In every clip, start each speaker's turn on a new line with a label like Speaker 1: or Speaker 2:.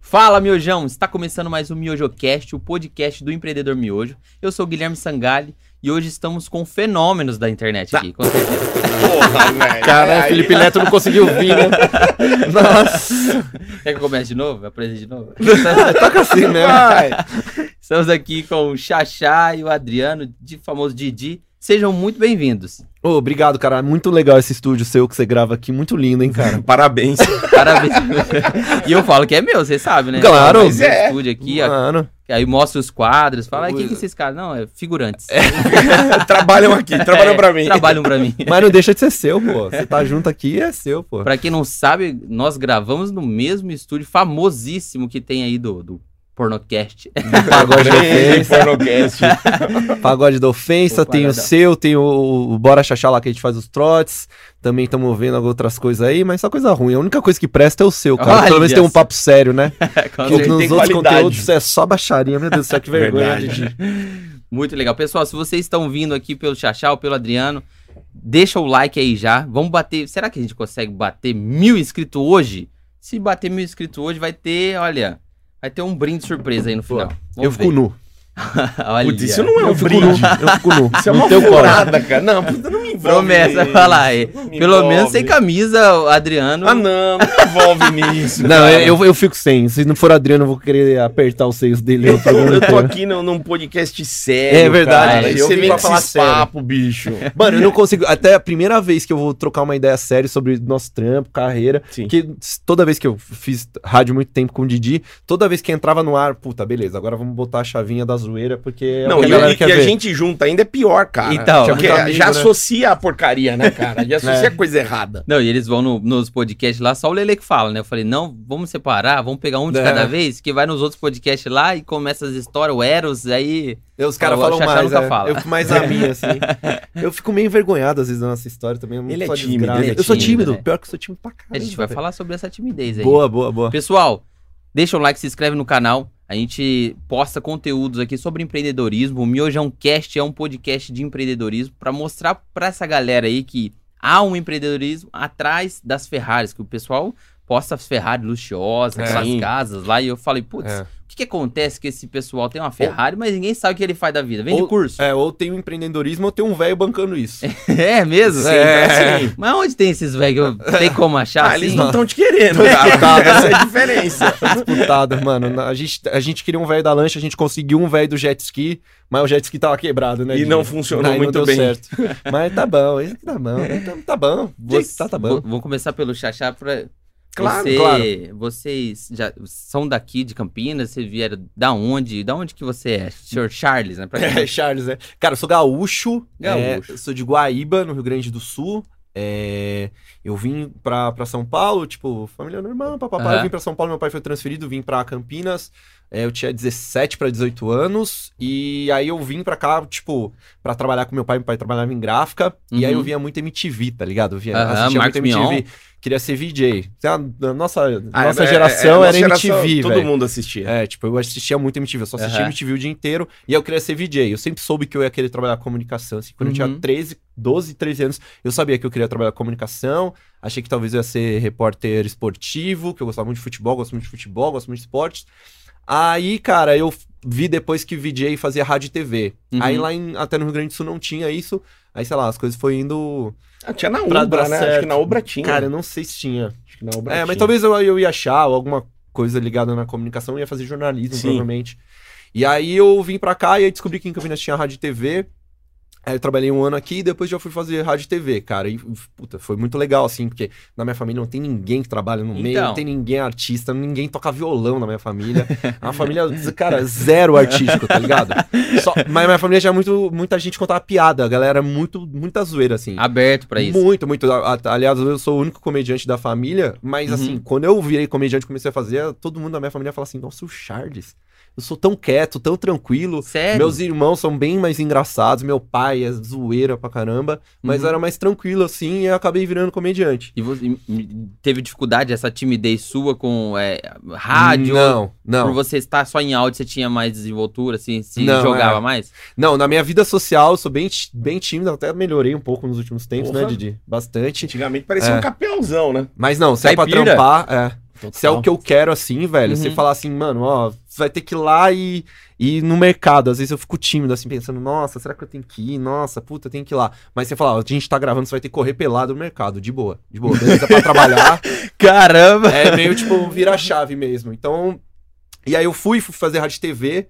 Speaker 1: Fala, miojão! Está começando mais um MiojoCast, o podcast do empreendedor miojo. Eu sou o Guilherme Sangalli e hoje estamos com fenômenos da
Speaker 2: Tá.
Speaker 1: internet aqui. Com certeza.
Speaker 2: Porra, velho.
Speaker 3: Cara,
Speaker 2: Aí-
Speaker 3: Felipe Neto não conseguiu vir, né? Nossa.
Speaker 1: Quer que eu comece de novo? Apresente de novo?
Speaker 3: Toca assim, né?
Speaker 2: Vai.
Speaker 1: Estamos aqui com o Xaxá e o Adriano, de famoso Didi. Sejam muito bem-vindos.
Speaker 3: Ô, obrigado, cara. Muito legal esse estúdio seu que você grava aqui. Muito lindo, hein, cara?
Speaker 2: Parabéns.
Speaker 1: Parabéns. e eu falo que é meu, vocês sabem, né?
Speaker 3: Claro.
Speaker 1: Mas
Speaker 2: É.
Speaker 1: estúdio aqui, ó,
Speaker 3: Mano.
Speaker 1: aí mostra os quadros, fala, "Ah, quem que esses caras? Não, é figurantes.
Speaker 2: trabalham aqui, trabalham
Speaker 1: É,
Speaker 2: pra mim.
Speaker 1: Trabalham pra mim.
Speaker 3: Mas não deixa de ser seu, pô. Você tá junto aqui é seu, pô.
Speaker 1: Pra quem não sabe, nós gravamos no mesmo estúdio famosíssimo que tem aí do, do Pornocast.
Speaker 3: Pagode da
Speaker 2: Grande
Speaker 3: ofensa.
Speaker 2: pornocast.
Speaker 3: Pagode da ofensa.
Speaker 1: Pô,
Speaker 3: tem o
Speaker 1: paradão.
Speaker 3: seu, tem o, o Bora Xaxá lá que a gente faz os trotes. Também estamos vendo outras coisas aí, mas só coisa ruim. A única coisa que presta é o seu, cara.
Speaker 1: Olha
Speaker 3: Pelo menos tem um
Speaker 1: só.
Speaker 3: papo sério, né?
Speaker 1: Com
Speaker 3: Porque
Speaker 1: certeza.
Speaker 2: Ele
Speaker 3: nos
Speaker 2: tem
Speaker 3: outros
Speaker 2: qualidade.
Speaker 3: conteúdos é só baixaria. Meu Deus do céu, que vergonha.
Speaker 2: Verdade.
Speaker 3: Didi.
Speaker 1: Muito legal. Pessoal, se vocês estão vindo aqui pelo Chachal, pelo Adriano, deixa o like aí já. Vamos bater. Será que a gente consegue bater mil inscritos hoje? Se bater mil inscritos hoje, vai ter, olha, vai ter um brinde surpresa aí no final.
Speaker 3: Eu fico nu.
Speaker 1: olha.
Speaker 2: Putz, isso não é um
Speaker 3: Eu fico
Speaker 2: brinde.
Speaker 3: nu. Eu fico nu.
Speaker 2: Isso é
Speaker 3: No
Speaker 2: uma
Speaker 3: teu colo.
Speaker 2: furada, cara. Não, puta, não me envolve.
Speaker 1: Promessa,
Speaker 2: nisso.
Speaker 1: vai lá, é.
Speaker 2: Não me
Speaker 1: Pelo
Speaker 2: envolve.
Speaker 1: menos sem camisa, o Adriano.
Speaker 2: Ah, não, não me envolve nisso.
Speaker 3: Não,
Speaker 2: cara.
Speaker 3: eu, eu fico sem. Se não for Adriano, eu vou querer apertar os seios dele. Eu
Speaker 2: Eu tô aqui num, num podcast sério.
Speaker 3: É verdade,
Speaker 2: cara.
Speaker 1: eu
Speaker 2: E Você
Speaker 3: vim
Speaker 2: vem
Speaker 3: pra
Speaker 2: com
Speaker 3: falar
Speaker 2: esses
Speaker 3: sério.
Speaker 2: papo, bicho.
Speaker 3: Mano, eu não consigo. Até a primeira vez que eu vou trocar uma ideia séria sobre nosso trampo, carreira.
Speaker 2: Sim.
Speaker 3: Porque toda vez que eu fiz rádio muito tempo com o Didi, toda vez que entrava no ar, puta, beleza, agora vamos botar a chavinha da zoeira, porque é o
Speaker 2: Não,
Speaker 3: que
Speaker 2: e,
Speaker 3: a galera
Speaker 2: e-
Speaker 3: quer
Speaker 2: e a
Speaker 3: ver.
Speaker 2: gente junta ainda é pior, cara.
Speaker 1: Então.
Speaker 2: porque
Speaker 3: Tinha muito amigo,
Speaker 2: já
Speaker 3: né?
Speaker 2: associa a porcaria, né, cara?
Speaker 3: É.
Speaker 2: Já associa a coisa errada.
Speaker 1: Não, e eles vão no- nos podcasts lá, só o Lele que fala, né? Eu falei, não, vamos separar, vamos pegar um de
Speaker 3: É.
Speaker 1: cada vez, que vai nos outros podcasts lá e começa as histórias, o Eros, aí.
Speaker 3: Eu- Os caras
Speaker 1: O
Speaker 3: falam
Speaker 1: Xaxá
Speaker 3: mais.
Speaker 1: nunca
Speaker 3: é.
Speaker 1: fala.
Speaker 3: Eu fico mais na minha, assim. Eu fico meio envergonhado às vezes da nossa história também. muito
Speaker 2: Ele é
Speaker 3: só
Speaker 2: tímido,
Speaker 3: desgraça.
Speaker 1: ele é
Speaker 3: eu sou
Speaker 1: tímido,
Speaker 3: tímido,
Speaker 1: né?
Speaker 3: pior que eu sou tímido pra caralho.
Speaker 1: A gente vai
Speaker 3: velho.
Speaker 1: falar sobre essa timidez aí.
Speaker 3: Boa, boa, boa.
Speaker 1: Pessoal, deixa o like, se inscreve no canal. A gente posta conteúdos aqui sobre empreendedorismo. O Miojão Cast é um podcast de empreendedorismo para mostrar para essa galera aí que há um empreendedorismo atrás das Ferraris, que o pessoal posta as Ferrari luxuosas,
Speaker 3: É.
Speaker 1: aquelas
Speaker 2: Sim.
Speaker 1: casas lá. E eu falei, putz,
Speaker 3: É.
Speaker 1: o que, que acontece que esse pessoal tem uma Ferrari, mas ninguém sabe o que ele faz da vida? Vende
Speaker 3: Ou-
Speaker 1: curso.
Speaker 3: É, ou tem um empreendedorismo ou tem um velho bancando isso.
Speaker 1: É, mesmo?
Speaker 3: Sim, é.
Speaker 1: Sim. Mas onde tem esses velhos? Tem como achar?
Speaker 2: Ah, eles
Speaker 1: assim?
Speaker 2: não estão te querendo.
Speaker 3: Tá,
Speaker 2: cara.
Speaker 3: tá.
Speaker 2: Essa é a diferença.
Speaker 3: Disputado, mano. Na- A gente, a gente queria um velho da lancha, a gente conseguiu um velho do jet ski, mas o jet ski tava quebrado, né?
Speaker 2: E
Speaker 3: Dinho?
Speaker 2: não funcionou
Speaker 3: Aí
Speaker 2: muito
Speaker 3: deu
Speaker 2: bem.
Speaker 3: certo. Mas tá bom, isso que tá bom. Tá, tá bom. Você tá, tá
Speaker 1: Vou,
Speaker 3: bom.
Speaker 1: vou começar pelo Xaxá pra.
Speaker 2: Claro,
Speaker 1: Você-
Speaker 3: claro.
Speaker 1: Vocês já são daqui de Campinas? Vocês vieram da onde? Da onde que você é? Senhor Charles, né? Pra quem-
Speaker 3: É, Charles, né? Cara, eu sou gaúcho.
Speaker 1: Gaúcho.
Speaker 3: é, sou de Guaíba, no Rio Grande do Sul. É, eu vim pra, pra São Paulo, tipo, família normal, papapá.
Speaker 1: Aham.
Speaker 3: Eu vim pra São Paulo, meu pai foi transferido, vim pra Campinas. É, eu tinha 17 pra 18 anos. E aí eu vim pra cá, tipo, pra trabalhar com meu pai. Meu pai trabalhava em gráfica. E aí
Speaker 1: Uhum.
Speaker 3: eu via muito MTV, tá ligado? Eu via,
Speaker 1: Aham,
Speaker 3: assistia
Speaker 1: Marcos
Speaker 3: muito MTV.
Speaker 1: Mion.
Speaker 3: Queria ser VJ. A, a nossa
Speaker 2: Ah,
Speaker 3: nossa
Speaker 2: é- é-
Speaker 3: geração
Speaker 2: é,
Speaker 3: era
Speaker 2: nossa geração,
Speaker 3: MTV,
Speaker 2: Todo
Speaker 3: velho.
Speaker 2: mundo assistia.
Speaker 3: É, tipo, eu assistia muito MTV, eu só assistia
Speaker 1: Aham.
Speaker 3: MTV o dia inteiro e eu queria ser VJ. Eu sempre soube que eu ia querer trabalhar com comunicação. Assim, quando eu
Speaker 1: Uhum.
Speaker 3: tinha 13, 12, 13 anos, eu sabia que eu queria trabalhar com comunicação. Achei que talvez eu ia ser repórter esportivo, que eu gostava muito de futebol, gosto muito de futebol, gosto muito de esportes. Aí, cara, eu vi depois que VJ fazia rádio e TV.
Speaker 1: Uhum.
Speaker 3: Aí lá em- até no Rio Grande do Sul não tinha isso. Aí, sei lá, as coisas foi indo.
Speaker 2: Ah, tinha na
Speaker 3: Pra
Speaker 2: Ubra,
Speaker 3: dar
Speaker 2: né? Acho
Speaker 3: certo.
Speaker 2: que na Ubra tinha.
Speaker 3: Cara, eu não sei se tinha.
Speaker 2: acho que na Ubra
Speaker 3: É, mas
Speaker 2: tinha.
Speaker 3: talvez eu, eu ia achar ou alguma coisa ligada na comunicação, eu ia fazer jornalismo,
Speaker 2: Sim.
Speaker 3: provavelmente. E aí eu vim pra cá e aí descobri que em Campinas tinha rádio e TV. Aí eu trabalhei um ano aqui e depois já fui fazer rádio e TV, cara. E, uf, puta, foi muito legal, assim, porque na minha família não tem ninguém que trabalha no meio,
Speaker 1: Então.
Speaker 3: não tem ninguém artista, ninguém toca violão na minha família. É uma família, cara, zero artístico, tá ligado? Só- mas minha família já é muito, muita gente contava piada, a galera é muito, muita zoeira, assim.
Speaker 1: Aberto pra isso.
Speaker 3: Muito, muito. A- a- Aliás, eu sou o único comediante da família, mas
Speaker 1: Uhum.
Speaker 3: assim, quando eu virei comediante e comecei a fazer, todo mundo da minha família fala assim: nossa, o Charles, eu sou tão quieto, tão tranquilo.
Speaker 1: Sério?
Speaker 3: Meus irmãos são bem mais engraçados, meu pai é zoeira pra caramba, mas
Speaker 1: Uhum.
Speaker 3: eu era mais tranquilo assim e eu acabei virando comediante.
Speaker 1: E você e- teve dificuldade, essa timidez sua com é, rádio?
Speaker 3: Não, não.
Speaker 1: Por você estar só em áudio, você tinha mais desenvoltura, assim, se
Speaker 3: Não,
Speaker 1: jogava
Speaker 3: é.
Speaker 1: mais?
Speaker 3: Não, na minha vida social eu sou bem, ti- bem tímido, até melhorei um pouco nos últimos tempos,
Speaker 2: Porra.
Speaker 3: né, Didi? Bastante.
Speaker 2: Antigamente parecia
Speaker 3: É.
Speaker 2: um capelzão, né?
Speaker 3: Mas não, sai pra
Speaker 1: Caipira.
Speaker 3: trampar, é. Se é o que eu quero, assim, velho,
Speaker 1: Uhum.
Speaker 3: você falar assim, mano, ó, você vai ter que ir lá e, e ir no mercado. Às vezes eu fico tímido, assim, pensando, nossa, será que eu tenho que ir? Nossa, puta, eu tenho que ir lá. Mas você fala, ó, a gente tá gravando, você vai ter que correr pelado no mercado, de boa, de boa. Beleza pra trabalhar.
Speaker 1: Caramba!
Speaker 3: É meio tipo virar chave mesmo. Então, e aí eu fui, fui fazer rádio e TV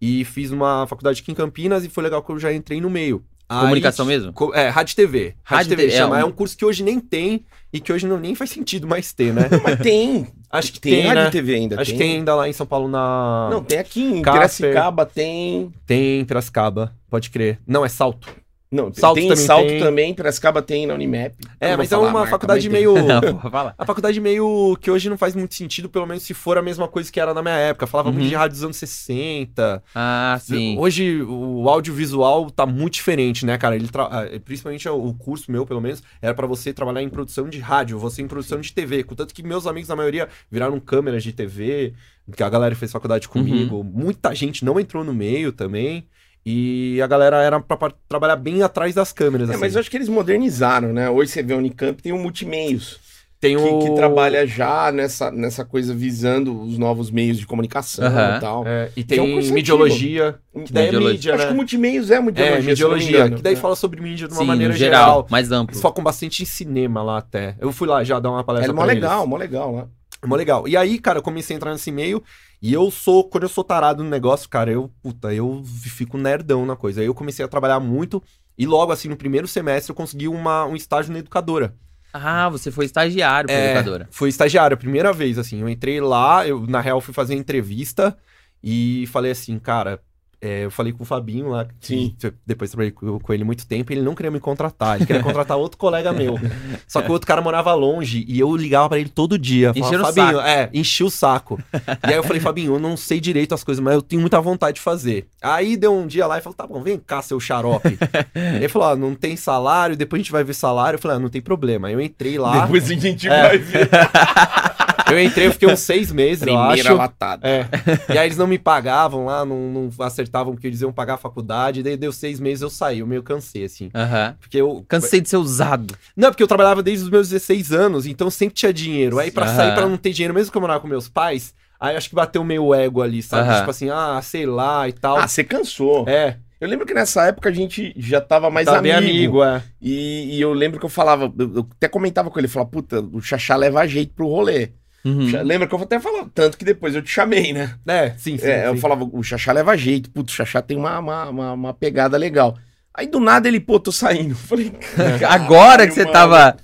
Speaker 3: e fiz uma faculdade aqui em Campinas e foi legal que eu já entrei no meio. Aí-
Speaker 1: Comunicação mesmo?
Speaker 3: Co- É, rádio e TV. Rádio
Speaker 1: Rádio
Speaker 3: e TV,
Speaker 1: e TV,
Speaker 3: chama.
Speaker 1: é
Speaker 3: É,
Speaker 1: um-
Speaker 3: um curso que hoje nem tem e que hoje não, nem faz sentido mais ter, né?
Speaker 2: Mas tem.
Speaker 3: Acho que
Speaker 2: Tem,
Speaker 3: tem,
Speaker 2: rádio
Speaker 3: né?
Speaker 2: e TV ainda.
Speaker 3: Acho que tem ainda lá em São Paulo na...
Speaker 2: Não, tem aqui em
Speaker 3: Casper.
Speaker 2: Piracicaba, tem.
Speaker 3: Tem em Piracicaba, pode crer. Não, é Salto.
Speaker 2: Não,
Speaker 3: Salto
Speaker 2: tem em
Speaker 3: também
Speaker 2: Salto
Speaker 3: tem.
Speaker 2: também, Piracicaba tem na Unimap. Eu
Speaker 3: É,
Speaker 2: não
Speaker 3: mas
Speaker 2: vou falar
Speaker 3: é
Speaker 2: a
Speaker 3: uma
Speaker 2: marca,
Speaker 3: faculdade
Speaker 2: mas tem.
Speaker 3: meio...
Speaker 1: Não, pô, fala.
Speaker 3: A faculdade meio que hoje não faz muito sentido, pelo menos se for a mesma coisa que era na minha época. Falava muito
Speaker 1: Uhum.
Speaker 3: de rádio dos anos 60,
Speaker 1: Ah, sim.
Speaker 3: Hoje o audiovisual tá muito diferente, né, cara? Ele tra- ah, Principalmente o curso meu, pelo menos, era pra você trabalhar em produção de rádio, você em produção de TV. Contanto que meus amigos, na maioria, viraram câmeras de TV, que a galera fez faculdade comigo. Muita gente não entrou no meio também. E a galera era pra par- trabalhar bem atrás das câmeras,
Speaker 2: É,
Speaker 3: assim.
Speaker 2: mas eu acho que eles modernizaram, né? Hoje você vê a Unicamp, tem o Multimeios,
Speaker 3: Tem
Speaker 2: que,
Speaker 3: o-
Speaker 2: que trabalha já nessa, nessa coisa visando os novos meios de comunicação
Speaker 1: Aham.
Speaker 2: e tal.
Speaker 3: É, e
Speaker 2: Que é um
Speaker 3: tem
Speaker 2: curso
Speaker 3: midiologia, que daí é
Speaker 1: Midiologia.
Speaker 3: mídia,
Speaker 2: acho que o
Speaker 3: né?
Speaker 2: Multimeios é
Speaker 3: É,
Speaker 2: Multimeios.
Speaker 3: midiologia,
Speaker 2: É.
Speaker 3: que daí
Speaker 2: né?
Speaker 3: fala sobre mídia de uma
Speaker 1: sim,
Speaker 3: maneira
Speaker 1: no
Speaker 3: geral.
Speaker 1: geral, mais amplo.
Speaker 3: Eles focam bastante em cinema lá até. Eu fui lá já dar uma palestra.
Speaker 2: É mó
Speaker 3: pra eles.
Speaker 2: legal, mó legal, né?
Speaker 3: É mó legal. E aí, cara, eu comecei a entrar nesse meio e eu sou, quando eu sou tarado no negócio, cara, eu, puta, eu fico nerdão na coisa. Aí eu comecei a trabalhar muito e logo, assim, no primeiro semestre eu consegui uma, um estágio na educadora.
Speaker 1: Ah, você foi estagiário pra
Speaker 3: É,
Speaker 1: educadora.
Speaker 3: Foi estagiário, a primeira vez, assim. Eu entrei lá, eu, na real, fui fazer entrevista e falei assim, cara. é, eu falei com o Fabinho lá, que
Speaker 2: Sim.
Speaker 3: depois trabalhei com, com ele muito tempo, e ele não queria me contratar, ele queria contratar outro colega meu. Só que o outro cara morava longe e eu ligava pra ele todo dia. Falava,
Speaker 1: Encheram o
Speaker 3: Fabinho, é, enchi o saco. e aí eu falei, Fabinho, eu não sei direito as coisas, mas eu tenho muita vontade de fazer. Aí deu um dia lá e falou, tá bom, vem cá, seu xarope. ele falou, ó, não tem salário, depois a gente vai ver salário. Eu falei, ah, não tem problema. Aí eu entrei lá.
Speaker 2: Depois a gente
Speaker 3: É.
Speaker 2: vai ver.
Speaker 3: Eu entrei, eu fiquei uns seis meses, eu
Speaker 2: Primeira
Speaker 3: acho.
Speaker 2: latada.
Speaker 3: É. E aí eles não me pagavam lá, não, não acertavam porque eles iam pagar a faculdade. Daí deu seis meses, eu saí, eu meio cansei, assim.
Speaker 1: Aham.
Speaker 3: Porque eu.
Speaker 1: Cansei de ser usado.
Speaker 3: Não, é porque eu trabalhava desde os meus 16 anos, então sempre tinha dinheiro. Aí pra
Speaker 1: Aham.
Speaker 3: sair, pra não ter dinheiro, mesmo que eu morava com meus pais, aí acho que bateu meio ego ali, sabe?
Speaker 1: Aham.
Speaker 3: Tipo assim, ah, sei lá e tal.
Speaker 2: Ah, você cansou.
Speaker 3: é,
Speaker 2: Eu lembro que nessa época a gente já tava mais
Speaker 3: tava
Speaker 2: amigo.
Speaker 3: bem amigo, é.
Speaker 2: E, e eu lembro que eu falava, eu, eu até comentava com ele, falava, puta, o Xaxá leva jeito pro rolê.
Speaker 3: Hum.
Speaker 1: Uhum.
Speaker 2: Já- Lembra que eu até falava, tanto que depois eu te chamei, né?
Speaker 3: É, sim, sim.
Speaker 2: É, eu
Speaker 3: sim.
Speaker 2: falava, o Xaxá leva jeito, putz, o Xaxá tem uma, uma, uma, uma pegada legal. Aí do nada ele, pô, tô saindo. Eu Falei,
Speaker 1: Agora que você
Speaker 2: mano.
Speaker 1: tava.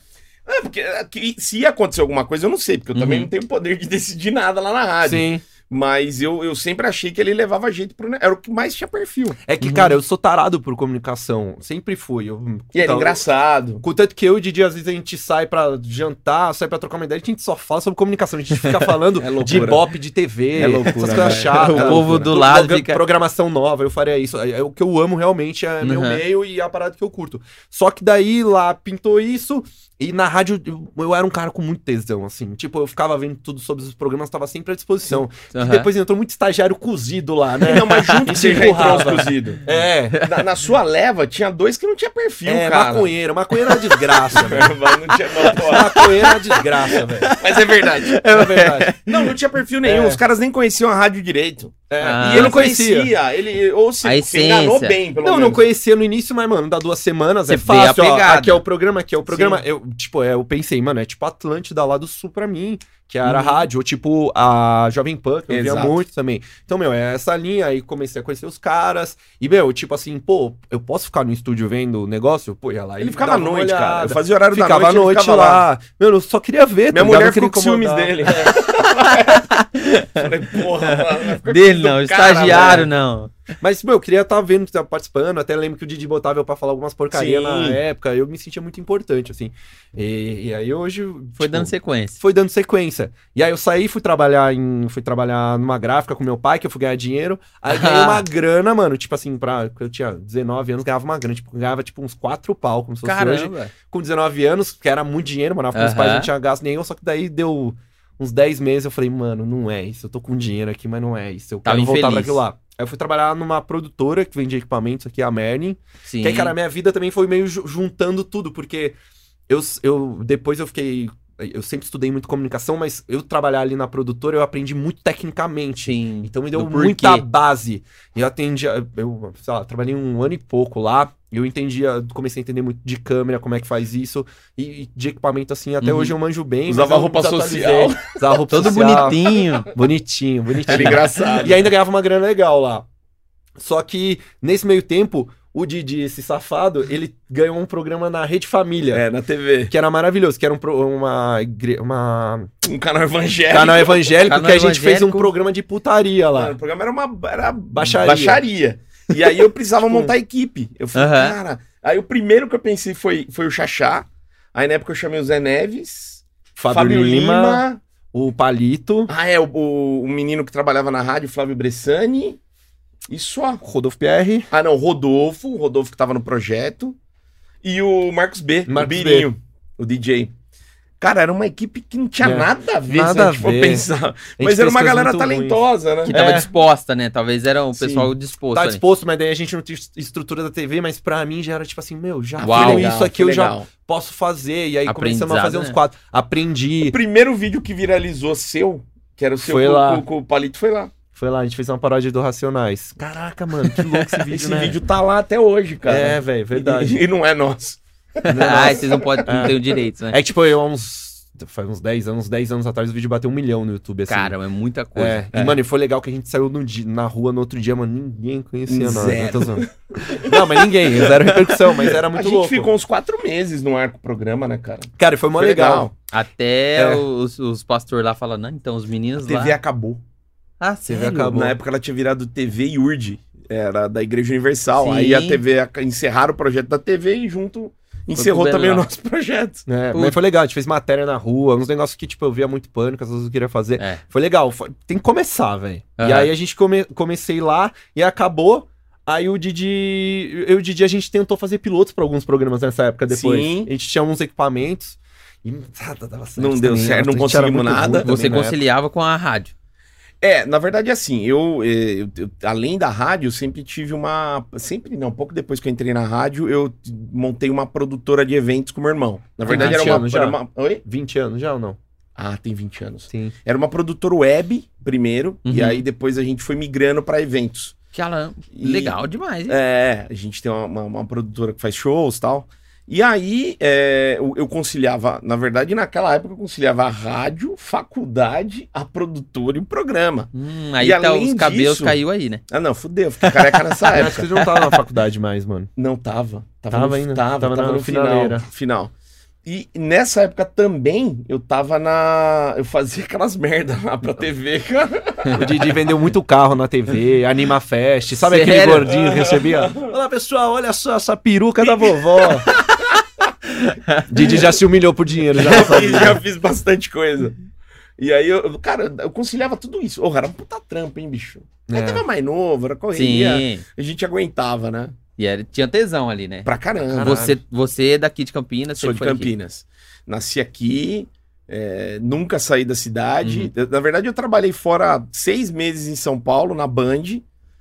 Speaker 2: É, porque é, que- se acontecer alguma coisa, eu não sei, porque eu também
Speaker 1: Uhum.
Speaker 2: não tenho poder de decidir nada lá na rádio.
Speaker 3: Sim.
Speaker 2: Mas eu, eu sempre achei que ele levava jeito pro. ne- Era o que mais tinha perfil.
Speaker 3: É que,
Speaker 1: Uhum.
Speaker 3: cara, eu sou tarado por comunicação. Sempre fui. Eu,
Speaker 2: E era
Speaker 3: Então,
Speaker 2: engraçado.
Speaker 3: Contanto que eu e o Didi, às vezes, a gente sai pra jantar, sai pra trocar uma ideia, a gente só fala sobre comunicação, a gente fica falando
Speaker 2: É loucura.
Speaker 3: de pop, de TV,
Speaker 2: É loucura,
Speaker 3: essas coisas
Speaker 2: velho.
Speaker 3: chatas.
Speaker 1: O povo do lado fica-
Speaker 3: Programação nova, eu faria isso. É, é o que eu amo realmente, é meu
Speaker 1: Uhum.
Speaker 3: meio e é a parada que eu curto. Só que daí lá pintou isso, e na rádio eu, eu era um cara com muito tesão, assim. Tipo, eu ficava vendo tudo sobre os programas, tava sempre à disposição. E
Speaker 1: Aham.
Speaker 3: depois entrou muito estagiário cozido lá, né?
Speaker 2: Não, mas junto que você já entrou os
Speaker 3: empurrava.
Speaker 2: cozidos.
Speaker 3: É,
Speaker 2: Na, na sua leva, tinha dois que não tinha perfil,
Speaker 3: é
Speaker 2: cara.
Speaker 3: maconheiro, maconheiro é uma desgraça, velho.
Speaker 2: não tinha, não, pô.
Speaker 3: Maconheiro é uma desgraça, velho.
Speaker 2: Mas é verdade.
Speaker 3: É verdade.
Speaker 2: Não, não tinha perfil nenhum.
Speaker 3: É.
Speaker 2: Os caras nem conheciam a rádio direito.
Speaker 3: É,
Speaker 1: Ah.
Speaker 2: e ele
Speaker 1: não
Speaker 2: não conhecia. Ele, ou se
Speaker 1: A
Speaker 2: se enganou
Speaker 1: essência.
Speaker 2: bem, pelo
Speaker 3: Não,
Speaker 2: menos.
Speaker 3: não conhecia no início, mas, mano, dá duas semanas,
Speaker 1: Você
Speaker 3: é
Speaker 1: vê
Speaker 3: fácil,
Speaker 1: a
Speaker 3: ó,
Speaker 1: pegada.
Speaker 3: aqui é o programa, aqui é o programa. Eu, tipo, é, eu pensei, mano, é tipo Atlântida lá do Sul pra mim, que era a
Speaker 1: Uhum.
Speaker 3: rádio, ou tipo a Jovem Pan, que eu
Speaker 2: Exato.
Speaker 3: via muito também. Então, meu, é essa linha, aí comecei a conhecer os caras, e, meu, tipo assim, pô, eu posso ficar no estúdio vendo o negócio? Pô, ia lá e
Speaker 2: Ele ficava à
Speaker 3: dava uma
Speaker 2: noite, cara. Eu
Speaker 3: olhada.
Speaker 2: fazia horário
Speaker 3: Ficava
Speaker 2: da
Speaker 3: à
Speaker 2: noite, ele
Speaker 3: noite
Speaker 2: ficava
Speaker 3: lá. Meu, eu só queria ver,
Speaker 2: Minha
Speaker 3: tá ligado? Eu
Speaker 2: mulher
Speaker 3: queria
Speaker 2: ficou com ciúmes
Speaker 3: incomodar.
Speaker 2: dele. Falei, porra, mano. fica
Speaker 1: Dele
Speaker 2: com
Speaker 1: não,
Speaker 2: esse cara,
Speaker 1: estagiário não.
Speaker 3: Mas, meu, eu queria estar vendo, estar participando. Até lembro que o Didi botava eu pra falar algumas porcarias
Speaker 2: Sim.
Speaker 3: na época. Eu me sentia muito importante, assim. E, e aí hoje.
Speaker 1: Foi
Speaker 3: tipo,
Speaker 1: dando sequência.
Speaker 3: foi dando sequência. E aí eu saí, fui trabalhar em. Fui trabalhar numa gráfica com meu pai, que eu fui ganhar dinheiro. Aí ganhei uma grana, mano. Tipo assim, pra. Eu tinha 19 anos, ganhava uma grana. Tipo, ganhava tipo uns quatro pau, como se fosse hoje.
Speaker 1: Caramba.
Speaker 3: Com 19 anos, que era muito dinheiro, morava com meus
Speaker 1: Aham.
Speaker 3: pais, não tinha gasto nenhum. Só que daí deu uns 10 meses, eu falei, mano, não é isso. Eu tô com dinheiro aqui, mas não é isso. Eu
Speaker 1: Tava
Speaker 3: quero voltar
Speaker 1: infeliz.
Speaker 3: pra aquilo lá. Aí eu fui trabalhar numa produtora que vendia equipamentos aqui, a Merlin.
Speaker 1: Sim.
Speaker 3: Que aí, cara, a minha vida também foi meio ju- juntando tudo, porque eu, eu depois eu fiquei Eu sempre estudei muito comunicação, mas eu trabalhar ali na produtora, eu aprendi muito tecnicamente.
Speaker 1: Sim.
Speaker 3: Então me deu
Speaker 1: Do porquê.
Speaker 3: muita base. Eu atendi, eu, sei lá, trabalhei um ano e pouco lá. Eu entendia, comecei a entender muito de câmera, como é que faz isso. E, e de equipamento, assim, até
Speaker 1: Uhum.
Speaker 3: hoje eu manjo bem. mas
Speaker 2: Usava
Speaker 3: eu
Speaker 2: roupa
Speaker 3: desatualizei.
Speaker 2: social.
Speaker 3: Usava roupa
Speaker 1: Todo
Speaker 3: social.
Speaker 1: bonitinho.
Speaker 3: Bonitinho, bonitinho.
Speaker 2: Era engraçado.
Speaker 3: E ainda ganhava uma grana legal lá. Só que, nesse meio tempo, o Didi, esse safado, ele ganhou um programa na Rede Família.
Speaker 2: É, na TV.
Speaker 3: Que era maravilhoso, que era um pro- uma, igre- uma
Speaker 2: Um canal evangélico.
Speaker 3: canal evangélico,
Speaker 1: É. Canal
Speaker 3: que a gente fez um
Speaker 1: evangélico.
Speaker 3: programa de putaria lá.
Speaker 2: Mano, o programa era uma era
Speaker 3: Baixaria. Tipo
Speaker 2: baixaria. E aí eu precisava montar equipe. Eu falei,
Speaker 1: Aham.
Speaker 2: cara. Aí o primeiro que eu pensei foi, foi o Xaxá. Aí na época eu chamei o Zé Neves,
Speaker 3: Fábio, Lima, o Palito,
Speaker 2: Ah, é, o, o, o menino que trabalhava na rádio, Flávio Bressani. E só.
Speaker 3: Rodolfo Pierre.
Speaker 2: Ah, não, o Rodolfo, o Rodolfo que tava no projeto. E o Marcos B,
Speaker 3: Marcos
Speaker 2: o Birinho, o DJ. Cara, era uma equipe que não tinha
Speaker 3: É,
Speaker 2: nada a ver,
Speaker 3: nada
Speaker 2: se a gente
Speaker 3: a
Speaker 2: for
Speaker 3: ver.
Speaker 2: pensar.
Speaker 3: A gente
Speaker 2: Mas era
Speaker 3: fez
Speaker 2: uma
Speaker 3: coisas
Speaker 2: galera
Speaker 3: muito ruins.
Speaker 2: talentosa, né?
Speaker 1: Que tava
Speaker 3: É.
Speaker 1: disposta, né? Talvez era um
Speaker 2: Sim.
Speaker 1: pessoal disposto.
Speaker 3: Tá
Speaker 1: né?
Speaker 3: disposto, mas daí a gente não tinha estrutura da TV, mas pra mim já era tipo assim, meu, já
Speaker 1: Uau.
Speaker 3: tenho
Speaker 1: Legal,
Speaker 3: isso aqui, eu já
Speaker 2: já.
Speaker 3: posso fazer. E aí começamos a
Speaker 1: Aprendizado,
Speaker 3: fazer uns
Speaker 1: né?
Speaker 3: quadros. Aprendi.
Speaker 2: O primeiro vídeo que viralizou seu, que era o seu
Speaker 3: Foi
Speaker 2: com,
Speaker 3: lá.
Speaker 2: com- com o palito, foi lá.
Speaker 3: Foi lá, a gente fez uma paródia do Racionais. Caraca, mano, que louco esse vídeo,
Speaker 2: Esse
Speaker 3: né?
Speaker 2: vídeo tá lá até hoje, cara.
Speaker 3: É, velho, verdade.
Speaker 2: E, e não é nosso.
Speaker 1: Ai, Ah, vocês não podem, não tem o direito, né?
Speaker 3: É que, tipo, eu há uns. Faz uns 10 anos, 10 anos atrás, o vídeo bateu um milhão no YouTube, assim.
Speaker 1: Cara, é muita coisa.
Speaker 3: É, e mano, e foi legal que a gente saiu no di- na rua no outro dia, mano, ninguém conhecia nós.
Speaker 2: Zero.
Speaker 3: Não, tô zoando. não, mas ninguém, zero repercussão, mas era
Speaker 2: a
Speaker 3: É muito
Speaker 2: gente
Speaker 3: louco.
Speaker 2: ficou uns quatro meses no arco programa, né, cara?
Speaker 3: Cara, e foi mó
Speaker 2: Foi
Speaker 3: legal.
Speaker 2: legal.
Speaker 1: Até
Speaker 3: É.
Speaker 1: os, os pastor lá falando, "Não, então, os meninos
Speaker 2: TV
Speaker 1: lá.
Speaker 2: acabou.
Speaker 1: Ah,
Speaker 3: TV
Speaker 1: sério?
Speaker 3: acabou.
Speaker 2: Na época ela tinha virado TV IURD, era da Igreja Universal. Aí
Speaker 1: Sim.
Speaker 2: a TV ac- encerraram o projeto da TV e junto encerrou
Speaker 1: pro
Speaker 2: também o
Speaker 1: Belau.
Speaker 2: nosso projeto.
Speaker 3: É,
Speaker 1: Puta.
Speaker 3: mas foi legal, a gente fez matéria na rua, uns negócios que, tipo, eu via muito pânico, as pessoas não queriam fazer.
Speaker 1: É.
Speaker 3: Foi legal, foi- tem que começar, velho. E
Speaker 1: Aham.
Speaker 3: aí a gente come- comecei lá e acabou. Aí o Didi. Eu e o Didi, a gente tentou fazer pilotos pra alguns programas nessa época depois.
Speaker 2: Sim.
Speaker 3: A gente tinha uns equipamentos. E nada dava certo.
Speaker 2: Não deu
Speaker 3: também,
Speaker 2: certo, não
Speaker 3: a gente
Speaker 2: conseguimos
Speaker 3: era muito
Speaker 2: nada.
Speaker 3: ruim
Speaker 1: Você
Speaker 3: também na
Speaker 1: conciliava com a rádio.
Speaker 2: É, na verdade, assim, eu, eh, eu- eu- além da rádio, eu sempre tive uma. Sempre não, pouco depois que eu entrei na rádio, eu t- montei uma produtora de eventos com meu irmão. Na verdade,
Speaker 3: Ah,
Speaker 2: era,
Speaker 3: tinha,
Speaker 2: uma,
Speaker 3: já.
Speaker 2: era uma- Oi?
Speaker 3: 20 anos já ou não?
Speaker 2: Ah, tem 20 anos.
Speaker 3: Sim.
Speaker 2: Era uma produtora web primeiro, e
Speaker 1: Uhum.
Speaker 2: aí depois a gente foi migrando pra eventos.
Speaker 1: Que ela-
Speaker 2: E-
Speaker 1: legal demais, hein?
Speaker 2: É, a gente tem uma, uma- uma produtora que faz shows e tal. E aí é, eu, eu conciliava, na verdade, naquela época eu conciliava a rádio, faculdade, a produtora e o programa.
Speaker 1: Hum,
Speaker 2: é. E
Speaker 1: aí tá,
Speaker 2: além
Speaker 1: os cabelos
Speaker 2: disso-
Speaker 1: caiu aí, né?
Speaker 2: Ah, não, fudeu, fiquei careca nessa
Speaker 3: Eu acho que
Speaker 2: época.
Speaker 3: você não tava na faculdade mais, mano.
Speaker 2: Não, tava. Tava,
Speaker 3: Tava
Speaker 2: no,
Speaker 3: ainda,
Speaker 2: Tava,
Speaker 3: tava
Speaker 2: tava
Speaker 3: na
Speaker 2: no final,
Speaker 3: finaleira.
Speaker 2: final. E nessa época também eu tava na. Eu fazia aquelas merda lá pra TV, cara.
Speaker 3: O Didi vendeu muito carro na TV, Anima Fest, sabe aquele
Speaker 1: Sério?
Speaker 3: gordinho que recebia? Olá, pessoal, olha só essa peruca da vovó. Didi já se humilhou por dinheiro, já.
Speaker 2: E já fiz bastante coisa. E aí eu, eu- cara, eu conciliava tudo isso. Oh, era um puta trampo, hein, bicho? Aí
Speaker 3: É.
Speaker 2: tava mais novo, era correria.
Speaker 1: Sim.
Speaker 2: A gente aguentava, né?
Speaker 1: E era, tinha tesão ali, né?
Speaker 2: Pra caramba.
Speaker 3: Caralho.
Speaker 1: Você, você é daqui de Campinas,
Speaker 2: Sou
Speaker 1: sempre
Speaker 2: de
Speaker 1: foi daqui.
Speaker 2: Campinas. Nasci aqui, é, nunca saí da
Speaker 1: Uhum.
Speaker 2: cidade. Eu- Na verdade, eu trabalhei fora seis meses em São Paulo, na Band,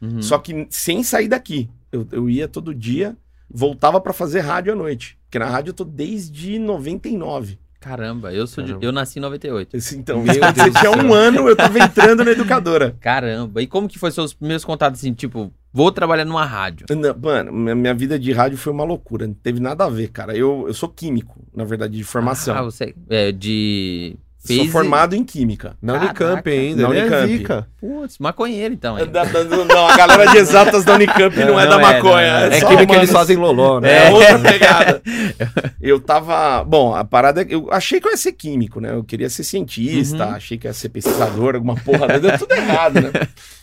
Speaker 1: Uhum.
Speaker 2: só que sem sair daqui. Eu, eu ia todo dia, voltava pra fazer rádio à noite. Porque na rádio eu tô desde 99.
Speaker 1: Caramba, eu sou de-
Speaker 3: Caramba.
Speaker 1: eu nasci em 98.
Speaker 2: Assim, Então,
Speaker 3: Meu
Speaker 2: quando
Speaker 3: Deus
Speaker 2: você
Speaker 3: do
Speaker 2: tinha
Speaker 3: céu.
Speaker 2: um ano, eu tava entrando na educadora.
Speaker 1: Caramba. E como que foi seus primeiros contatos assim, tipo, vou trabalhar numa rádio?
Speaker 2: Não, Mano, minha minha vida de rádio foi uma loucura, não teve nada a ver, cara. Eu, eu sou químico, na verdade, de formação.
Speaker 1: Ah, você é de
Speaker 2: Sou
Speaker 1: fez-
Speaker 2: formado em química.
Speaker 3: Na Unicamp
Speaker 1: Caraca.
Speaker 3: ainda,
Speaker 2: Na
Speaker 3: né?
Speaker 2: Unicamp.
Speaker 3: Zica.
Speaker 1: Putz, maconheiro então. hein?
Speaker 2: Da- da- do- não, a galera de exatas da Unicamp não, é da maconha.
Speaker 1: não, não.
Speaker 2: É,
Speaker 3: É
Speaker 2: só
Speaker 3: aquele que
Speaker 2: humanos.
Speaker 3: eles fazem loló, né?
Speaker 2: É outra pegada. Eu tava. Bom, a parada é que eu achei que eu ia ser químico, né? Eu queria ser cientista,
Speaker 1: Uhum.
Speaker 2: achei que eu ia ser pesquisador, alguma porra, né? deu tudo errado, né?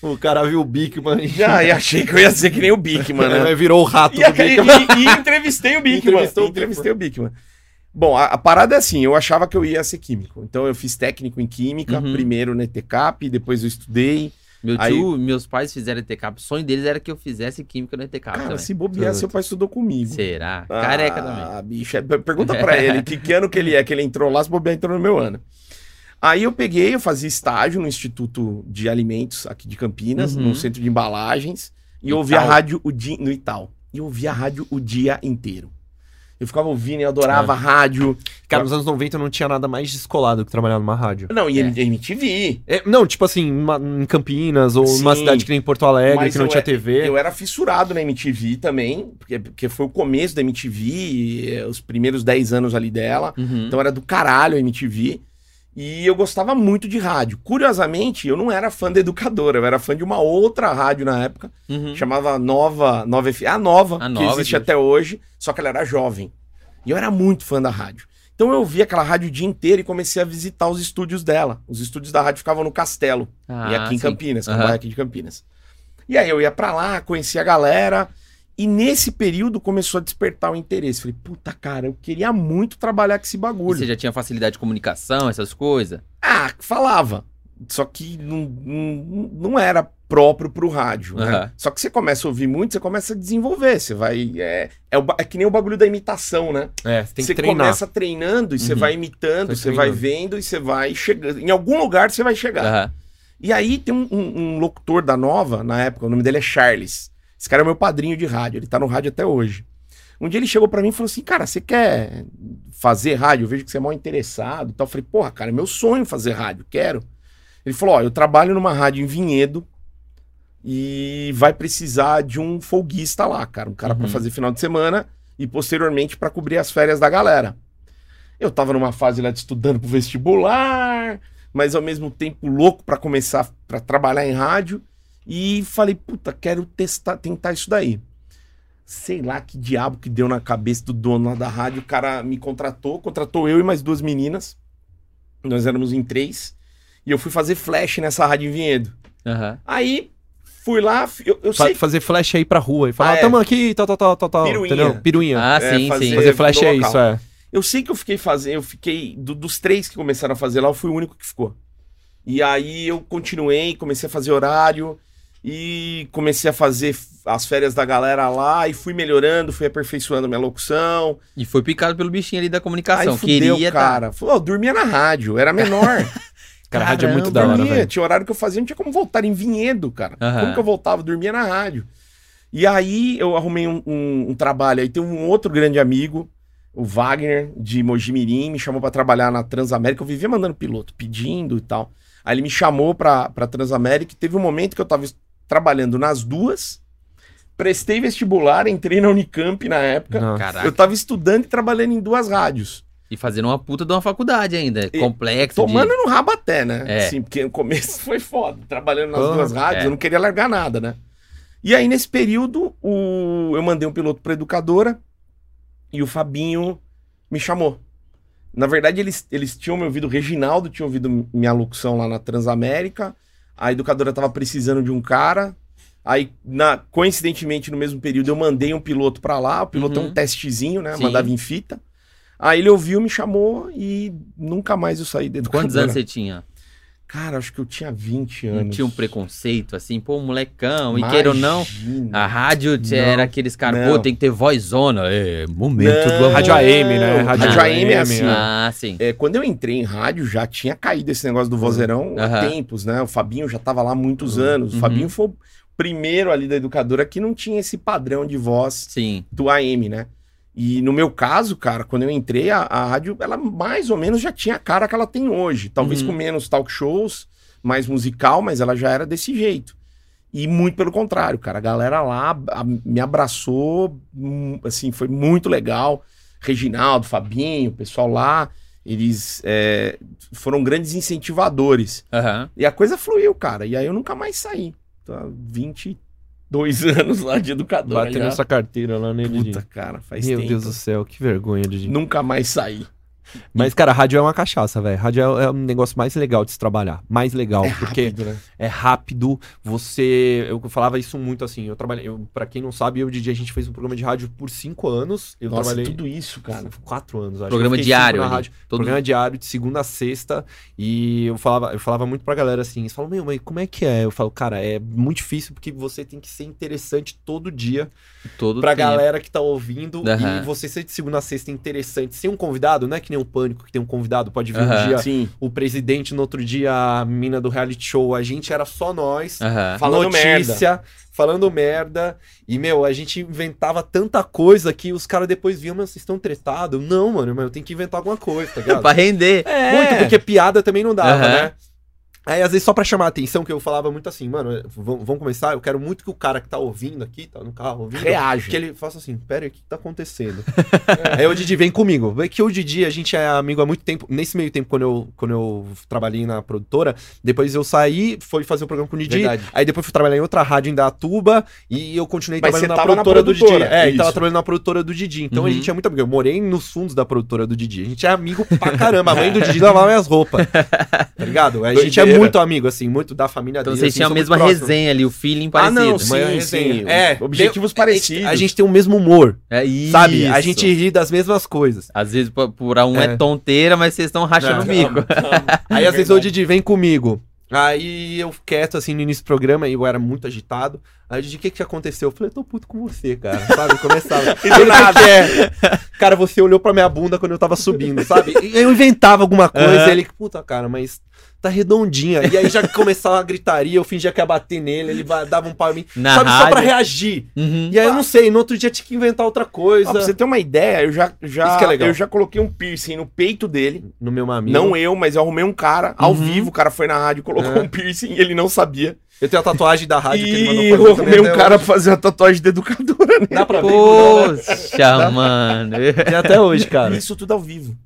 Speaker 3: O cara viu o Bigman e
Speaker 2: Já, e achei que eu ia ser que nem o Bigman, né?
Speaker 3: Aí virou o rato
Speaker 2: E,
Speaker 3: do
Speaker 2: aquele-
Speaker 3: Bigman.
Speaker 2: e- e entrevistei o Bickman.
Speaker 3: Entrevistou o
Speaker 2: entrevistei o Bickman. Bom, a, a parada é assim, eu achava que eu ia ser químico. Então eu fiz técnico em química,
Speaker 1: Uhum.
Speaker 2: primeiro na ETCAP, depois eu estudei.
Speaker 1: Meu
Speaker 2: Aí-
Speaker 1: tio, meus pais fizeram ETCAP, o sonho deles era que eu fizesse química no ETCAP
Speaker 2: Cara,
Speaker 1: também.
Speaker 2: se bobear,
Speaker 3: Tudo.
Speaker 2: seu pai estudou comigo.
Speaker 1: Será? Careca
Speaker 2: ah,
Speaker 1: também.
Speaker 2: bicho, é- per- pergunta pra ele que, que ano que ele é, que ele entrou lá, se bobear entrou no meu ano. Aí eu peguei, eu fazia estágio no Instituto de Alimentos aqui de Campinas,
Speaker 1: Uhum.
Speaker 2: num centro de embalagens, e
Speaker 1: Ital. Uhum.
Speaker 2: eu ouvia a rádio o dia, no Ital. E eu ouvia a rádio o dia inteiro. Eu ficava ouvindo, eu adorava rádio.
Speaker 3: Cara, nos anos 90 não tinha nada mais descolado que trabalhar numa rádio.
Speaker 2: Não, e
Speaker 1: É.
Speaker 2: MTV.
Speaker 3: É, não, tipo assim, uma- em Campinas ou numa
Speaker 2: Sim.
Speaker 3: cidade que nem Porto Alegre,
Speaker 2: Mas
Speaker 3: que não
Speaker 2: eu
Speaker 3: tinha
Speaker 2: é-
Speaker 3: TV.
Speaker 2: Eu era fissurado na MTV também, porque, porque foi o começo da MTV, e, eh, os primeiros 10 anos ali dela.
Speaker 1: Uhum.
Speaker 2: Então era do caralho a MTV. E eu gostava muito de rádio. Curiosamente, eu não era fã da educadora, eu era fã de uma outra rádio na época,
Speaker 1: Uhum.
Speaker 2: chamava Nova, Nova F... a Nova,
Speaker 1: A
Speaker 2: que
Speaker 1: Nova,
Speaker 2: existe
Speaker 1: que-
Speaker 2: até hoje, só que ela era jovem. E eu era muito fã da rádio. Então eu via aquela rádio o dia inteiro e comecei a visitar os estúdios dela. Os estúdios da rádio ficavam no castelo e
Speaker 1: Ah,
Speaker 2: aqui em
Speaker 1: sim.
Speaker 2: Campinas, que é um
Speaker 1: Aham.
Speaker 2: bairro aqui de Campinas. E aí eu ia pra lá, conhecia a galera. E nesse período começou a despertar o interesse. Falei, puta cara, eu queria muito trabalhar com esse
Speaker 1: E
Speaker 2: bagulho.
Speaker 1: Você já tinha facilidade de comunicação, essas coisas?
Speaker 2: Ah, falava. Só que não, não, não era próprio pro rádio. né?
Speaker 1: Aham.
Speaker 2: Só que você começa a ouvir muito, você começa a desenvolver. Você vai. É, é, o ba- é que nem o bagulho da imitação, né?
Speaker 3: É, você tem
Speaker 2: você
Speaker 3: que treinar.
Speaker 2: começa treinando e você
Speaker 1: Uhum.
Speaker 2: vai imitando,
Speaker 3: Vai
Speaker 2: você vai
Speaker 3: treinando.
Speaker 2: vendo e você vai chegando. Em algum lugar você vai chegar.
Speaker 1: Aham.
Speaker 2: E aí tem um, um- um locutor da Nova, na época, o nome dele é Charles. Esse cara é meu padrinho de rádio, ele tá no rádio até hoje. Um dia ele chegou pra mim e falou assim: Cara, você quer fazer rádio? Eu vejo que você é mal interessado e tal. Eu falei: Porra, cara, é meu sonho fazer rádio, quero. Ele falou: Ó, eu trabalho numa rádio em Vinhedo e vai precisar de um folguista lá, cara. Um cara pra
Speaker 1: Uhum.
Speaker 2: fazer final de semana e posteriormente pra cobrir as férias da galera. Eu tava numa fase lá de estudando pro vestibular, mas ao mesmo tempo louco pra começar pra trabalhar em rádio e falei, puta, quero testar, tentar isso daí. Sei lá que diabo que deu na cabeça do dono lá da rádio, o cara me contratou, contratou eu e mais duas meninas. Nós éramos em três e eu fui fazer flash nessa rádio em Vinhedo.
Speaker 1: Aham.
Speaker 2: Aí fui lá, fi- eu, eu
Speaker 3: Fa-
Speaker 2: sei
Speaker 3: Fazer flash aí pra rua e falar,
Speaker 2: Ah, é.
Speaker 3: tamo aqui, tal, tal, tal, tal, tal.
Speaker 2: Piruinha.
Speaker 3: Entendeu? Piruinha.
Speaker 1: Ah,
Speaker 2: É,
Speaker 1: sim,
Speaker 2: fazer-
Speaker 1: sim.
Speaker 3: fazer flash
Speaker 2: no
Speaker 3: é
Speaker 2: local.
Speaker 3: isso, é.
Speaker 2: Eu sei que eu fiquei fazendo, eu fiquei. do- dos três que começaram a fazer lá, eu fui o único que ficou. E aí eu continuei, comecei a fazer horário e comecei a fazer f- as férias da galera lá e fui melhorando, fui aperfeiçoando minha locução.
Speaker 1: E foi picado pelo bichinho ali da
Speaker 2: Aí
Speaker 1: comunicação.
Speaker 2: fudeu,
Speaker 1: Queria tá-
Speaker 2: cara. Falei, ó, eu dormia na rádio, era menor.
Speaker 3: Cara, a rádio é muito da
Speaker 1: Caramba,
Speaker 3: hora,
Speaker 2: dormia,
Speaker 3: velho.
Speaker 2: tinha horário que eu fazia, não tinha como voltar em vinhedo, cara.
Speaker 1: Aham.
Speaker 2: Como que eu voltava? Eu dormia na rádio. E aí eu arrumei um, um- um trabalho. Aí tem um outro grande amigo, o Wagner, de Mojimirim, me chamou pra trabalhar na Transamérica. Eu vivia mandando piloto, pedindo e tal. Aí ele me chamou pra, pra Transamérica e teve um momento que eu tava es- trabalhando nas duas. Prestei vestibular, entrei na Unicamp na época.
Speaker 3: Não.
Speaker 1: Caraca.
Speaker 2: Eu tava estudando e trabalhando em duas rádios.
Speaker 1: E fazendo uma puta de uma faculdade ainda.
Speaker 2: E-
Speaker 1: Complexo.
Speaker 2: Tomando no rabo até, né?
Speaker 1: É.
Speaker 2: Assim, porque no começo foi foda. Trabalhando nas
Speaker 3: Porra,
Speaker 2: duas rádios,
Speaker 1: é.
Speaker 2: eu não queria largar nada, né? E aí, nesse período, o... eu mandei um piloto pra educadora e o Fabinho me chamou. Na verdade, eles, eles tinham me ouvido, o Reginaldo tinha ouvido minha locução lá na Transamérica. A educadora tava precisando de um cara. Aí, na, coincidentemente, no mesmo período, eu mandei um piloto pra lá. O piloto
Speaker 1: Uhum.
Speaker 2: é um testezinho, né?
Speaker 1: Sim.
Speaker 2: Mandava em fita. Aí ele ouviu, me chamou e nunca mais eu saí da
Speaker 1: de...
Speaker 2: educadora.
Speaker 1: Quantos anos você tinha?
Speaker 2: Cara, acho que eu tinha 20
Speaker 1: Não
Speaker 2: anos.
Speaker 1: tinha um preconceito assim, pô, molecão, e queira ou não. Ah, A
Speaker 2: Imagina.
Speaker 1: rádio te-
Speaker 3: Não.
Speaker 1: era aqueles caras,
Speaker 2: Não.
Speaker 1: pô, tem que ter vozona. É, momento
Speaker 2: Não.
Speaker 1: do amor.
Speaker 3: Rádio AM, né?
Speaker 1: Rádio
Speaker 2: AM é assim,
Speaker 3: né?
Speaker 1: Ah, sim.
Speaker 2: É, quando eu entrei em rádio, já tinha caído esse negócio do vozeirão há
Speaker 1: Hum. Aham.
Speaker 2: tempos, né? O Fabinho já tava lá há muitos
Speaker 3: Uhum.
Speaker 2: anos. O
Speaker 1: Uhum.
Speaker 2: Fabinho foi o primeiro ali da educadora que não tinha esse padrão de voz
Speaker 1: Sim.
Speaker 2: do AM, né? E no meu caso, cara, quando eu entrei, a, a rádio, ela mais ou menos já tinha a cara que ela tem hoje. Talvez
Speaker 1: Uhum.
Speaker 2: com menos talk shows, mais musical, mas ela já era desse jeito. E muito pelo contrário, cara. A galera lá a- me abraçou, hum, assim, foi muito legal. Reginaldo, Fabinho, o pessoal lá, eles é, foram grandes incentivadores.
Speaker 1: Aham.
Speaker 2: E a coisa fluiu, cara. E aí eu nunca mais saí. Tô há 22 anos lá de educador.
Speaker 3: Batendo
Speaker 2: já.
Speaker 3: essa carteira lá nele.
Speaker 2: Puta,
Speaker 3: Didi.
Speaker 2: cara, faz
Speaker 3: Meu
Speaker 2: tempo.
Speaker 3: Deus do céu, que vergonha, Didi.
Speaker 2: Nunca mais saí.
Speaker 3: Mas, cara, rádio é uma cachaça, velho. Rádio é, é um negócio mais legal de se trabalhar. Mais legal, porque
Speaker 2: né?
Speaker 3: é rápido. Você. Eu falava isso muito assim. Eu trabalhei. Eu, pra quem não sabe, eu e o Didi, a gente fez um programa de rádio por cinco anos. Eu
Speaker 2: Nossa,
Speaker 3: trabalhei.
Speaker 2: tudo isso, cara.
Speaker 3: Quatro anos, acho.
Speaker 1: Programa
Speaker 3: Eu fiquei
Speaker 1: diário
Speaker 3: cinco na
Speaker 1: ali.
Speaker 3: rádio.
Speaker 1: Todo-
Speaker 3: Programa diário, de segunda a sexta. E eu falava, eu falava muito pra galera assim. Eles falam, meu, mas como é que é? Eu falo, cara, é muito difícil porque você tem que ser interessante todo dia
Speaker 1: Todo
Speaker 3: pra
Speaker 1: tempo.
Speaker 3: galera que tá ouvindo.
Speaker 1: Aham.
Speaker 3: E você ser de segunda a sexta interessante, ser um convidado, não é que nem um pânico, que tem um convidado, pode vir
Speaker 1: Aham.
Speaker 3: um dia
Speaker 2: Sim.
Speaker 3: o presidente, no outro dia a mina do reality show, a gente era só nós.
Speaker 1: Aham.
Speaker 2: Falando
Speaker 3: notícia, falando merda. E, meu, a gente inventava tanta coisa que os caras depois viam, mas vocês estão tretados? Não, mano, mas eu tenho que inventar alguma coisa, tá ligado?
Speaker 1: pra render.
Speaker 2: É.
Speaker 3: Muito, porque piada também não dava,
Speaker 1: Aham.
Speaker 3: né? Aí, às vezes, só pra chamar a atenção, que eu falava muito assim, mano, vamos vamos começar? Eu quero muito que o cara que tá ouvindo aqui, tá no carro ouvindo,
Speaker 2: reage.
Speaker 3: que ele faça assim, pera aí, o que tá acontecendo? Aí o Didi vem comigo. Vê que o Didi, a gente é amigo há muito tempo. Nesse meio tempo, quando eu, quando eu trabalhei na produtora, depois eu saí, fui fazer o programa com o Didi.
Speaker 2: Verdade.
Speaker 3: Aí depois fui trabalhar em outra rádio em Datuba e eu continuei
Speaker 2: Mas
Speaker 3: trabalhando
Speaker 2: você
Speaker 3: na
Speaker 2: tava na
Speaker 3: produtora, do Didi.
Speaker 2: produtora,
Speaker 3: É, e tava
Speaker 2: isso.
Speaker 3: trabalhando na produtora do Didi. Então a
Speaker 1: Uhum.
Speaker 3: gente é muito amigo. Eu morei nos fundos da produtora do Didi. A gente é amigo pra caramba. A mãe do Didi lavava minhas roupas. Tá ligado? A gente é
Speaker 2: Doideira.
Speaker 3: muito amigo, assim, muito da família
Speaker 1: Então
Speaker 3: dele.
Speaker 1: vocês
Speaker 3: assim,
Speaker 1: tinham a
Speaker 3: sou muito
Speaker 1: mesma
Speaker 3: próximo.
Speaker 1: resenha ali, o feeling parecido.
Speaker 2: Ah, não,
Speaker 3: Mas,
Speaker 2: Sim,
Speaker 3: assim,
Speaker 2: sim.
Speaker 3: é,
Speaker 2: Objetivos
Speaker 3: a gente-
Speaker 2: parecidos.
Speaker 3: A gente tem o mesmo humor.
Speaker 1: É isso.
Speaker 3: Sabe? A gente ri das mesmas
Speaker 2: É
Speaker 3: coisas.
Speaker 1: Às vezes por- por um é,
Speaker 3: É.
Speaker 1: tonteira, mas vocês estão rachando o
Speaker 3: É.
Speaker 1: bico.
Speaker 3: Aí às vezes
Speaker 2: É
Speaker 3: o
Speaker 2: Verdade.
Speaker 3: Didi vem comigo. Aí eu quieto assim no início do programa e eu era muito agitado. Aí o Didi, o que que aconteceu? Eu falei, eu tô puto com você, cara. Sabe? Eu Começava.
Speaker 2: E do nada.
Speaker 3: "O que que é?" Cara, você olhou pra minha bunda quando eu tava subindo, sabe? E Eu inventava alguma coisa
Speaker 1: Aham.
Speaker 3: e ele, puta, cara, mas tá redondinha. E aí já começava a gritaria, eu fingia que ia bater nele, ele ba- dava um pau em mim.
Speaker 1: Na
Speaker 3: sabe? Só pra
Speaker 1: rádio.
Speaker 3: reagir.
Speaker 1: Uhum.
Speaker 3: E aí eu não sei, no outro dia tinha que inventar outra coisa.
Speaker 2: Ó, pra você ter uma ideia, eu já, já,
Speaker 3: Isso que é legal.
Speaker 2: eu já coloquei um piercing no peito dele.
Speaker 3: No meu mamilo.
Speaker 2: Não eu, mas eu arrumei um cara ao
Speaker 1: Uhum.
Speaker 2: vivo. O cara foi na rádio, colocou
Speaker 3: É.
Speaker 2: um piercing e ele não sabia.
Speaker 3: Eu tenho a tatuagem da rádio que ele
Speaker 2: e
Speaker 3: mandou
Speaker 2: eu
Speaker 3: fazer
Speaker 2: arrumei um
Speaker 3: até
Speaker 2: cara
Speaker 3: hoje.
Speaker 2: pra fazer a tatuagem de educadora nele.
Speaker 3: Dá pra ver?
Speaker 1: Poxa, mano.
Speaker 3: Tem até hoje, cara.
Speaker 2: Isso tudo ao vivo.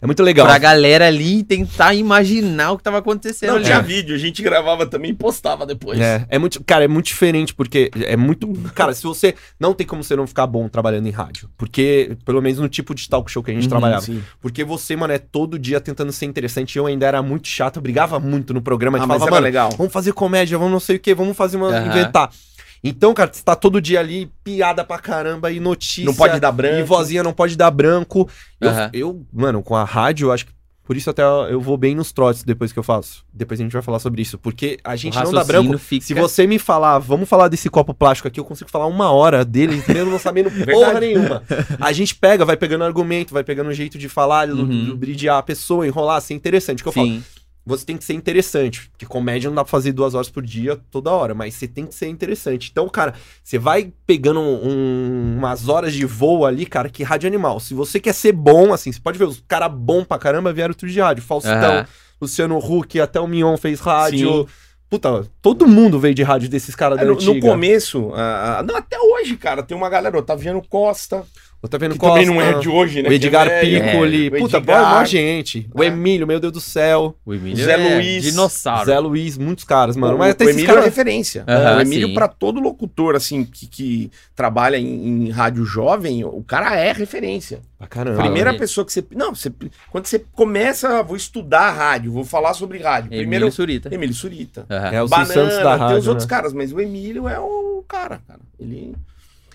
Speaker 3: É muito legal.
Speaker 1: pra galera ali tentar imaginar o que tava acontecendo
Speaker 2: Não
Speaker 1: ali.
Speaker 2: tinha vídeo, a gente gravava também e postava depois.
Speaker 3: Então, É, é muito, cara, é muito diferente porque é muito, cara, se você não tem como você não ficar bom trabalhando em rádio, porque pelo menos no tipo de talk show que a gente
Speaker 1: Uhum,
Speaker 3: trabalhava,
Speaker 2: Sim.
Speaker 3: porque você, mano, é todo dia tentando ser interessante, e eu ainda era muito chato, eu brigava muito no programa,
Speaker 2: Ah,
Speaker 3: eu
Speaker 2: mas
Speaker 3: falava,
Speaker 2: era
Speaker 3: mano,
Speaker 2: legal.
Speaker 3: vamos fazer comédia, vamos não sei o que, vamos fazer uma
Speaker 1: Aham.
Speaker 3: inventar. Então, cara, você tá todo dia ali, piada pra caramba e notícia.
Speaker 2: Não pode dar
Speaker 3: E
Speaker 2: branco.
Speaker 3: vozinha não pode dar branco. Eu,
Speaker 1: Aham.
Speaker 3: eu, mano, com a rádio, eu acho que. Por isso até eu vou bem nos trotes depois que eu faço. Depois a gente vai falar sobre isso. Porque a gente
Speaker 1: O
Speaker 3: não dá
Speaker 1: raciocínio
Speaker 3: branco.
Speaker 1: fica-
Speaker 3: Se você me falar, vamos falar desse copo plástico aqui, eu consigo falar uma hora dele, mesmo não sabendo porra
Speaker 2: Verdade.
Speaker 3: nenhuma. A gente pega, vai pegando argumento, vai pegando um jeito de falar,
Speaker 1: Uhum.
Speaker 3: lubridiar a pessoa, enrolar, ser interessante. Que eu falo,
Speaker 1: Sim.
Speaker 3: você tem que ser interessante. Porque comédia não dá pra fazer duas horas por dia, toda hora, mas você tem que ser interessante. Então, cara, você vai pegando um- umas horas de voo ali, cara, que rádio animal. Se você quer ser bom, assim, você pode ver, os caras bom pra caramba vieram tudo de rádio. Faustão,
Speaker 1: Aham.
Speaker 3: Luciano Huck, até o Mion fez rádio.
Speaker 2: Sim.
Speaker 3: Puta, todo mundo veio de rádio desses caras
Speaker 2: É,
Speaker 3: da
Speaker 2: No, no
Speaker 3: antiga.
Speaker 2: começo, a- a- não, até hoje, cara, tem uma galera, Otaviano Costa,
Speaker 3: Eu tá vendo
Speaker 2: que também não é de hoje, né?
Speaker 3: O Edgar
Speaker 2: Que é velho.
Speaker 3: Piccoli.
Speaker 2: o
Speaker 3: Puta, boa
Speaker 2: Edgar.
Speaker 3: mó gente. O
Speaker 2: É.
Speaker 3: Emílio, meu Deus do céu.
Speaker 1: O Emílio
Speaker 2: Zé
Speaker 1: é
Speaker 2: Luiz,
Speaker 1: Dinossauro.
Speaker 3: Zé Luiz, muitos caras, mano.
Speaker 2: o,
Speaker 3: Mas até
Speaker 2: o
Speaker 3: esses
Speaker 2: Emílio é
Speaker 3: caras.
Speaker 2: referência.
Speaker 1: Aham,
Speaker 2: o Emílio,
Speaker 1: sim.
Speaker 2: pra todo locutor, assim, que, que trabalha em, em rádio jovem, o cara é referência.
Speaker 3: Pra Ah, caramba.
Speaker 2: Primeira
Speaker 1: Emílio.
Speaker 2: pessoa que você. Não, você, quando você começa, ah, vou estudar rádio, vou falar sobre rádio.
Speaker 1: Emílio
Speaker 2: Primeiro,
Speaker 1: Surita.
Speaker 2: Emílio Surita.
Speaker 1: Aham.
Speaker 3: É o Silvio
Speaker 2: Banana,
Speaker 3: Santos da rádio.
Speaker 2: tem os outros
Speaker 3: né?
Speaker 2: caras, mas o Emílio é o cara, cara. Ele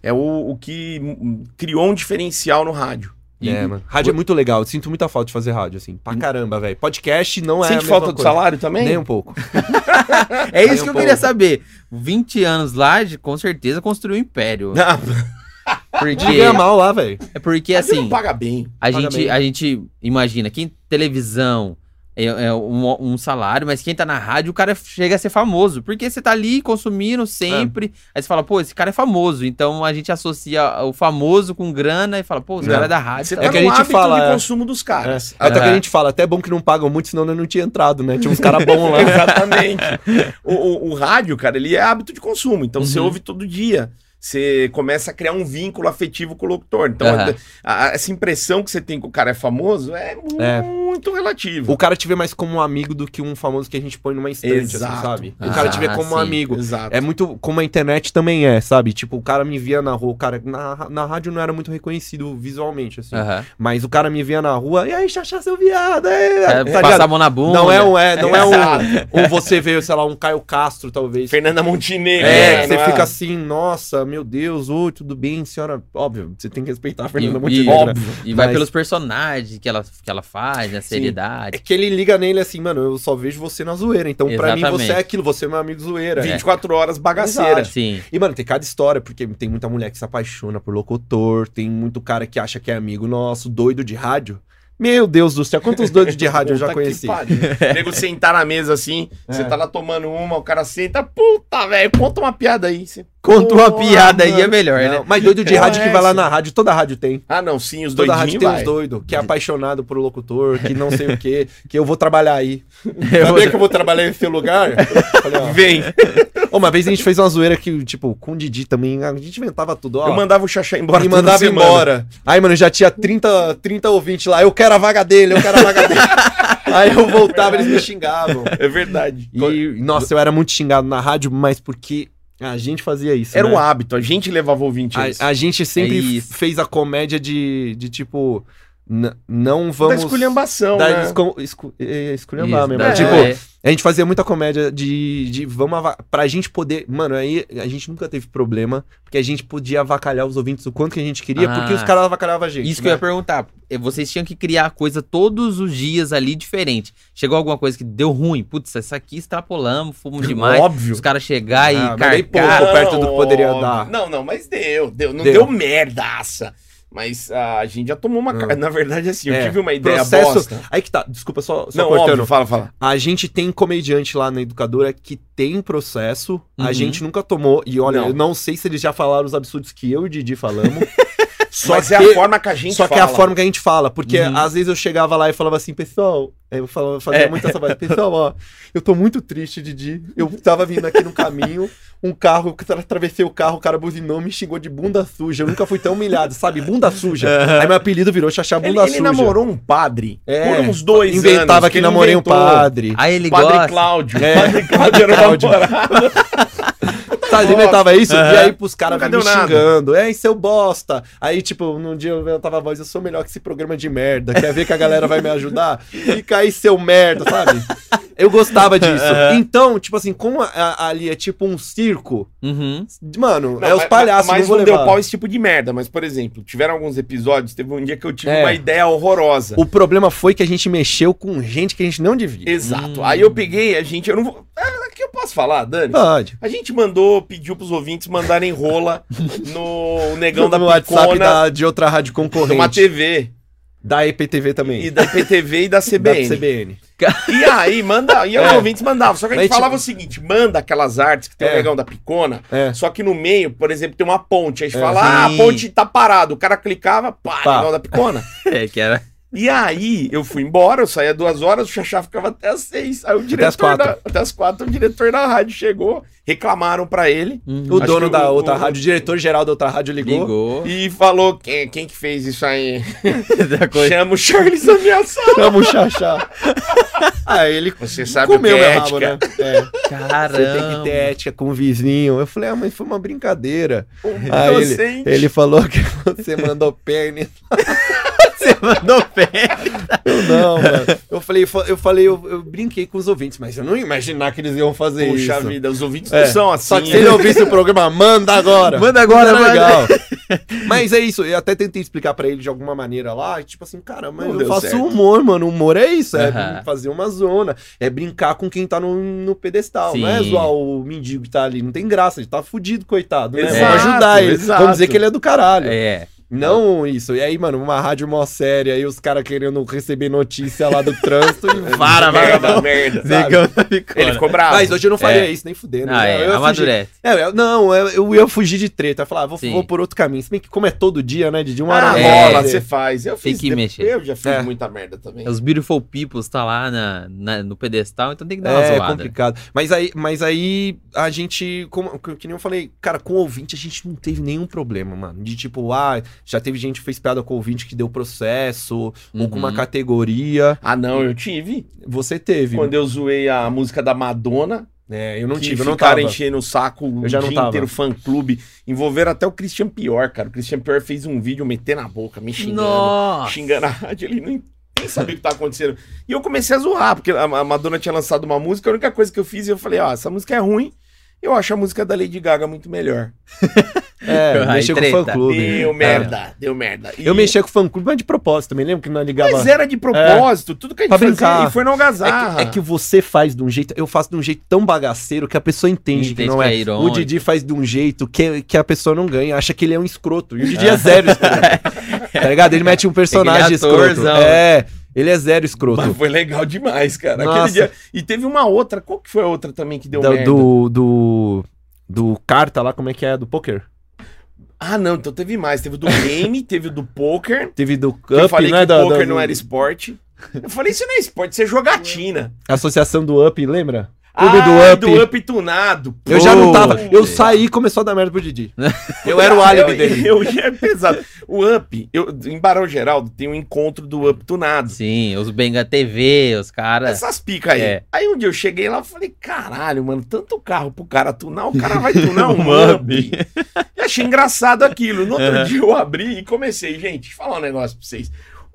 Speaker 2: é o, o que hum, criou um diferencial no rádio.
Speaker 1: E-
Speaker 3: É, mano. Rádio é muito legal. Eu sinto muita falta de fazer rádio, assim. Pra caramba, velho. Podcast não
Speaker 2: Hum.
Speaker 3: é.
Speaker 2: Sente
Speaker 3: a mesma
Speaker 2: falta do
Speaker 3: coisa.
Speaker 2: salário também?
Speaker 3: Nem um pouco.
Speaker 1: É isso
Speaker 3: um
Speaker 1: que eu
Speaker 3: pouco.
Speaker 1: queria saber. 20 anos lá, de- com certeza construiu um império.
Speaker 2: Não,
Speaker 1: Porque,
Speaker 3: Ganha mal lá, velho.
Speaker 1: é porque
Speaker 2: e
Speaker 1: assim,
Speaker 2: não paga bem.
Speaker 1: a
Speaker 3: paga
Speaker 1: gente,
Speaker 3: bem. né?
Speaker 1: a gente imagina, quem televisão é, é um, um salário, mas quem tá na rádio, o cara chega a ser famoso. Porque você tá ali consumindo sempre. Aí você fala, pô, esse cara é famoso. Então a gente associa o famoso com grana e fala, pô, os
Speaker 3: Não.
Speaker 1: caras da rádio.
Speaker 2: Você
Speaker 1: tá
Speaker 2: tá
Speaker 3: que a
Speaker 2: no
Speaker 3: gente
Speaker 2: hábito
Speaker 3: fala,
Speaker 2: de
Speaker 3: é.
Speaker 2: consumo dos caras. Ah,
Speaker 3: Até que
Speaker 1: Aham.
Speaker 3: a gente fala, até é bom que não pagam muito, senão eu não tinha entrado, né? Tinha uns caras bons lá.
Speaker 2: Exatamente. o, o- o rádio, cara, ele é hábito de consumo. Então você
Speaker 1: Uhum.
Speaker 2: ouve todo dia. Você começa a criar um vínculo afetivo com o locutor. Então,
Speaker 1: Aham.
Speaker 2: a- a- essa impressão que você tem que o cara é famoso é, mu-
Speaker 3: É.
Speaker 2: muito relativo.
Speaker 3: O cara te vê mais como um amigo do que um famoso que a gente põe numa estante, assim,
Speaker 2: Exato.
Speaker 3: sabe?
Speaker 1: Ah,
Speaker 3: o cara te vê como um
Speaker 1: sim.
Speaker 3: amigo.
Speaker 2: Exato.
Speaker 3: É muito como a internet também é, sabe? Tipo, o cara me via na rua, o cara na, na rádio não era muito reconhecido visualmente, assim.
Speaker 2: É.
Speaker 1: Aham.
Speaker 3: Mas o cara me via na rua, e aí, xaxá, seu viado, é,
Speaker 1: É,
Speaker 3: tá
Speaker 1: passar
Speaker 3: ligado?
Speaker 1: a mão na bunda.
Speaker 3: Não é um, é, não é um,
Speaker 2: Exato.
Speaker 3: ou você vê, sei lá, um Caio Castro, talvez.
Speaker 2: Fernanda Montenegro.
Speaker 3: É,
Speaker 2: né,
Speaker 3: que você
Speaker 2: não
Speaker 3: fica assim, nossa, meu Deus, oi, tudo bem, senhora. Óbvio, você tem que respeitar a Fernanda
Speaker 1: E-
Speaker 3: Montenegro.
Speaker 1: e-
Speaker 3: né?
Speaker 2: Óbvio.
Speaker 1: E vai
Speaker 3: Mas-
Speaker 1: pelos personagens que ela, que ela faz, né? Seriedade.
Speaker 3: É que ele liga nele assim, mano, eu só vejo você na zoeira. Então, pra mim,
Speaker 1: Exatamente.
Speaker 3: você é aquilo, você é meu amigo zoeira.
Speaker 2: 24 horas bagaceira.
Speaker 1: Sim.
Speaker 3: E, mano, tem cada história, porque tem muita mulher que se apaixona por locutor, tem muito cara que acha que é amigo nosso, doido de rádio. Meu Deus do céu, quantos doidos de rádio eu já
Speaker 2: Puta que
Speaker 3: conheci?
Speaker 2: pariu. O nego sentar na mesa assim, você tá lá tomando uma, o cara senta, puta, velho, conta uma piada aí. Você,
Speaker 1: Conta uma piada aí
Speaker 2: mano.
Speaker 1: é melhor, né?
Speaker 3: Não, mas doido de
Speaker 2: Que
Speaker 3: rádio
Speaker 2: porra
Speaker 3: que
Speaker 2: é
Speaker 3: vai lá
Speaker 2: essa?
Speaker 3: na rádio, toda rádio tem.
Speaker 2: Ah, não, sim, os
Speaker 3: Toda rádio
Speaker 2: doidinhos
Speaker 3: tem uns
Speaker 2: vai. Uhum.
Speaker 3: doidos, que é apaixonado por locutor, que não sei o quê, que eu vou trabalhar aí.
Speaker 1: Eu vou-
Speaker 3: Sabia que eu vou trabalhar em seu lugar? Falei, ó.
Speaker 2: Vem.
Speaker 3: Ô, Uma vez a gente fez uma zoeira que, tipo, com o Didi também, a gente inventava tudo, ó.
Speaker 2: Eu mandava o Xaxá embora.
Speaker 3: e
Speaker 2: toda
Speaker 3: mandava
Speaker 2: semana.
Speaker 3: embora. Aí, mano, já tinha 30, 30 ouvintes lá. Eu quero a vaga dele, eu quero a vaga dele. Aí eu voltava, eles me xingavam.
Speaker 2: É verdade.
Speaker 3: E, nossa, eu era muito xingado na rádio, mas porque a gente fazia isso.
Speaker 2: Era
Speaker 3: né?
Speaker 2: um hábito, a gente levava ouvinte a isso.
Speaker 3: A, a gente sempre
Speaker 1: É isso.
Speaker 3: fez a comédia de, de tipo. n- Não vamos.
Speaker 2: Da esculhambação,
Speaker 3: da
Speaker 2: né?
Speaker 3: esco- escu- é,
Speaker 1: Isso,
Speaker 3: esculhambar mesmo.
Speaker 1: é,
Speaker 3: Tipo,
Speaker 1: é.
Speaker 3: a gente fazia muita comédia de, de vamos ava- pra gente poder, mano, aí a gente nunca teve problema, porque a gente podia avacalhar os ouvintes o quanto que a gente queria,
Speaker 1: Ah.
Speaker 3: porque os caras avacalhavam a gente. né?
Speaker 1: Isso que eu ia perguntar. É, Vocês tinham que criar coisa todos os dias ali diferente. Chegou alguma coisa que deu ruim. Putz, essa aqui extrapolamos, fomos um demais.
Speaker 2: Óbvio.
Speaker 1: Os caras chegar
Speaker 3: Ah,
Speaker 1: e
Speaker 3: mas bem
Speaker 1: carcar.
Speaker 3: pouco perto do que poderia dar.
Speaker 2: Não, não, mas deu, deu. Não
Speaker 3: Deu.
Speaker 2: deu, merdaça. Mas ah, a gente já tomou uma. ca-
Speaker 3: Ah.
Speaker 2: Na verdade, assim,
Speaker 3: É,
Speaker 2: eu tive uma ideia
Speaker 3: processo-
Speaker 2: bosta.
Speaker 3: Aí que tá, desculpa, só, só
Speaker 2: Não,
Speaker 3: cortando.
Speaker 2: óbvio, fala, fala.
Speaker 3: A gente tem comediante lá na educadora que tem processo, a
Speaker 1: Uhum.
Speaker 3: gente nunca tomou, e olha,
Speaker 2: Não.
Speaker 3: eu não sei se eles já falaram os absurdos que eu e o Didi falamos. só
Speaker 2: mas
Speaker 3: que,
Speaker 2: é a forma que a gente
Speaker 3: só que é a
Speaker 2: fala.
Speaker 3: forma que a gente fala, porque
Speaker 1: Uhum.
Speaker 3: às vezes eu chegava lá e falava assim, pessoal, eu falava, fazia
Speaker 1: É.
Speaker 3: muito essa voz, pessoal, ó, eu tô muito triste, Didi, eu tava vindo aqui no caminho, um carro, tra- atravessei o carro, o cara buzinou, me xingou de bunda suja, eu nunca fui tão humilhado, sabe, bunda suja. Aí meu apelido virou Xaxá
Speaker 2: Ele,
Speaker 3: Bunda
Speaker 2: ele
Speaker 3: Suja.
Speaker 2: namorou um padre
Speaker 3: É.
Speaker 2: por uns dois anos.
Speaker 3: Inventava que
Speaker 2: ele
Speaker 3: namorei
Speaker 2: inventou.
Speaker 3: um padre.
Speaker 1: Aí ele
Speaker 2: Padre
Speaker 1: gosta.
Speaker 2: Cláudio.
Speaker 3: É.
Speaker 2: Padre Cláudio era o
Speaker 3: Cláudio.
Speaker 2: namorado.
Speaker 3: Tá, ele inventava isso, e aí pros caras
Speaker 2: Nunca
Speaker 3: me
Speaker 2: deu nada.
Speaker 3: xingando. É, seu bosta. Aí, tipo, num dia eu inventava a voz, eu sou melhor que esse programa de merda. Quer ver que a galera vai me ajudar? Fica aí, seu merda, sabe? Eu gostava disso. Então, tipo assim, como a- a- ali é tipo um circo,
Speaker 1: Uhum.
Speaker 3: mano,
Speaker 2: Não,
Speaker 3: é os
Speaker 2: mas-
Speaker 3: palhaços,
Speaker 2: Mas
Speaker 3: não vou
Speaker 2: não,
Speaker 3: levar.
Speaker 2: deu pau esse tipo de merda. Mas, por exemplo, tiveram alguns episódios, teve um dia que eu tive
Speaker 3: É.
Speaker 2: uma ideia horrorosa.
Speaker 3: O problema foi que a gente mexeu com gente que a gente não devia.
Speaker 2: Exato.
Speaker 1: Hum.
Speaker 2: Aí eu peguei, a gente. Eu não vou. Ah, aqui eu posso falar, Dani?
Speaker 3: Pode.
Speaker 2: A gente mandou, pediu pros ouvintes mandarem rola no Negão da
Speaker 3: no WhatsApp
Speaker 2: Picona,
Speaker 3: da- de outra rádio
Speaker 2: numa
Speaker 3: concorrente.
Speaker 2: TV,
Speaker 3: Da EPTV também.
Speaker 2: e da PTV e da CBN.
Speaker 3: Da CBN.
Speaker 2: E aí, manda, e os
Speaker 3: É.
Speaker 2: ouvintes mandavam. Só que a gente
Speaker 3: Mas,
Speaker 2: falava
Speaker 3: tipo-
Speaker 2: o seguinte: manda aquelas artes que tem
Speaker 3: É.
Speaker 2: o Negão da Picona,
Speaker 3: É.
Speaker 2: só que no meio, por exemplo, tem uma ponte. A gente
Speaker 3: É.
Speaker 2: fala, ah, a
Speaker 1: Sim.
Speaker 2: ponte tá parada. O cara clicava, pá,
Speaker 3: Pá.
Speaker 2: Negão da Picona.
Speaker 1: É, que era.
Speaker 2: E aí, eu fui embora, eu saía duas horas, o Xaxá ficava até as seis. Aí o diretor
Speaker 3: às quatro.
Speaker 2: Da, até as quatro, o diretor da rádio chegou, reclamaram pra ele.
Speaker 3: O
Speaker 2: Acho
Speaker 3: dono
Speaker 2: que
Speaker 3: da
Speaker 2: o-
Speaker 3: outra
Speaker 2: o-
Speaker 3: rádio, o diretor geral da outra rádio ligou.
Speaker 1: Ligou.
Speaker 2: E falou, quem, quem que fez isso aí?
Speaker 1: Da coisa.
Speaker 2: Chama o Charles ameaçado.
Speaker 3: Chama o Xaxá. Aí ele
Speaker 2: Você sabe
Speaker 3: comeu
Speaker 2: o que
Speaker 3: meu
Speaker 2: é
Speaker 3: rabo,
Speaker 2: ética.
Speaker 3: né? É, você tem que ter
Speaker 1: Caramba.
Speaker 3: ética com o vizinho. Eu falei, ah, mas foi uma brincadeira. Aí Ah, ele,
Speaker 2: Um Inocente.
Speaker 3: ele falou que você mandou pênis.
Speaker 1: Você mandou pé.
Speaker 3: Eu não, mano. Eu falei, fa- eu, falei eu, eu brinquei com os ouvintes, mas eu não ia imaginar que eles iam fazer
Speaker 2: Puxa
Speaker 3: isso.
Speaker 2: vida, os ouvintes
Speaker 3: É.
Speaker 2: não são assim.
Speaker 3: Só que se ele ouvisse o programa, manda agora.
Speaker 1: Manda agora,
Speaker 3: Era
Speaker 1: manda.
Speaker 3: legal. Mas é isso, eu até tentei explicar pra ele de alguma maneira lá, e tipo assim, cara, mas
Speaker 2: Não
Speaker 3: eu
Speaker 2: deu
Speaker 3: faço
Speaker 2: certo.
Speaker 3: humor, mano. Humor é isso, é
Speaker 1: Aham.
Speaker 3: fazer uma zona, é brincar com quem tá no, no pedestal, não é
Speaker 1: Sim.
Speaker 3: zoar o mendigo que tá ali, não tem graça, ele tá fudido, coitado, né?
Speaker 2: Exato,
Speaker 3: Vamos ajudar ele,
Speaker 2: exato.
Speaker 3: vamos dizer que ele é do caralho.
Speaker 1: É.
Speaker 3: Não isso, e aí, mano, uma rádio mó séria, aí os caras querendo receber notícia lá do trânsito e vara, vara,
Speaker 2: merda,
Speaker 3: vara.
Speaker 2: merda. sabe?
Speaker 1: Negão da picona.
Speaker 2: Ele ficou bravo.
Speaker 3: Mas hoje eu não faria
Speaker 1: É.
Speaker 3: isso, nem fudendo.
Speaker 1: Ah,
Speaker 3: né?
Speaker 1: é.
Speaker 3: eu ia fugir.
Speaker 1: Amadurece.
Speaker 3: É, eu- não, eu, eu ia fugir de treta. Eu ia falar, ah, vou,
Speaker 1: Sim.
Speaker 3: vou por outro caminho. Se bem que como é todo dia, né? De uma
Speaker 2: Ah,
Speaker 3: hora
Speaker 1: é.
Speaker 2: rola, você faz. Eu
Speaker 1: Tem
Speaker 2: fiz
Speaker 1: que
Speaker 2: de-
Speaker 1: mexer.
Speaker 2: Eu já fiz
Speaker 3: É.
Speaker 2: muita merda também.
Speaker 1: Os Beautiful Peoples tá lá na, na- no pedestal, então tem que dar uma
Speaker 3: É,
Speaker 1: zoada.
Speaker 3: complicado. Mas aí, mas aí a gente, como, que que nem eu falei, cara, com ouvinte a gente não teve nenhum problema, mano. De tipo, ah, já teve gente que fez piada com ouvinte que deu processo, ou com uma
Speaker 1: Uhum.
Speaker 3: categoria.
Speaker 2: Ah, não, eu tive.
Speaker 3: Você teve.
Speaker 2: Quando eu zoei a música da Madonna,
Speaker 3: É, eu não
Speaker 2: que
Speaker 3: tive, eu não
Speaker 2: ficaram
Speaker 3: tava.
Speaker 2: enchendo o saco o
Speaker 3: Eu já não
Speaker 2: dia
Speaker 3: tava.
Speaker 2: inteiro, fã-clube. Envolveram até o Christian Pior, cara. O Christian Pior fez um vídeo metendo a boca, me xingando.
Speaker 1: Nossa.
Speaker 2: xingando a rádio, ele nem, nem sabia o que tá acontecendo. E eu comecei a zoar, porque a, a Madonna tinha lançado uma música, a única coisa que eu fiz, eu falei, ó, essa música é ruim, eu acho a música da Lady Gaga muito melhor.
Speaker 3: É,
Speaker 1: Ai,
Speaker 3: mexer com
Speaker 1: treta.
Speaker 3: o fã-clube.
Speaker 2: Deu merda, deu merda. E-
Speaker 3: é. Eu mexia com o fã-clube, mas de propósito também. Lembra que nós ligava...
Speaker 2: Mas era de propósito, tudo que a gente
Speaker 3: É. Pra
Speaker 2: fazia
Speaker 3: brincar.
Speaker 2: e foi na
Speaker 3: É
Speaker 2: algazarra.
Speaker 3: que, é que você faz de um jeito, eu faço de um jeito tão bagaceiro que a pessoa entende
Speaker 1: Entende
Speaker 3: que não
Speaker 1: que
Speaker 3: é.
Speaker 1: é irônico.
Speaker 3: o Didi faz de um jeito que, que a pessoa não ganha, acha que ele é um escroto. E o
Speaker 2: Ah.
Speaker 3: Didi é zero escroto. tá ligado? Ele mete um personagem escroto.
Speaker 1: atorzão.
Speaker 3: É, ele é zero escroto.
Speaker 2: é né? Mas foi legal demais, cara.
Speaker 3: Nossa.
Speaker 2: Aquele dia... E teve uma outra, qual que foi a outra também que deu
Speaker 3: Do,
Speaker 2: merda?
Speaker 3: do, do, do carta lá, como é que é? Do poker?
Speaker 2: Ah, não, então teve mais. Teve o do game, teve o do poker.
Speaker 3: Teve do
Speaker 2: que eu
Speaker 3: Up,
Speaker 2: falei
Speaker 3: né?
Speaker 2: que
Speaker 3: da-
Speaker 2: o poker
Speaker 3: da-
Speaker 2: não era esporte. Eu falei, isso não é esporte, isso é jogatina.
Speaker 3: Associação do Up, lembra? Clube
Speaker 2: Ah,
Speaker 3: do Up.
Speaker 2: do up tunado.
Speaker 3: Eu já não tava. Eu
Speaker 1: Puta.
Speaker 3: saí e começou a dar merda pro Didi. Eu era o álibi
Speaker 2: Eu-
Speaker 3: dele.
Speaker 2: Eu ia pesado. O Up, eu, em Barão Geraldo, tem um encontro do Up Tunado.
Speaker 1: Sim, os Benga TV, os caras.
Speaker 2: Essas picas aí.
Speaker 1: É.
Speaker 2: Aí um dia eu cheguei lá e falei, caralho, mano, tanto carro pro cara tunar, o cara vai tunar um
Speaker 1: Um
Speaker 2: Up. E achei engraçado aquilo. No
Speaker 3: É.
Speaker 2: outro dia eu abri e comecei, gente, deixa eu falar um negócio pra vocês.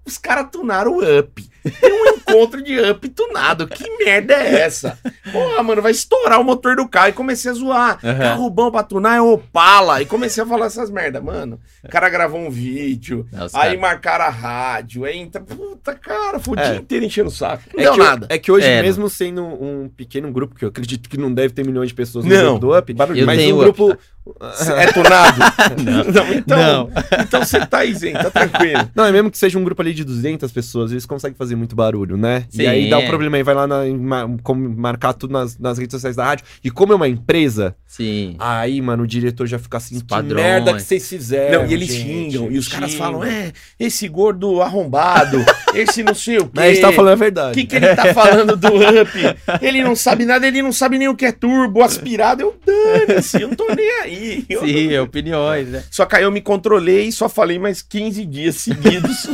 Speaker 2: Os caras tunaram o Up. Tem um encontro de Up tunado. Que merda é essa? Porra, mano, vai estourar o motor do carro. E comecei a zoar.
Speaker 1: Aham.
Speaker 2: Carro bom pra tunar é Opala. E comecei a falar essas merda, mano. O cara gravou um vídeo.
Speaker 1: Não, os
Speaker 2: Aí
Speaker 1: caras-
Speaker 2: marcaram a rádio, aí entra. Puta, cara, foi o
Speaker 3: É.
Speaker 2: dia inteiro enchendo o saco. Não
Speaker 3: É
Speaker 2: deu
Speaker 3: que, o-
Speaker 2: nada.
Speaker 3: É que hoje,
Speaker 1: É,
Speaker 3: mesmo sendo um pequeno grupo, que eu acredito que não deve ter milhões de pessoas no
Speaker 2: Não.
Speaker 3: grupo do Up,
Speaker 2: Barulho.
Speaker 1: Eu
Speaker 3: mas
Speaker 1: tenho
Speaker 3: um
Speaker 1: o Up,
Speaker 3: grupo. ah,
Speaker 2: É tunado? não, então,
Speaker 1: Não.
Speaker 2: então você tá isento, tá tranquilo.
Speaker 3: Não, é mesmo que seja um grupo ali de 200 pessoas, eles conseguem fazer muito barulho, né?
Speaker 1: Sim,
Speaker 3: e aí dá um
Speaker 1: é.
Speaker 3: problema, aí vai lá na, em ma- como marcar tudo nas, nas redes sociais da rádio. E como é uma empresa,
Speaker 1: Sim.
Speaker 3: aí, mano, o diretor já fica assim,
Speaker 1: Os
Speaker 3: que
Speaker 1: padrões.
Speaker 3: merda que vocês fizeram.
Speaker 2: não, e eles
Speaker 3: gente,
Speaker 2: xingam, e os caras
Speaker 3: xingam."
Speaker 2: falam: é, esse gordo arrombado, esse não sei o quê.
Speaker 3: Mas eles estão falando a
Speaker 2: O
Speaker 3: verdade.
Speaker 2: que, que ele tá falando do up? Ele não sabe nada, ele não sabe nem o que é turbo, aspirado. Eu dane-se, eu não tô nem aí. Eu-
Speaker 1: Sim, é opiniões, né?
Speaker 2: Só que aí eu me controlei e só falei mais 15 dias seguidos.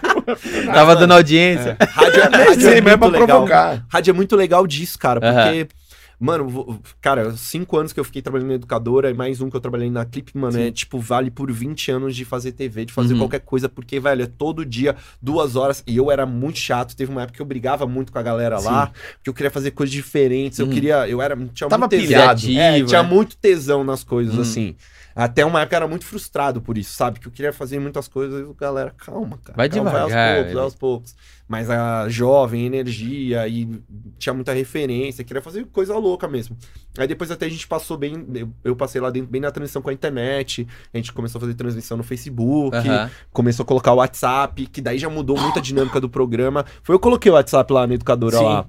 Speaker 1: Tava dando
Speaker 2: é
Speaker 3: É.
Speaker 1: audiência.
Speaker 3: Rádio, rádio
Speaker 2: Sempre é
Speaker 3: muito
Speaker 2: pra
Speaker 3: legal.
Speaker 2: provocar.
Speaker 3: Rádio é muito legal disso, cara,
Speaker 1: Aham.
Speaker 3: porque. Mano, vo- cara, cinco anos que eu fiquei trabalhando na educadora e mais um que eu trabalhei na Clip, mano, é tipo, vale por 20 anos de fazer TV, de fazer
Speaker 1: Uhum.
Speaker 3: qualquer coisa, porque, velho, é todo dia, duas horas, e eu era muito chato. Teve uma época que eu brigava muito com a galera lá, porque eu queria fazer coisas diferentes, eu
Speaker 1: Uhum.
Speaker 3: queria. Eu era. Tinha
Speaker 2: Tava
Speaker 3: muito tesão.
Speaker 2: pilhado.
Speaker 3: É, tinha
Speaker 1: né?
Speaker 3: muito tesão nas coisas,
Speaker 1: Uhum.
Speaker 3: assim. Até uma época eu era muito frustrado por isso, sabe? Que eu queria fazer muitas coisas e o galera, calma, cara.
Speaker 1: Vai
Speaker 3: calma,
Speaker 1: devagar, é.
Speaker 3: Vai aos poucos, vai aos poucos. Mas a jovem, energia e tinha muita referência, queria fazer coisa louca mesmo. Aí depois até a gente passou bem, eu- eu passei lá dentro bem na transição com a internet, a gente começou a fazer transmissão no Facebook,
Speaker 1: Aham.
Speaker 3: começou a colocar o WhatsApp, que daí já mudou muito a dinâmica do programa. Foi eu que coloquei o WhatsApp lá na educadora
Speaker 2: Sim.
Speaker 3: lá.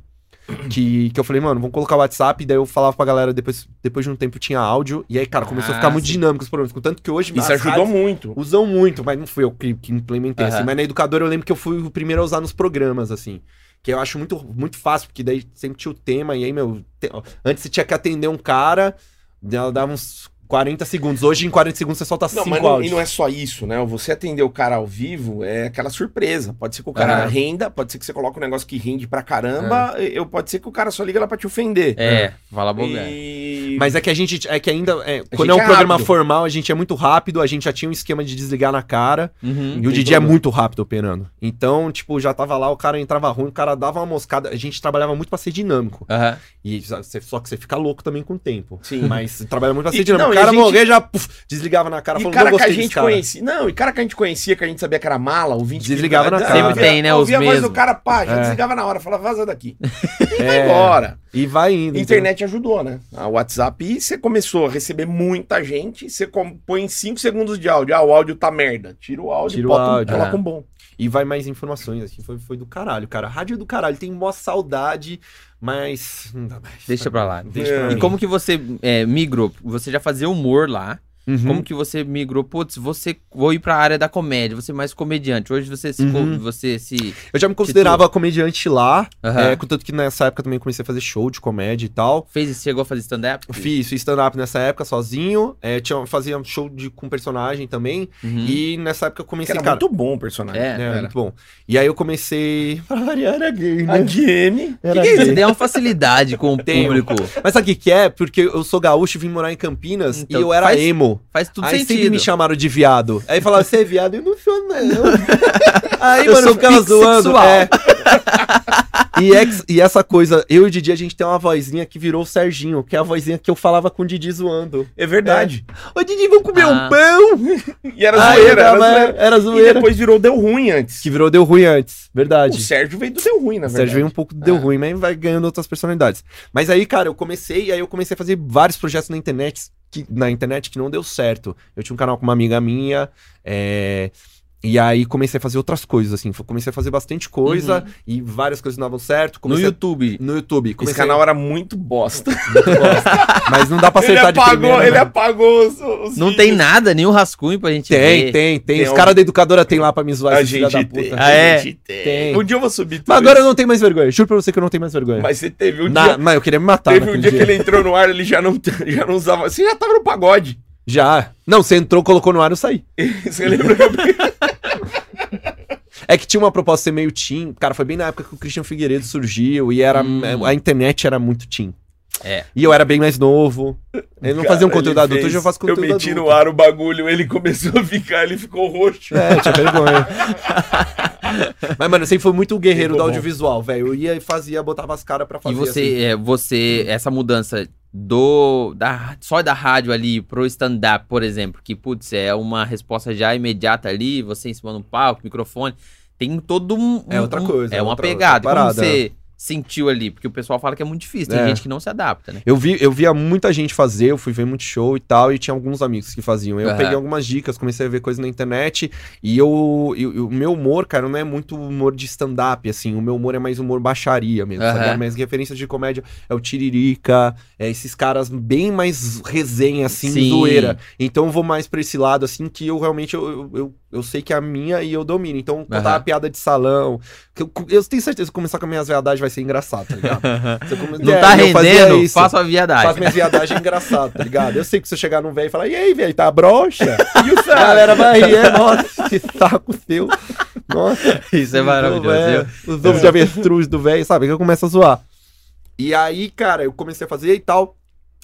Speaker 3: Que, que eu falei, mano, vamos colocar o WhatsApp, e daí eu falava pra galera, depois, depois de um tempo tinha áudio, e aí, cara, começou a ficar
Speaker 1: Ah,
Speaker 3: muito
Speaker 1: sim.
Speaker 3: dinâmico os programas. Contanto que hoje
Speaker 2: Isso
Speaker 3: as
Speaker 2: ajudou
Speaker 3: rádios
Speaker 2: muito.
Speaker 3: usam muito, mas não fui eu que, que implementei,
Speaker 1: Aham.
Speaker 3: assim. Mas na educadora eu lembro que eu fui o primeiro a usar nos programas, assim. Que eu acho muito, muito fácil, porque daí sempre tinha o tema, e aí, meu, te- antes você tinha que atender um cara, dava dava uns 40 segundos. Hoje, em 40 segundos, você solta
Speaker 2: Não,
Speaker 3: 5
Speaker 2: mas não, e
Speaker 3: áudios.
Speaker 2: não é só isso, né? Você atender o cara ao vivo é aquela surpresa. Pode ser que o cara
Speaker 1: Aham.
Speaker 2: renda, pode ser que você coloque um negócio que rende pra caramba,
Speaker 3: É.
Speaker 2: eu, pode ser que o cara só liga lá pra te ofender.
Speaker 1: É, fala bobeira.
Speaker 2: E...
Speaker 3: Mas é que a gente. É que ainda. é, quando é
Speaker 2: gente
Speaker 3: um
Speaker 2: é
Speaker 3: programa
Speaker 2: rápido.
Speaker 3: formal, a gente é muito rápido, a gente já tinha um esquema de desligar na cara.
Speaker 1: Uhum.
Speaker 3: E o
Speaker 2: Tem
Speaker 3: Didi é
Speaker 2: problema.
Speaker 3: muito rápido operando. Então, tipo, já tava lá, o cara entrava ruim, o cara dava uma moscada. A gente trabalhava muito pra ser dinâmico.
Speaker 1: Aham.
Speaker 3: E só só que você fica louco também com o tempo.
Speaker 2: Sim.
Speaker 3: Mas trabalha muito pra ser
Speaker 2: E-
Speaker 3: dinâmico.
Speaker 2: não,
Speaker 3: o
Speaker 2: e
Speaker 3: cara
Speaker 2: a gente-
Speaker 3: morria já puf, desligava na cara
Speaker 2: E
Speaker 3: falando
Speaker 2: cara
Speaker 3: não
Speaker 2: que a
Speaker 3: gostei desse
Speaker 2: gente
Speaker 3: cara.
Speaker 2: conhecia. Não, e cara que a gente conhecia, que a gente sabia que era mala, o 20
Speaker 3: Desligava na cara.
Speaker 1: Sempre tem, né,
Speaker 2: Ouvia
Speaker 1: os
Speaker 2: a voz do
Speaker 1: mesmos.
Speaker 2: cara, pá, já
Speaker 3: É.
Speaker 2: desligava na hora, falava, vaza daqui. E
Speaker 3: É.
Speaker 2: vai embora.
Speaker 3: E vai indo. entendeu?
Speaker 2: Internet ajudou, né? A WhatsApp, e você começou a receber muita gente, você com- põe 5 segundos de áudio. Ah, o áudio tá merda. Tira o áudio,
Speaker 3: Tira o
Speaker 2: bota um-
Speaker 3: áudio,
Speaker 2: coloca
Speaker 1: é.
Speaker 2: um bom.
Speaker 3: E vai mais informações. Assim, foi, foi do caralho, cara. A rádio é do caralho. Tem mó saudade, mas. Não dá mais.
Speaker 1: Deixa pra lá.
Speaker 3: Deixa pra
Speaker 2: É.
Speaker 3: lá.
Speaker 1: E como que você é, migrou? Você já fazia humor lá.
Speaker 3: Uhum.
Speaker 1: Como que você migrou? Putz, você vou ir pra área da comédia, você é mais comediante. Hoje você se. co-
Speaker 3: Uhum.
Speaker 1: Você se...
Speaker 3: Eu já me considerava comediante lá,
Speaker 1: Aham.
Speaker 3: é, contanto que nessa época eu também comecei a fazer show de comédia e tal.
Speaker 1: Fez, chegou a fazer stand-up?
Speaker 3: Fiz, fiz stand-up nessa época sozinho, é, tinha, fazia show de, com personagem também.
Speaker 1: Uhum.
Speaker 3: E nessa época eu
Speaker 2: Que
Speaker 3: comecei,
Speaker 2: era
Speaker 3: cara.
Speaker 2: muito bom o personagem.
Speaker 1: É.
Speaker 3: né,
Speaker 2: era.
Speaker 3: muito bom. E aí eu comecei. Pra variar, era gay, né?
Speaker 2: A Jenny.
Speaker 3: Era
Speaker 1: Que que é isso? Você
Speaker 3: gay.
Speaker 1: tem uma facilidade com o
Speaker 3: Tenho.
Speaker 1: público.
Speaker 3: Mas sabe o que, que é? Porque eu sou gaúcho e vim morar em Campinas
Speaker 1: Então,
Speaker 3: e eu era
Speaker 1: faz
Speaker 3: emo.
Speaker 1: Faz tudo
Speaker 3: aí sempre
Speaker 1: sentido.
Speaker 3: me chamaram de viado. Aí falaram, você é viado? Eu não sou, não.
Speaker 1: Aí,
Speaker 3: eu sou
Speaker 1: ficava
Speaker 3: bissexual.
Speaker 1: zoando. É.
Speaker 3: E, ex- e essa coisa, eu e o Didi, a gente tem uma vozinha que virou o Serginho, que é a vozinha que eu falava com o Didi zoando.
Speaker 2: É verdade.
Speaker 3: Ô, Didi, vamos comer
Speaker 1: Ah.
Speaker 3: um pão?
Speaker 2: E era
Speaker 3: Ah,
Speaker 2: zoeira, era
Speaker 3: tava-
Speaker 2: zoeira.
Speaker 3: era
Speaker 2: E
Speaker 3: zoeira.
Speaker 2: depois virou Deu Ruim antes.
Speaker 3: Que virou Deu Ruim antes, verdade.
Speaker 2: O Sérgio veio do Deu Ruim, na
Speaker 3: O
Speaker 2: verdade.
Speaker 3: Sérgio veio um pouco deu
Speaker 2: É.
Speaker 3: ruim, mas vai ganhando outras personalidades. Mas aí, cara, eu comecei, aí eu comecei a fazer vários projetos na internet que, na internet que não deu certo. Eu tinha um canal com uma amiga minha, é, e aí comecei a fazer outras coisas, assim. Comecei a fazer bastante coisa e várias coisas não davam certo.
Speaker 1: No
Speaker 3: Comecei a-
Speaker 1: YouTube.
Speaker 3: no YouTube.
Speaker 2: Uhum. Esse
Speaker 3: Comecei
Speaker 2: canal era muito bosta.
Speaker 3: Mas não dá pra acertar de primeira,
Speaker 2: ele
Speaker 3: né?
Speaker 2: apagou os, os
Speaker 1: Não
Speaker 2: vídeos.
Speaker 1: tem nada, nenhum rascunho pra gente
Speaker 3: Tem,
Speaker 1: ver.
Speaker 3: tem, tem.
Speaker 2: Tem
Speaker 3: Os
Speaker 2: um-
Speaker 3: caras da educadora tem lá pra me zoar,
Speaker 2: A
Speaker 3: esses filha
Speaker 2: gente
Speaker 3: da
Speaker 2: tem.
Speaker 3: puta.
Speaker 1: Ah, é?
Speaker 2: A gente tem.
Speaker 3: Tem.
Speaker 2: Um dia eu vou subir tudo
Speaker 3: Mas agora eu
Speaker 2: isso.
Speaker 3: não tenho mais vergonha. Juro pra você que eu não tenho mais vergonha.
Speaker 2: Mas você teve um
Speaker 3: Na-
Speaker 2: dia...
Speaker 3: Mas eu queria me matar
Speaker 2: Teve um
Speaker 3: Tá, naquele
Speaker 2: dia, que ele entrou no ar, ele já não, já não usava... Você já tava no pagode.
Speaker 3: Já. Não, você entrou, colocou no ar, eu saí.
Speaker 2: Você lembra?
Speaker 3: É que tinha uma proposta de ser meio teen. Cara, foi bem na época que o Christian Figueiredo surgiu e era é,
Speaker 1: Hum.
Speaker 3: a internet era muito teen.
Speaker 1: É.
Speaker 3: E eu era bem mais novo. Ele não
Speaker 2: Cara,
Speaker 3: fazia um conteúdo
Speaker 2: ele
Speaker 3: adulto,
Speaker 2: fez-
Speaker 3: hoje eu faço conteúdo
Speaker 2: Eu meti
Speaker 3: adulto.
Speaker 2: no ar o bagulho, ele começou a ficar, ele ficou roxo.
Speaker 3: É, eu tinha vergonha. Mas, mano, eu sempre fui muito guerreiro
Speaker 2: Ficou
Speaker 3: do
Speaker 2: bom.
Speaker 3: audiovisual, velho. Eu ia e fazia, botava as caras pra
Speaker 1: E
Speaker 3: fazer.
Speaker 1: você,
Speaker 3: assim.
Speaker 1: é, você, essa mudança do da, só da rádio ali pro stand-up, por exemplo, que putz, é uma resposta já imediata ali, você em cima no palco, microfone, tem todo um.
Speaker 3: É
Speaker 1: um-
Speaker 3: outra
Speaker 1: um-
Speaker 3: coisa,
Speaker 1: É uma
Speaker 3: outra-
Speaker 1: pegada.
Speaker 3: outra
Speaker 1: Como
Speaker 3: parada.
Speaker 1: você sentiu ali? Porque o pessoal fala que é muito difícil, tem
Speaker 3: É.
Speaker 1: gente que não se adapta, né?
Speaker 3: Eu, vi, eu via muita gente fazer, eu fui ver muito show e tal, e tinha alguns amigos que faziam. Eu
Speaker 1: Aham.
Speaker 3: peguei algumas dicas, comecei a ver coisas na internet, e eu, e- e o meu humor, cara, não é muito humor de stand-up, assim. O meu humor é mais humor baixaria mesmo,
Speaker 1: Aham.
Speaker 3: sabe? Minhas referências de comédia é o Tiririca, é esses caras bem mais resenha, assim,
Speaker 1: Sim.
Speaker 3: zoeira. Então eu vou mais pra esse lado, assim, que eu realmente, eu, eu, eu, eu sei que é a minha e eu domino. Então contar
Speaker 1: Aham.
Speaker 3: uma piada de salão, que eu, eu tenho certeza que começar com as minhas verdades vai ser engraçado, tá ligado? Se eu come-
Speaker 1: Não
Speaker 3: É,
Speaker 1: tá
Speaker 3: eu fazia
Speaker 1: rendendo,
Speaker 3: isso.
Speaker 1: faça uma viadagem.
Speaker 3: Faz minhas viadagens engraçadas, tá ligado? Eu sei que se eu chegar num velho e falar, e aí, velho, tá broxa? E o galera vai rir, é, nossa, que saco seu. Nossa.
Speaker 1: Isso é maravilhoso.
Speaker 3: É,
Speaker 1: Eu-
Speaker 3: os ovos de avestruz do velho, sabe? Que eu começo a zoar. E aí, cara, eu comecei a fazer e tal.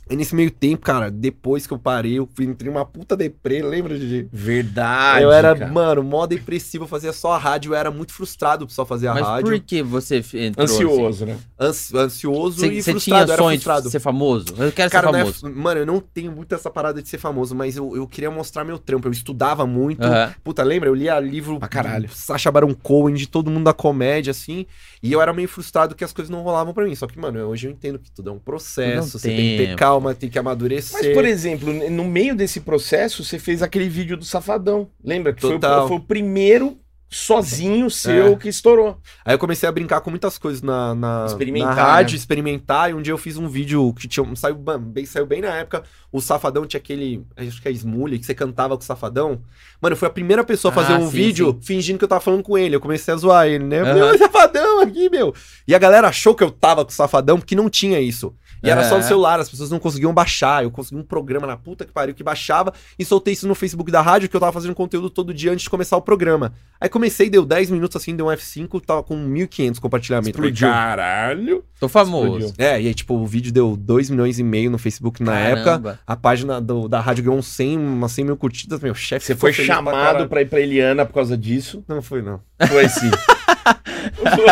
Speaker 3: E nesse meio tempo, cara, depois que eu parei, eu fui- entrei numa puta deprê, lembra, Didi?
Speaker 2: Verdade,
Speaker 3: eu era,
Speaker 2: cara.
Speaker 3: mano, mó depressivo, eu fazia só a rádio, eu era muito frustrado por só fazer a
Speaker 1: Mas
Speaker 3: rádio.
Speaker 1: por que você f- entrou assim?
Speaker 2: Ansioso, né?
Speaker 3: ansi- ansioso
Speaker 1: Você
Speaker 3: e
Speaker 1: você tinha
Speaker 3: frustrado, eu era
Speaker 1: sonho
Speaker 3: frustrado.
Speaker 1: de ser famoso? Eu quero
Speaker 3: Cara,
Speaker 1: ser
Speaker 3: não é-
Speaker 1: famoso.
Speaker 3: mano, eu não tenho muito essa parada de ser famoso, mas eu, eu queria mostrar meu trampo. Eu estudava muito.
Speaker 1: Aham.
Speaker 3: Puta, lembra? Eu lia livro
Speaker 2: Pra caralho.
Speaker 3: do Sacha Baron Cohen, de todo mundo da comédia, assim. E eu era meio frustrado que as coisas não rolavam pra mim. Só que, mano, hoje eu entendo que tudo é um processo.
Speaker 1: Tudo é um
Speaker 3: Você tem que ter
Speaker 1: tempo.
Speaker 3: calma, tem que
Speaker 2: Mas,
Speaker 3: amadurecer.
Speaker 2: por exemplo, no meio desse processo, você fez aquele vídeo do Safadão. Lembra? Que foi o,
Speaker 3: Total. É.
Speaker 2: foi o primeiro sozinho seu que estourou.
Speaker 3: Aí eu comecei a brincar com muitas coisas na, na,
Speaker 2: Experimentar,
Speaker 3: na rádio,
Speaker 1: né?
Speaker 3: experimentar. E um dia eu fiz um vídeo que tinha, um- saiu, ban- bem, saiu bem na época. O Safadão tinha aquele, acho que é Smully, que você cantava com o Safadão. Mano, eu fui a primeira pessoa a fazer
Speaker 1: Ah,
Speaker 3: um
Speaker 1: sim,
Speaker 3: vídeo fingindo que eu tava falando com ele. Eu comecei a zoar ele, né? Eu falei,
Speaker 1: Aham.
Speaker 3: "Olha o Safadão aqui, meu. E a galera achou que eu tava com o Safadão, porque não tinha isso. E era só no
Speaker 1: É.
Speaker 3: celular, as pessoas não conseguiam baixar. Eu consegui um programa na puta que pariu que baixava e soltei isso no Facebook da rádio, que eu tava fazendo conteúdo todo dia antes de começar o programa. Aí comecei, deu 10 minutos assim, deu um F5, tava com 1.500 compartilhamentos.
Speaker 2: Caralho.
Speaker 1: Tô famoso.
Speaker 2: Explodiu.
Speaker 3: É, e aí, tipo, o vídeo deu 2 milhões e meio no Facebook na época.
Speaker 1: Caramba.
Speaker 3: A página do- da rádio ganhou uns 100, umas 100 mil curtidas. Meu chefe
Speaker 2: Você
Speaker 3: ficou
Speaker 2: foi
Speaker 3: feliz pra
Speaker 2: chamado
Speaker 3: caralho.
Speaker 2: pra ir pra Eliana por causa disso.
Speaker 3: Não foi, não.
Speaker 2: Foi sim.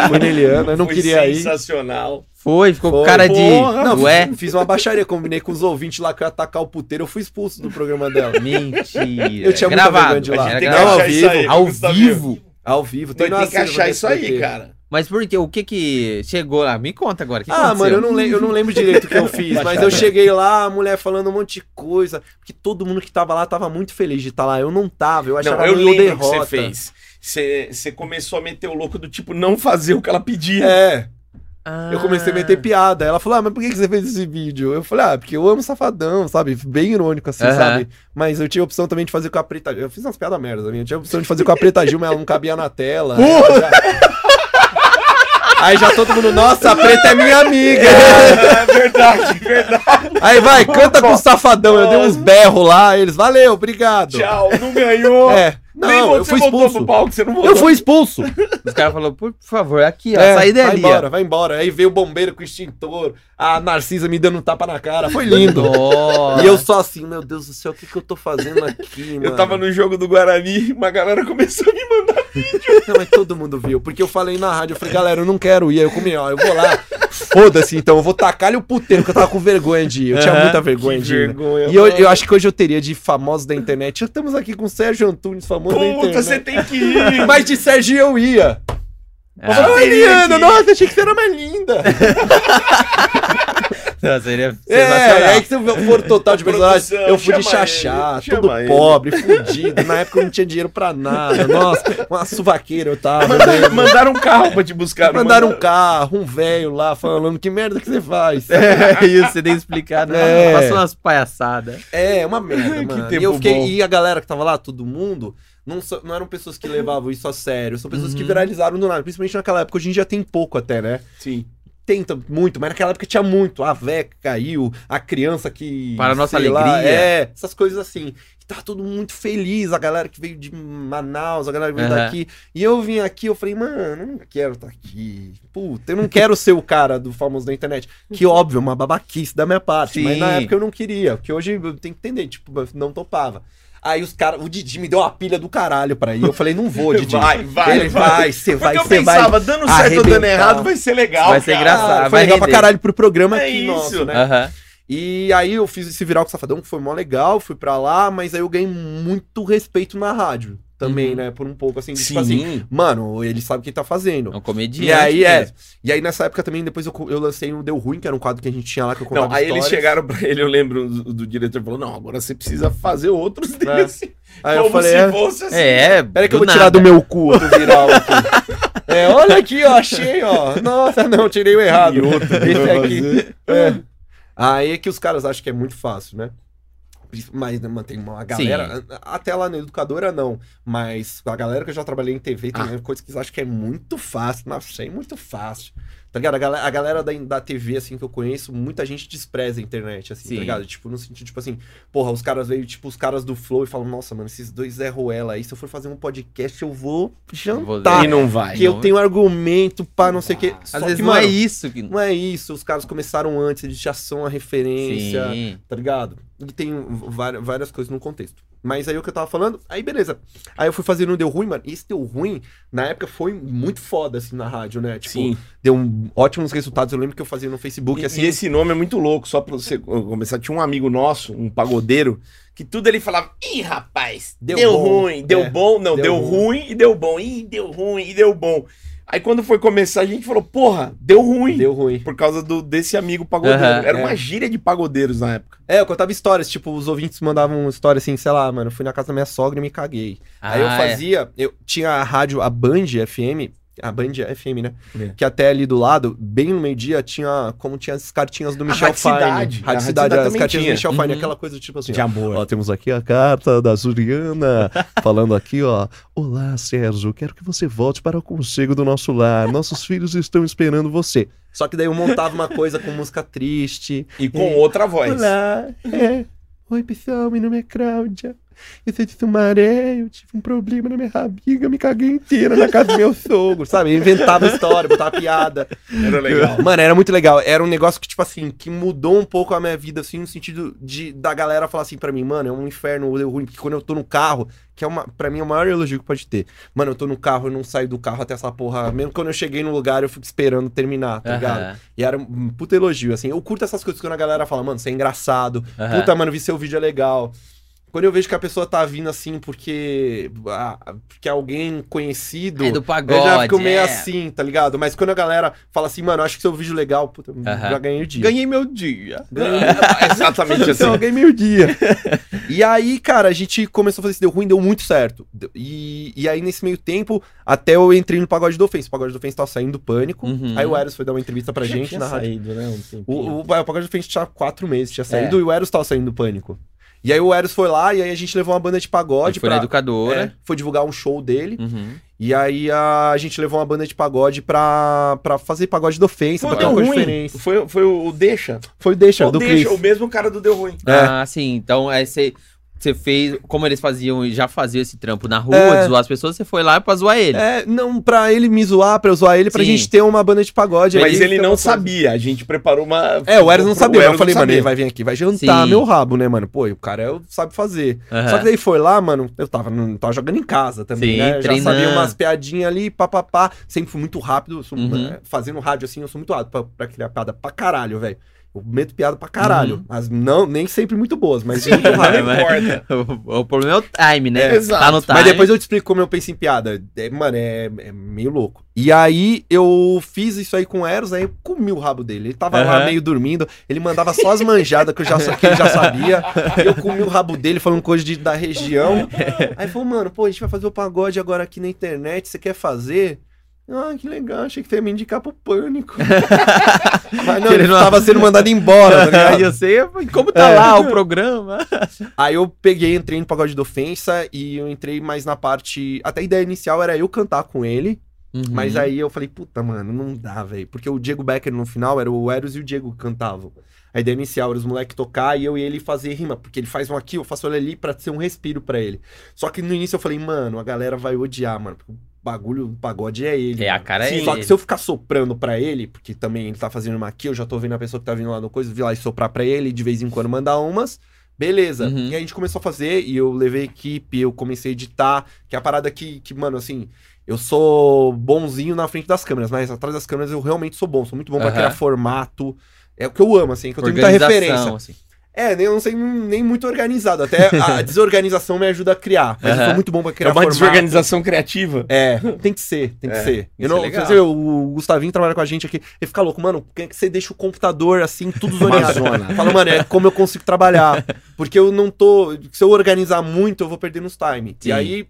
Speaker 3: Foi na Eliana, eu não
Speaker 2: Foi
Speaker 3: queria ir.
Speaker 2: sensacional.
Speaker 1: Foi, ficou
Speaker 3: Foi.
Speaker 1: com cara de. é?
Speaker 2: Porra!
Speaker 3: Não,
Speaker 1: Ué?
Speaker 3: fiz uma baixaria, combinei com os ouvintes lá que eu ia atacar o puteiro, eu fui expulso do programa dela.
Speaker 1: Mentira.
Speaker 3: Eu tinha muita vergonha de ir lá.
Speaker 1: Era
Speaker 2: A gente tem que
Speaker 1: gravado.
Speaker 2: achar isso aí,
Speaker 1: Ao
Speaker 3: tá
Speaker 2: Gustavo.
Speaker 1: vivo.
Speaker 3: Ao vivo,
Speaker 2: Nós
Speaker 3: na
Speaker 2: tem que
Speaker 3: cena
Speaker 2: achar
Speaker 3: do
Speaker 2: isso aí,
Speaker 3: SBT.
Speaker 2: cara.
Speaker 1: Mas por quê? O que que chegou lá? Me conta agora. o que
Speaker 3: ah,
Speaker 1: aconteceu?
Speaker 3: mano, eu não, le- eu não lembro direito o que eu fiz, mas eu cheguei lá, a mulher falando um monte de coisa, porque todo mundo que tava lá tava muito feliz de estar lá. Eu não tava, eu achava
Speaker 2: Não, eu
Speaker 3: meio
Speaker 2: lembro o que
Speaker 3: derrota.
Speaker 2: você fez. Você você começou a meter o louco do tipo não fazer o que ela pedia.
Speaker 3: É,
Speaker 1: Ah.
Speaker 3: eu comecei a meter piada. Ela falou, ah, mas por que que você fez esse vídeo? Eu falei, ah, porque eu amo safadão, sabe? Bem irônico assim,
Speaker 1: Aham.
Speaker 3: sabe? Mas eu tinha a opção também de fazer com a Preta Gil. Eu fiz umas piadas merdas, minha. Eu tinha a opção de fazer com a Preta Gil, mas ela não cabia na tela.
Speaker 2: Porra!
Speaker 3: Aí já todo mundo, nossa, a Preta é minha amiga.
Speaker 2: É verdade, verdade.
Speaker 3: Aí vai, canta com o safadão. Eu dei uns berros lá, eles, valeu, obrigado.
Speaker 2: Tchau, não Ah, ganhou.
Speaker 3: É,
Speaker 2: Nem
Speaker 3: não, eu
Speaker 2: você
Speaker 3: fui
Speaker 2: voltou pro
Speaker 3: expulso.
Speaker 2: palco, você não voltou.
Speaker 3: Eu fui expulso.
Speaker 1: Os caras falaram, por favor, aqui, ó,
Speaker 3: É,
Speaker 1: saí
Speaker 3: Vai
Speaker 1: dali.
Speaker 3: embora, vai embora. Aí veio o bombeiro com o extintor, a Narcisa me dando um tapa na cara. Foi lindo.
Speaker 1: ó.
Speaker 3: E eu só assim, meu Deus do céu, o que, que eu tô fazendo aqui, mano?
Speaker 2: Eu tava no jogo do Guarani, uma galera começou a me mandar
Speaker 3: Não, mas todo mundo viu. Porque eu falei na rádio, eu falei, galera, eu não quero ir. Aí eu comi, ó, eu vou lá. Foda-se, então, eu vou tacar-lhe o puteiro, porque eu tava com vergonha de ir. Eu tinha
Speaker 2: Aham,
Speaker 3: muita vergonha de ir.
Speaker 2: vergonha.
Speaker 3: né? E eu, eu acho que hoje eu teria de famosos da internet. Já Estamos aqui com o Sérgio Antunes, famoso da
Speaker 2: Puta,
Speaker 3: internet.
Speaker 2: você tem que ir.
Speaker 3: né? Mas de Sérgio eu ia.
Speaker 1: Ah,
Speaker 3: Ô,
Speaker 2: teria
Speaker 3: Eliana,
Speaker 2: que ir.
Speaker 3: nossa, achei que você era mais linda.
Speaker 1: não, então seria
Speaker 3: É,
Speaker 1: sensacional.
Speaker 3: aí que você for total de personagens.
Speaker 2: Produção,
Speaker 3: Eu fui de
Speaker 2: chama
Speaker 3: chachá,
Speaker 2: ele,
Speaker 3: todo
Speaker 2: chama ele.
Speaker 3: pobre, fudido. Na época eu não tinha dinheiro pra nada. Nossa, uma suvaqueira eu tava. né?
Speaker 2: Mandaram, mandaram um carro pra te buscar. não
Speaker 3: Mandaram um carro, um velho lá falando que merda que você faz.
Speaker 1: É isso, você tem que explicar, né?
Speaker 3: É.
Speaker 1: Passou umas palhaçadas.
Speaker 3: É, uma merda,
Speaker 2: Que
Speaker 3: mano.
Speaker 2: tempo
Speaker 3: e, eu fiquei-
Speaker 2: bom.
Speaker 3: e a galera que tava lá, todo mundo, não, so- não eram pessoas que levavam isso a sério. São pessoas que
Speaker 1: Uhum.
Speaker 3: viralizaram do nada. Principalmente naquela época. Hoje em dia tem pouco até, né?
Speaker 2: Sim.
Speaker 3: tenta muito, mas naquela época tinha muito. A Veca caiu, a criança que.
Speaker 1: Para a nossa
Speaker 3: sei lá,
Speaker 1: alegria.
Speaker 3: é, essas coisas assim. E tava todo mundo muito feliz, a galera que veio de Manaus, a galera que veio
Speaker 1: Aham.
Speaker 3: daqui. E eu vim aqui, eu falei, mano, eu não quero estar aqui. Puta, eu não quero ser o cara do famoso da internet. Que óbvio, é uma babaquice da minha parte. Mas
Speaker 1: Sim.
Speaker 3: na época eu não queria, porque hoje eu tenho que entender, tipo, eu não topava. Aí os caras, o Didi me deu uma pilha do caralho pra ir. Eu falei, não vou, Didi.
Speaker 2: Vai, vai,
Speaker 3: Ele vai, você vai,
Speaker 2: Porque eu
Speaker 3: você vai.
Speaker 2: pensava, dando certo ou dando
Speaker 3: arrebentar.
Speaker 2: errado, vai ser legal.
Speaker 1: Vai ser
Speaker 2: cara.
Speaker 1: engraçado.
Speaker 3: Cara, Ah, foi
Speaker 1: vai
Speaker 3: legal pra
Speaker 1: render.
Speaker 3: caralho pro programa
Speaker 2: É
Speaker 3: aqui
Speaker 2: isso.
Speaker 3: nosso, né?
Speaker 1: Aham.
Speaker 3: E aí eu fiz esse viral com o Safadão, que foi mó legal, fui pra lá, mas aí eu ganhei muito respeito na rádio também,
Speaker 1: Uhum.
Speaker 3: né? Por um pouco assim, de,
Speaker 2: Sim.
Speaker 3: tipo assim, mano, ele sabe o que ele tá fazendo.
Speaker 1: É um
Speaker 3: E
Speaker 1: comediante.
Speaker 3: aí, é.
Speaker 1: mesmo.
Speaker 3: E aí, nessa época também, depois eu, co- eu lancei o Deu Ruim, que era um quadro que a gente tinha lá que eu contava
Speaker 2: Não, aí eles
Speaker 3: histórias.
Speaker 2: chegaram pra ele, eu lembro do, do diretor, falou, não, agora você precisa fazer outros desse.
Speaker 3: É. Aí eu
Speaker 2: como
Speaker 3: falei,
Speaker 2: se
Speaker 3: é,
Speaker 2: fosse assim.
Speaker 1: É, é.
Speaker 3: peraí que eu
Speaker 1: do
Speaker 3: vou tirar
Speaker 1: nada.
Speaker 3: do meu cu o viral aqui. é, olha aqui, ó, achei, ó. Nossa, não, tirei o errado.
Speaker 2: E outro que
Speaker 3: Esse
Speaker 1: né?
Speaker 2: vai
Speaker 3: aqui.
Speaker 2: fazer.
Speaker 3: É. Aí é que os caras acham que é muito fácil, né? Mas né, mano, tem uma galera. a- Até lá na educadora, não. Mas a galera que eu já trabalhei em TV tem
Speaker 1: Ah.
Speaker 3: coisa que eles acham que é muito fácil. Nossa, isso aí é muito fácil. Tá ligado? A gala- a galera, da, da TV, assim, que eu conheço, muita gente despreza a internet, assim,
Speaker 1: Sim.
Speaker 3: tá ligado? Tipo, no sentido, tipo assim, porra, os caras veio, tipo, os caras do Flow e falam, nossa, mano, esses dois Zé Ruela aí, se eu for fazer um podcast, eu vou jantar.
Speaker 2: E não vai.
Speaker 3: Porque eu tenho argumento pra não sei o quê.
Speaker 1: Às
Speaker 3: Só
Speaker 1: vezes
Speaker 3: que,
Speaker 1: não é
Speaker 3: mano,
Speaker 1: isso. Que...
Speaker 3: não é isso, os caras começaram antes, eles já são a referência,
Speaker 1: Sim.
Speaker 3: tá ligado? E tem va- várias coisas no contexto. Mas aí o que eu tava falando, aí beleza. Aí eu fui fazer no Deu Ruim, mano. E esse Deu Ruim, na época, foi muito foda, assim, na rádio, né? Tipo,
Speaker 2: Sim.
Speaker 3: deu um- ótimos resultados. Eu lembro que eu fazia no Facebook,
Speaker 2: E,
Speaker 3: assim.
Speaker 2: e esse nome é muito louco, só pra você começar. Tinha um amigo nosso, um pagodeiro, que tudo ele falava: ih, rapaz,
Speaker 3: Deu
Speaker 2: deu,
Speaker 3: bom."
Speaker 2: ruim, deu
Speaker 3: É,
Speaker 2: bom, não,
Speaker 3: deu
Speaker 2: deu,
Speaker 3: ruim.
Speaker 2: ruim. e deu bom, ih, deu ruim e deu bom. Aí quando foi começar, a gente falou: porra, deu ruim.
Speaker 3: Deu ruim.
Speaker 2: Por causa do, desse amigo pagodeiro.
Speaker 1: Aham,
Speaker 2: Era
Speaker 3: é.
Speaker 2: uma gíria de pagodeiros na época.
Speaker 3: É, eu contava histórias, tipo, os ouvintes mandavam história assim, sei lá, mano, eu fui na casa da minha sogra e me caguei. Aí eu
Speaker 1: Ah, é.
Speaker 3: fazia, eu tinha a rádio, a Band FM, a Band FM, né?
Speaker 2: É.
Speaker 3: Que até ali do lado, bem no meio-dia, tinha, como tinha as cartinhas do Michel
Speaker 2: Rádio
Speaker 3: Fine.
Speaker 2: Cidade. A
Speaker 3: Rádio
Speaker 2: Rádio
Speaker 3: Cidade,
Speaker 2: Cidade
Speaker 3: as
Speaker 2: também
Speaker 3: cartinhas do
Speaker 2: tinha.
Speaker 3: Michel Fine,
Speaker 1: Uhum.
Speaker 3: aquela coisa tipo assim, ó.
Speaker 2: amor.
Speaker 3: Ó, temos aqui a carta da Juliana falando aqui, ó. Olá, Sérgio, quero que você volte para o conselho do nosso lar. Nossos filhos estão esperando você. Só que daí eu montava uma coisa com música triste,
Speaker 2: E com outra voz.
Speaker 3: Olá, é. Oi, pessoal, meu nome é Cláudia. Eu sou de Sumaré, eu tive um problema na minha rabiga, eu me caguei inteira na casa do meu sogro, sabe? Eu inventava história, botava piada.
Speaker 2: Era legal.
Speaker 3: Mano, era muito legal. Era um negócio que, tipo assim, que mudou um pouco a minha vida, assim, no sentido de da galera falar assim pra mim, mano, é um inferno eu ruim, porque quando eu tô no carro, que é uma, pra mim, é o maior elogio que pode ter. Mano, eu tô no carro, eu não saio do carro até essa porra. Mesmo quando eu cheguei no lugar, eu fico esperando terminar, tá ligado?
Speaker 1: Aham,
Speaker 3: E era um puta elogio, assim. Eu curto essas coisas quando a galera fala, mano, você é engraçado.
Speaker 1: aham.
Speaker 3: Puta, mano, vi seu vídeo é legal. Quando eu vejo que a pessoa tá vindo assim porque. ah, porque alguém conhecido.
Speaker 1: É do pagode.
Speaker 3: eu já fico meio
Speaker 1: é.
Speaker 3: assim, tá ligado? Mas quando a galera fala assim, mano, acho que seu vídeo é legal, puta, já
Speaker 1: Aham.
Speaker 3: ganhei o dia.
Speaker 2: Ganhei meu dia.
Speaker 3: Ganhei.
Speaker 2: Exatamente assim.
Speaker 3: Então, eu ganhei meio dia. e aí, cara, a gente começou a fazer isso, deu ruim, deu muito certo. Deu- E, e aí, nesse meio tempo, até eu entrei no Pagode do Ofensa. O Pagode do Ofensa tava saindo do pânico.
Speaker 1: Uhum.
Speaker 3: Aí o Eros foi dar uma entrevista pra
Speaker 2: Já
Speaker 3: gente
Speaker 2: tinha
Speaker 3: na rádio.
Speaker 2: saído, né, um tempinho.
Speaker 3: O, o, o Pagode do Pente tinha quatro meses, tinha
Speaker 2: É.
Speaker 3: saído, e o Eros tava saindo do pânico. E aí o Eros foi lá, e aí a gente levou uma banda de
Speaker 1: Ele
Speaker 3: pagode
Speaker 1: foi
Speaker 3: pra.
Speaker 1: na educadora.
Speaker 3: é, foi divulgar um show dele.
Speaker 1: Uhum.
Speaker 3: E aí a, a gente levou uma banda de pagode pra, pra fazer pagode da ofensa,
Speaker 2: Foi
Speaker 3: pra
Speaker 2: o
Speaker 3: ter
Speaker 2: Deu
Speaker 3: uma coisa
Speaker 2: Ruim.
Speaker 3: diferente.
Speaker 2: Foi, foi o o Deixa.
Speaker 3: Foi o Deixa,
Speaker 2: O
Speaker 3: do
Speaker 2: Deixa,
Speaker 3: Chris.
Speaker 2: o mesmo cara do Deu Ruim.
Speaker 3: É.
Speaker 1: Ah, sim. Então, aí você você fez, como eles faziam, e já faziam esse trampo na rua,
Speaker 3: É.
Speaker 1: de zoar as pessoas, você foi lá pra zoar ele.
Speaker 3: É, não, pra ele me zoar, pra eu zoar ele, pra
Speaker 1: Sim.
Speaker 3: gente ter uma banda de pagode. É
Speaker 2: Mas
Speaker 3: aí
Speaker 2: ele
Speaker 3: fica
Speaker 2: não
Speaker 3: uma coisa.
Speaker 2: sabia, a gente preparou uma.
Speaker 3: É, o Eros não
Speaker 2: pro-
Speaker 3: sabia,
Speaker 2: o
Speaker 3: mas
Speaker 2: Eros
Speaker 3: eu falei,
Speaker 2: não
Speaker 3: mano,
Speaker 2: sabia. É
Speaker 3: ele vai vir aqui, vai jantar
Speaker 1: Sim.
Speaker 3: meu rabo, né, mano? Pô, e o cara eu- sabe fazer.
Speaker 1: Aham.
Speaker 3: Só que daí foi lá, mano, eu tava, não, tava jogando em casa também,
Speaker 1: Sim,
Speaker 3: né? Eu Já
Speaker 1: treinando.
Speaker 3: sabia umas piadinhas ali, papapá. Sempre fui muito rápido, eu sou,
Speaker 1: Uhum.
Speaker 3: é, fazendo rádio assim, eu sou muito rápido pra, pra criar piada pra caralho, velho. Eu meto piada pra caralho.
Speaker 1: Uhum.
Speaker 3: Mas não, nem sempre muito boas, mas muito
Speaker 2: Não
Speaker 3: rápido.
Speaker 2: importa.
Speaker 1: O, o problema é o time, né?
Speaker 2: É, exato.
Speaker 1: Tá no time.
Speaker 3: Mas depois eu te explico como eu penso em piada. É, mano, é, é meio louco. E aí eu fiz isso aí com o Eros, aí eu comi o rabo dele. Ele tava lá
Speaker 1: Aham.
Speaker 3: meio dormindo, ele mandava só as manjadas que, eu já, sa- que ele já sabia. Eu comi o rabo dele falando coisa de- da região. Aí falou, mano, pô, a gente vai fazer o pagode agora aqui na internet, você quer fazer? Ah, que legal, achei que você ia me indicar pro pânico. Mas não, ele
Speaker 1: Querendo-
Speaker 3: tava sendo mandado embora, tá ligado?
Speaker 1: Aí eu sei, como tá
Speaker 3: É.
Speaker 1: lá o programa?
Speaker 3: Aí eu peguei, entrei no pagode de ofensa e eu entrei mais na parte. Até a ideia inicial era eu cantar com ele,
Speaker 1: Uhum.
Speaker 3: mas aí eu falei, puta, mano, não dá, velho. Porque o Diego Becker no final era o Eros e o Diego que cantavam. A ideia inicial era os moleques tocar e eu e ele fazer rima, porque ele faz um aqui, eu faço ele ali pra ser um respiro pra ele. Só que no início eu falei, mano, a galera vai odiar, mano. porque O bagulho do pagode é ele.
Speaker 1: É, a
Speaker 3: mano.
Speaker 1: cara é
Speaker 3: Sim, Só
Speaker 1: ele.
Speaker 3: que se eu ficar soprando pra ele, porque também ele tá fazendo uma aqui, eu já tô vendo a pessoa que tá vindo lá no coisa, vi lá e soprar pra ele, de vez em quando mandar umas. Beleza.
Speaker 1: Uhum.
Speaker 3: E aí a gente começou a fazer, e eu levei a equipe, eu comecei a editar, que é a parada que, que mano, assim, eu sou bonzinho na frente das câmeras, mas atrás das câmeras eu realmente sou bom, sou muito bom pra
Speaker 1: Aham.
Speaker 3: criar formato. É o que eu amo, assim, que eu tenho muita
Speaker 1: Organização,
Speaker 3: referência.
Speaker 1: assim.
Speaker 3: É, nem- eu não sei nem muito organizado. Até a desorganização me ajuda a criar. Mas eu sou
Speaker 1: Aham.
Speaker 3: muito bom pra
Speaker 2: É
Speaker 3: criar
Speaker 2: uma
Speaker 3: formato.
Speaker 2: desorganização criativa.
Speaker 3: É, tem que ser, tem que
Speaker 2: É,
Speaker 3: ser. Eu
Speaker 1: isso
Speaker 3: não,
Speaker 1: é legal.
Speaker 3: você vê, o Gustavinho trabalha com a gente aqui, ele fica louco, mano, por que que você deixa o computador assim, tudo zoneado?
Speaker 2: zona.
Speaker 3: Fala, mano, é como eu consigo trabalhar. Porque eu não tô. Se eu organizar muito, eu vou perder nos time. E
Speaker 1: Sim.
Speaker 3: aí.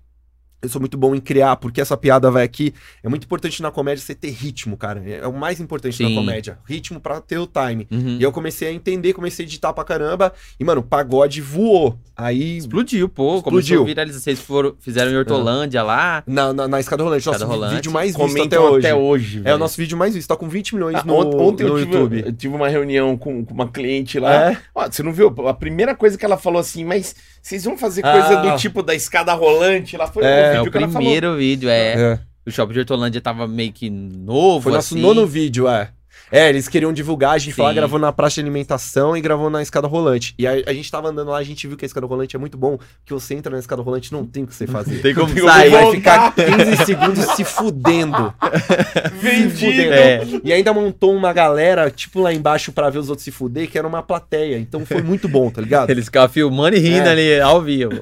Speaker 3: Eu sou muito bom em criar, porque essa piada vai aqui. É muito importante na comédia você ter ritmo, cara. É o mais importante na
Speaker 1: Sim.
Speaker 3: comédia. Ritmo pra ter o time.
Speaker 1: Uhum.
Speaker 3: E eu comecei a entender, comecei a editar pra caramba. E, mano, o pagode voou. Aí,
Speaker 1: Explodiu, pô.
Speaker 3: Explodiu.
Speaker 1: Começou a viralizar. Vocês foram, fizeram em Hortolândia lá.
Speaker 3: na, na, na escada rolante, nosso
Speaker 1: Escada rolante.
Speaker 3: um vídeo mais visto até
Speaker 2: Comentam
Speaker 3: hoje.
Speaker 2: até hoje.
Speaker 3: É o
Speaker 2: velho.
Speaker 3: nosso vídeo mais visto. Tá com 20 milhões
Speaker 2: Ah,
Speaker 3: no,
Speaker 2: ont- ontem
Speaker 3: no
Speaker 2: eu, tive, Ah,
Speaker 3: YouTube.
Speaker 2: eu tive uma reunião com, com uma cliente lá.
Speaker 3: É.
Speaker 2: Ó, você não viu? A primeira coisa que ela falou assim, mas vocês vão fazer
Speaker 3: Ah.
Speaker 2: coisa do tipo da escada rolante? Lá foi
Speaker 3: É,
Speaker 1: É,
Speaker 2: vídeo
Speaker 1: o primeiro vídeo, é.
Speaker 3: É.
Speaker 1: O shopping de Hortolândia tava meio que novo,
Speaker 2: Tipo
Speaker 3: Foi nosso
Speaker 1: assim.
Speaker 3: nono vídeo, é. É, eles queriam divulgar, a gente foi lá,
Speaker 1: Sim.
Speaker 3: gravou na praça de alimentação e gravou na escada rolante. E aí a gente tava andando lá, a gente viu que a escada rolante é muito bom, que você entra na escada rolante não tem um o que você fazer.
Speaker 1: Tem como
Speaker 2: Tem
Speaker 1: sair.
Speaker 3: Aí
Speaker 2: como
Speaker 3: vai
Speaker 2: Voltar.
Speaker 3: ficar 15 segundos se
Speaker 2: ela
Speaker 3: fudendo.
Speaker 2: falou,
Speaker 3: Se
Speaker 2: Vendido.
Speaker 3: fudendo.
Speaker 1: É.
Speaker 3: E ainda montou uma galera, tipo, lá embaixo pra ver os outros se fuder, que era uma plateia. Então foi muito bom, tá ligado?
Speaker 1: É, Eles ficavam filmando e rindo
Speaker 3: É.
Speaker 1: ali, ao vivo.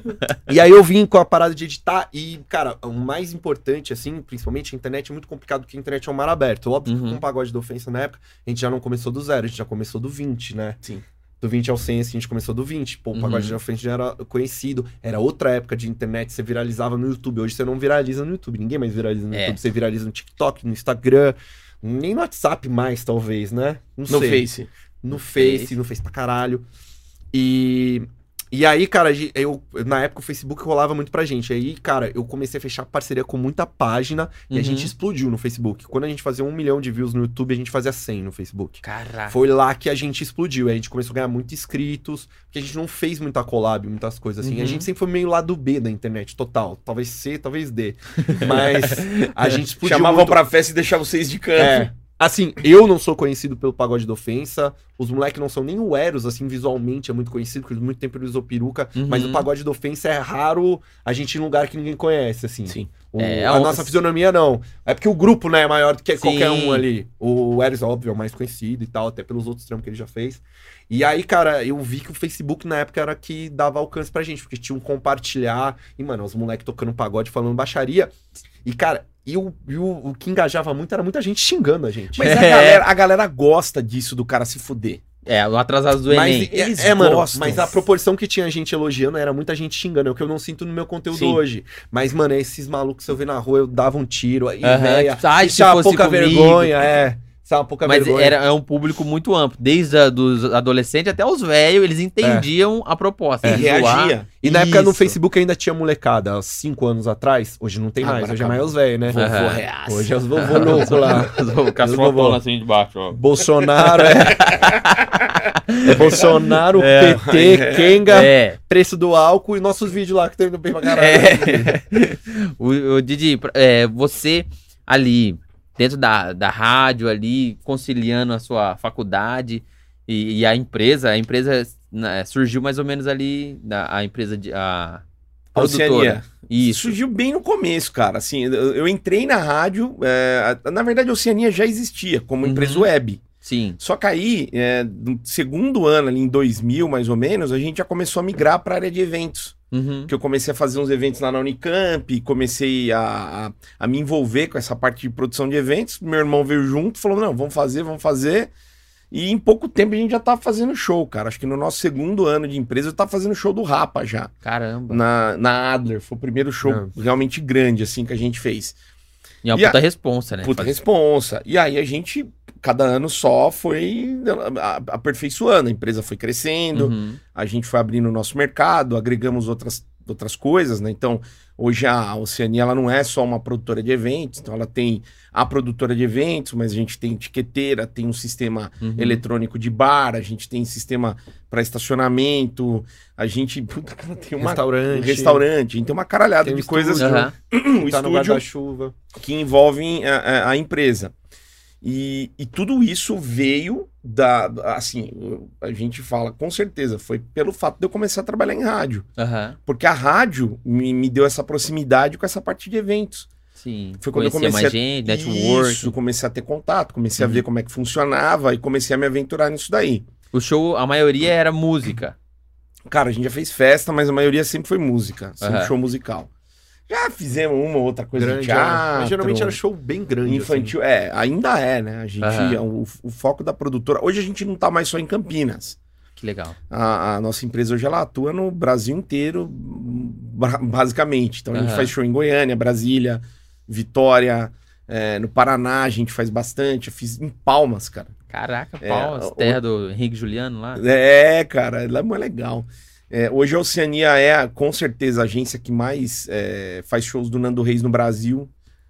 Speaker 3: E aí eu vim com a parada de editar e, cara, o mais importante, assim, principalmente a internet é muito complicado, porque a internet é um mar aberto. Óbvio que
Speaker 1: Uhum.
Speaker 3: com o pagode da ofensa na época, a gente já não começou do zero, a gente já começou do 20, né?
Speaker 2: Sim.
Speaker 3: Do 20 ao 100, assim, a gente começou do 20. Pô, o pagode
Speaker 1: Uhum.
Speaker 3: da ofensa já era conhecido, era outra época de internet, você viralizava no YouTube. Hoje você não viraliza no YouTube, ninguém mais viraliza no
Speaker 1: É.
Speaker 3: YouTube. Você viraliza no TikTok, no Instagram, nem no WhatsApp mais, talvez, né? Não
Speaker 2: No Face.
Speaker 3: no
Speaker 1: No
Speaker 3: Face,
Speaker 1: Face.
Speaker 3: no Face pra caralho. E, e aí, cara, a gen- eu, na época o Facebook rolava muito pra gente. Aí, cara, eu comecei a fechar parceria com muita página e a
Speaker 1: Uhum.
Speaker 3: gente explodiu no Facebook. Quando a gente fazia um milhão de views no YouTube, a gente fazia 100 no Facebook.
Speaker 1: Caraca.
Speaker 3: Foi lá que a gente explodiu. aí A gente começou a ganhar muitos inscritos, porque a gente não fez muita collab, muitas coisas assim. A
Speaker 1: Uhum.
Speaker 3: gente sempre foi meio lado B da internet, total. Talvez C, talvez D. Mas a gente explodiu.
Speaker 2: Chamavam
Speaker 3: muito.
Speaker 2: pra festa e deixavam vocês de canto.
Speaker 3: É. Assim, eu não sou conhecido pelo pagode da ofensa. Os moleques não são nem o Eros, assim, visualmente é muito conhecido, porque muito tempo ele usou peruca.
Speaker 1: Uhum.
Speaker 3: Mas o pagode da ofensa é raro a gente ir em lugar que ninguém conhece, assim.
Speaker 2: Sim.
Speaker 3: O-
Speaker 1: É,
Speaker 3: a
Speaker 1: a-
Speaker 3: nossa fisionomia não. É porque o grupo, né, é maior do que
Speaker 1: Sim.
Speaker 3: qualquer um ali. O Eros, óbvio, é o mais conhecido e tal, até pelos outros trampos que ele já fez. E aí, cara, eu vi que o Facebook na época era que dava alcance pra gente, porque tinha um compartilhar. E, mano, os moleques tocando pagode, falando baixaria. E, cara, e, o, e o, o que engajava muito era muita gente xingando a gente.
Speaker 2: Mas a,
Speaker 1: É.
Speaker 2: galera, a galera gosta disso do cara se fuder.
Speaker 1: É, o atrasado do Enem.
Speaker 3: é-
Speaker 2: eles
Speaker 3: é, mano,
Speaker 2: gostam.
Speaker 3: mas a proporção que tinha gente elogiando era muita gente xingando, é o que eu não sinto no meu conteúdo
Speaker 2: Sim.
Speaker 3: hoje. Mas, mano, esses malucos que eu vi na rua, eu dava um tiro, aí,
Speaker 1: Aham,
Speaker 3: velha,
Speaker 1: tipo, ai,
Speaker 3: que
Speaker 1: se
Speaker 3: tinha
Speaker 1: fosse
Speaker 3: é pouca
Speaker 1: comigo.
Speaker 3: vergonha, é. Tá, pouca
Speaker 1: Mas
Speaker 3: vergonha.
Speaker 1: era, é um público muito amplo, desde a, dos adolescentes até os velhos, eles entendiam a proposta.
Speaker 3: É.
Speaker 2: E
Speaker 1: eles zoavam.
Speaker 2: reagia.
Speaker 3: E na época no
Speaker 1: Isso.
Speaker 3: Facebook ainda tinha molecada, há cinco anos atrás. Hoje não tem
Speaker 2: Ah,
Speaker 3: mais,
Speaker 2: agora
Speaker 3: hoje é
Speaker 2: acabou.
Speaker 3: mais os velhos, né?
Speaker 1: Aham.
Speaker 2: Vovô reaça.
Speaker 3: Hoje é os vovô louco lá.
Speaker 1: Com as
Speaker 3: Eu vou-
Speaker 1: bolas assim de baixo, ó.
Speaker 3: Bolsonaro é. é Bolsonaro,
Speaker 1: É.
Speaker 3: PT, Kenga,
Speaker 1: É,
Speaker 3: preço do álcool e nossos vídeos lá que tem bem pra caralho.
Speaker 1: é. o, o Didi, pra- é, você ali, dentro da, da rádio ali, conciliando a sua faculdade e, e a empresa, a empresa né, surgiu mais ou menos ali, na- a empresa de... A, produtora.
Speaker 2: Oceania.
Speaker 1: Isso.
Speaker 2: Surgiu bem no começo, cara. Assim, eu eu entrei na rádio. é, a- na verdade, a Oceania já existia como
Speaker 1: Uhum.
Speaker 2: empresa web.
Speaker 1: Sim.
Speaker 2: Só que aí, é, no segundo ano, ali em 2000 mais ou menos, a gente já começou a migrar para a área de eventos.
Speaker 1: Uhum.
Speaker 2: Que eu comecei a fazer uns eventos lá na Unicamp, comecei a, a, a me envolver com essa parte de produção de eventos. Meu irmão veio junto, falou: não, vamos fazer, vamos fazer. E em pouco tempo a gente já tava fazendo show, cara. Acho que no nosso segundo ano de empresa eu tava fazendo show do Rapa já
Speaker 1: Caramba.
Speaker 2: na, na Adler. Foi o primeiro show
Speaker 3: Não.
Speaker 2: realmente grande, assim, que a gente fez.
Speaker 1: E é uma
Speaker 2: e a-
Speaker 1: puta responsa, né?
Speaker 2: Puta responsa. E aí a gente, cada ano só, foi a- a- aperfeiçoando. A empresa foi crescendo,
Speaker 1: Uhum.
Speaker 2: a gente foi abrindo o nosso mercado, agregamos outras, outras coisas, né? Então, hoje a Oceania, ela não é só uma produtora de eventos. Então, ela tem a produtora de eventos, mas a gente tem etiqueteira, tem um sistema
Speaker 1: Uhum.
Speaker 2: eletrônico de bar, a gente tem sistema para estacionamento, a gente... Puta, cara, tem uma
Speaker 3: Restaurante.
Speaker 2: restaurante, tem uma caralhada
Speaker 3: Tem um
Speaker 2: de coisas
Speaker 3: estúdio.
Speaker 1: Aham.
Speaker 2: o
Speaker 3: Tá no
Speaker 2: estúdio
Speaker 3: guarda-chuva.
Speaker 2: que envolvem a, a- a empresa. E, e tudo isso veio da. Assim, a gente fala com certeza, foi pelo fato de eu começar a trabalhar em rádio.
Speaker 1: Aham.
Speaker 2: Porque a rádio me, me deu essa proximidade com essa parte de eventos.
Speaker 1: Sim.
Speaker 2: Foi quando eu
Speaker 1: Conhecia
Speaker 2: comecei
Speaker 1: mais
Speaker 2: a-
Speaker 1: gente, network.
Speaker 2: Isso, comecei a ter contato, comecei a ver
Speaker 1: Uhum.
Speaker 2: como é que funcionava e comecei a me aventurar nisso daí.
Speaker 1: O show, a maioria era música.
Speaker 2: Cara, a gente já fez festa, mas a maioria sempre foi música, sempre
Speaker 1: Aham.
Speaker 2: show musical. Já fizemos uma ou outra coisa
Speaker 3: Grande,
Speaker 2: de
Speaker 3: era.
Speaker 2: teatro.
Speaker 3: Mas um geralmente era show bem grande. assim.
Speaker 2: Infantil, é, ainda é, né? A gente,
Speaker 1: assim. Aham.
Speaker 2: o, o foco da produtora. Hoje a gente não tá mais só em Campinas.
Speaker 1: Que legal.
Speaker 2: A, a nossa empresa hoje ela atua no Brasil inteiro, ba- basicamente. Então a gente
Speaker 1: Aham.
Speaker 2: faz show em Goiânia, Brasília, Vitória, é, no Paraná a gente faz bastante. Eu fiz em Palmas, cara.
Speaker 1: Caraca,
Speaker 2: É,
Speaker 1: Palmas,
Speaker 2: o-
Speaker 1: terra do Henrique Juliano lá.
Speaker 2: É, cara, lá é mais legal. É, hoje a Oceania é, com certeza, a agência que mais é, faz shows do Nando Reis no Brasil.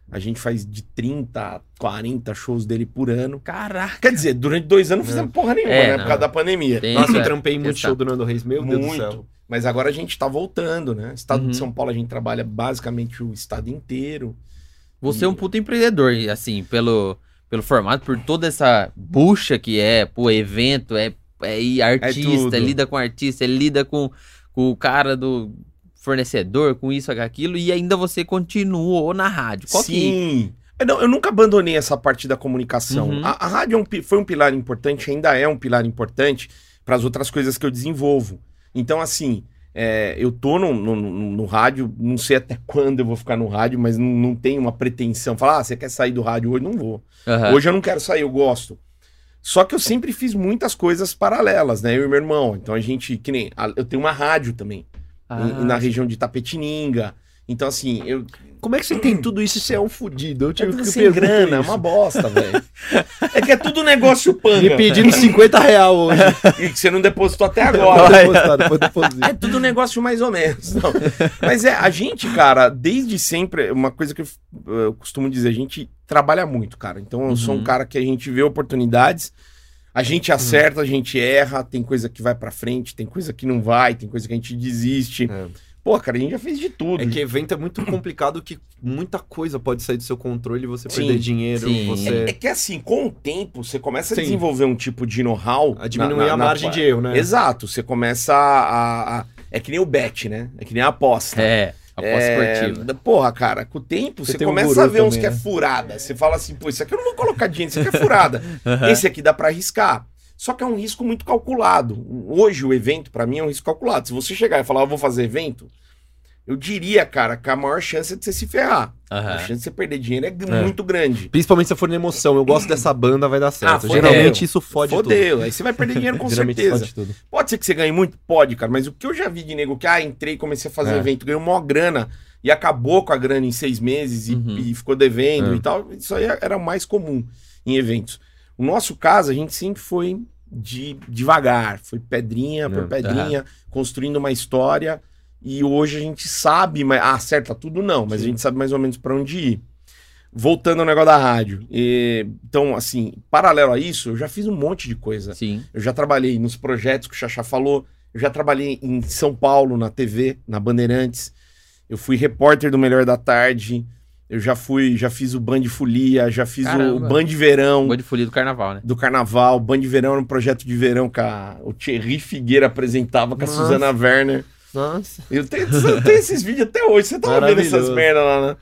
Speaker 2: A gente faz de 30 a 40 shows dele por ano.
Speaker 1: Caraca.
Speaker 2: Quer dizer, durante dois anos não fizemos porra nenhuma,
Speaker 1: É,
Speaker 2: né?
Speaker 1: não.
Speaker 2: Por causa da pandemia.
Speaker 1: Tem,
Speaker 3: Nossa, eu
Speaker 1: cara.
Speaker 3: trampei muito
Speaker 1: Pensar.
Speaker 3: show do Nando Reis, meu Deus do céu.
Speaker 2: Muito. Mas agora a gente tá voltando, né? Estado
Speaker 1: Uhum.
Speaker 2: de São Paulo a gente trabalha basicamente o estado inteiro.
Speaker 1: Você é um puta empreendedor, e, assim, pelo, pelo formato, por toda essa bucha que é, pô, evento, é, é ir artista,
Speaker 2: tudo.
Speaker 1: é lida com artista, é lida com, com o cara do fornecedor, com isso, com aquilo, e ainda você continuou na rádio. Qual que...
Speaker 2: Sim. Eu, não- eu nunca abandonei essa parte da comunicação.
Speaker 1: Uhum.
Speaker 2: A, a rádio é um pi- foi um pilar importante, ainda é um pilar importante para as outras coisas que eu desenvolvo. Então, assim, é, eu tô no, no- no- no rádio, não sei até quando eu vou ficar no rádio, mas não, não tenho uma pretensão. Falar, ah, você quer sair do rádio hoje? Não vou.
Speaker 1: Aham.
Speaker 2: Hoje eu não quero sair, eu gosto. Só que eu sempre fiz muitas coisas paralelas, né? Eu e meu irmão. Então a gente, que nem. a- Eu tenho uma rádio também,
Speaker 1: Ah,
Speaker 2: em- na região de Itapetininga. Então, assim, eu.
Speaker 3: Como é que você tem tudo isso e você é um fudido? Eu
Speaker 2: eu
Speaker 3: tive
Speaker 2: tô
Speaker 3: que
Speaker 2: sem
Speaker 3: perguntar
Speaker 2: grana, é
Speaker 3: isso.
Speaker 2: uma bosta, velho. É que é tudo negócio
Speaker 3: Me
Speaker 2: panga.
Speaker 3: pedindo 50 real hoje.
Speaker 2: E que você não depositou até
Speaker 3: Vou
Speaker 2: agora.
Speaker 3: depositar, depois deposito.
Speaker 2: É tudo negócio mais ou menos. não. Mas é, a gente, cara, desde sempre, uma coisa que eu, f- eu costumo dizer, a gente trabalha muito, cara. Então eu sou
Speaker 1: Uhum.
Speaker 2: um cara que a gente vê oportunidades, a gente
Speaker 3: Uhum.
Speaker 2: acerta, a gente erra, tem coisa que vai pra frente, tem coisa que não vai, tem coisa que a gente desiste.
Speaker 3: É.
Speaker 2: Pô, cara, a gente já fez de tudo.
Speaker 3: É que evento é muito complicado que muita coisa pode sair do seu controle e você
Speaker 2: Sim.
Speaker 3: perder dinheiro,
Speaker 1: Sim.
Speaker 2: É-
Speaker 3: você
Speaker 2: é que assim, com o tempo, você começa
Speaker 3: Sim.
Speaker 2: a desenvolver um tipo de know-how.
Speaker 3: a diminuir
Speaker 2: na- na-
Speaker 3: a
Speaker 2: na-
Speaker 3: margem de erro, né?
Speaker 2: Exato, você começa a, a- a- É que nem o bet, né? É que nem a aposta.
Speaker 1: É, aposta
Speaker 2: É,
Speaker 1: esportiva.
Speaker 2: da- Porra, cara, com o tempo
Speaker 3: Você
Speaker 2: você
Speaker 3: tem um
Speaker 2: começa
Speaker 3: guru
Speaker 2: a ver uns
Speaker 3: também,
Speaker 2: que é
Speaker 3: né?
Speaker 2: furada. Você fala assim, pô, isso aqui eu não vou colocar dinheiro, isso aqui é furada.
Speaker 1: Aham.
Speaker 2: Esse aqui dá pra arriscar. Só que é um risco muito calculado. Hoje o evento, pra mim, é um risco calculado. Se você chegar e falar, "Ah, eu vou fazer evento, eu diria, cara, que a maior chance é de você se ferrar. A
Speaker 1: Aham.
Speaker 2: chance de você perder dinheiro é, g- muito grande.
Speaker 3: Principalmente se for na emoção. Eu gosto dessa banda, vai dar certo.
Speaker 2: Ah, fodeu.
Speaker 3: Geralmente isso fode tudo.
Speaker 2: Fodeu, aí você vai perder dinheiro com
Speaker 3: Geralmente
Speaker 2: certeza.
Speaker 3: fode tudo.
Speaker 2: Pode ser que você ganhe muito? Pode, cara, mas o que eu já vi de nego que, ah, entrei, comecei a fazer
Speaker 3: É.
Speaker 2: evento, ganhou mó grana e acabou com a grana em seis meses e,
Speaker 1: Uhum.
Speaker 2: e ficou devendo
Speaker 3: É.
Speaker 2: e tal, isso aí era o mais comum em eventos. O No nosso caso, a gente sempre foi de devagar, foi pedrinha por
Speaker 3: Hum, tá.
Speaker 2: pedrinha, construindo uma história. E hoje a gente sabe, mas ah, acerta tudo não, mas a
Speaker 3: Sim.
Speaker 2: gente sabe mais ou menos para onde ir. Voltando ao negócio da rádio. eh, então, assim, paralelo a isso, eu já fiz um monte de coisa.
Speaker 1: Sim.
Speaker 2: Eu já trabalhei nos projetos que o Xaxá falou. Eu já trabalhei em São Paulo, na TV, na Bandeirantes. Eu fui repórter do Melhor da Tarde. Eu já fui, já fiz o Band Folia, já fiz o
Speaker 1: Caramba.
Speaker 2: Band Verão
Speaker 1: Boa de folia do carnaval, né?
Speaker 2: do Carnaval. Band Verão era um projeto de verão que a- o Thierry Figueira apresentava com a
Speaker 3: Nossa.
Speaker 2: Suzana Werner.
Speaker 3: Nossa.
Speaker 2: Eu tenho, eu tenho esses vídeos até hoje. Você tava vendo essas
Speaker 3: Maravilhoso.
Speaker 2: merdas lá, né?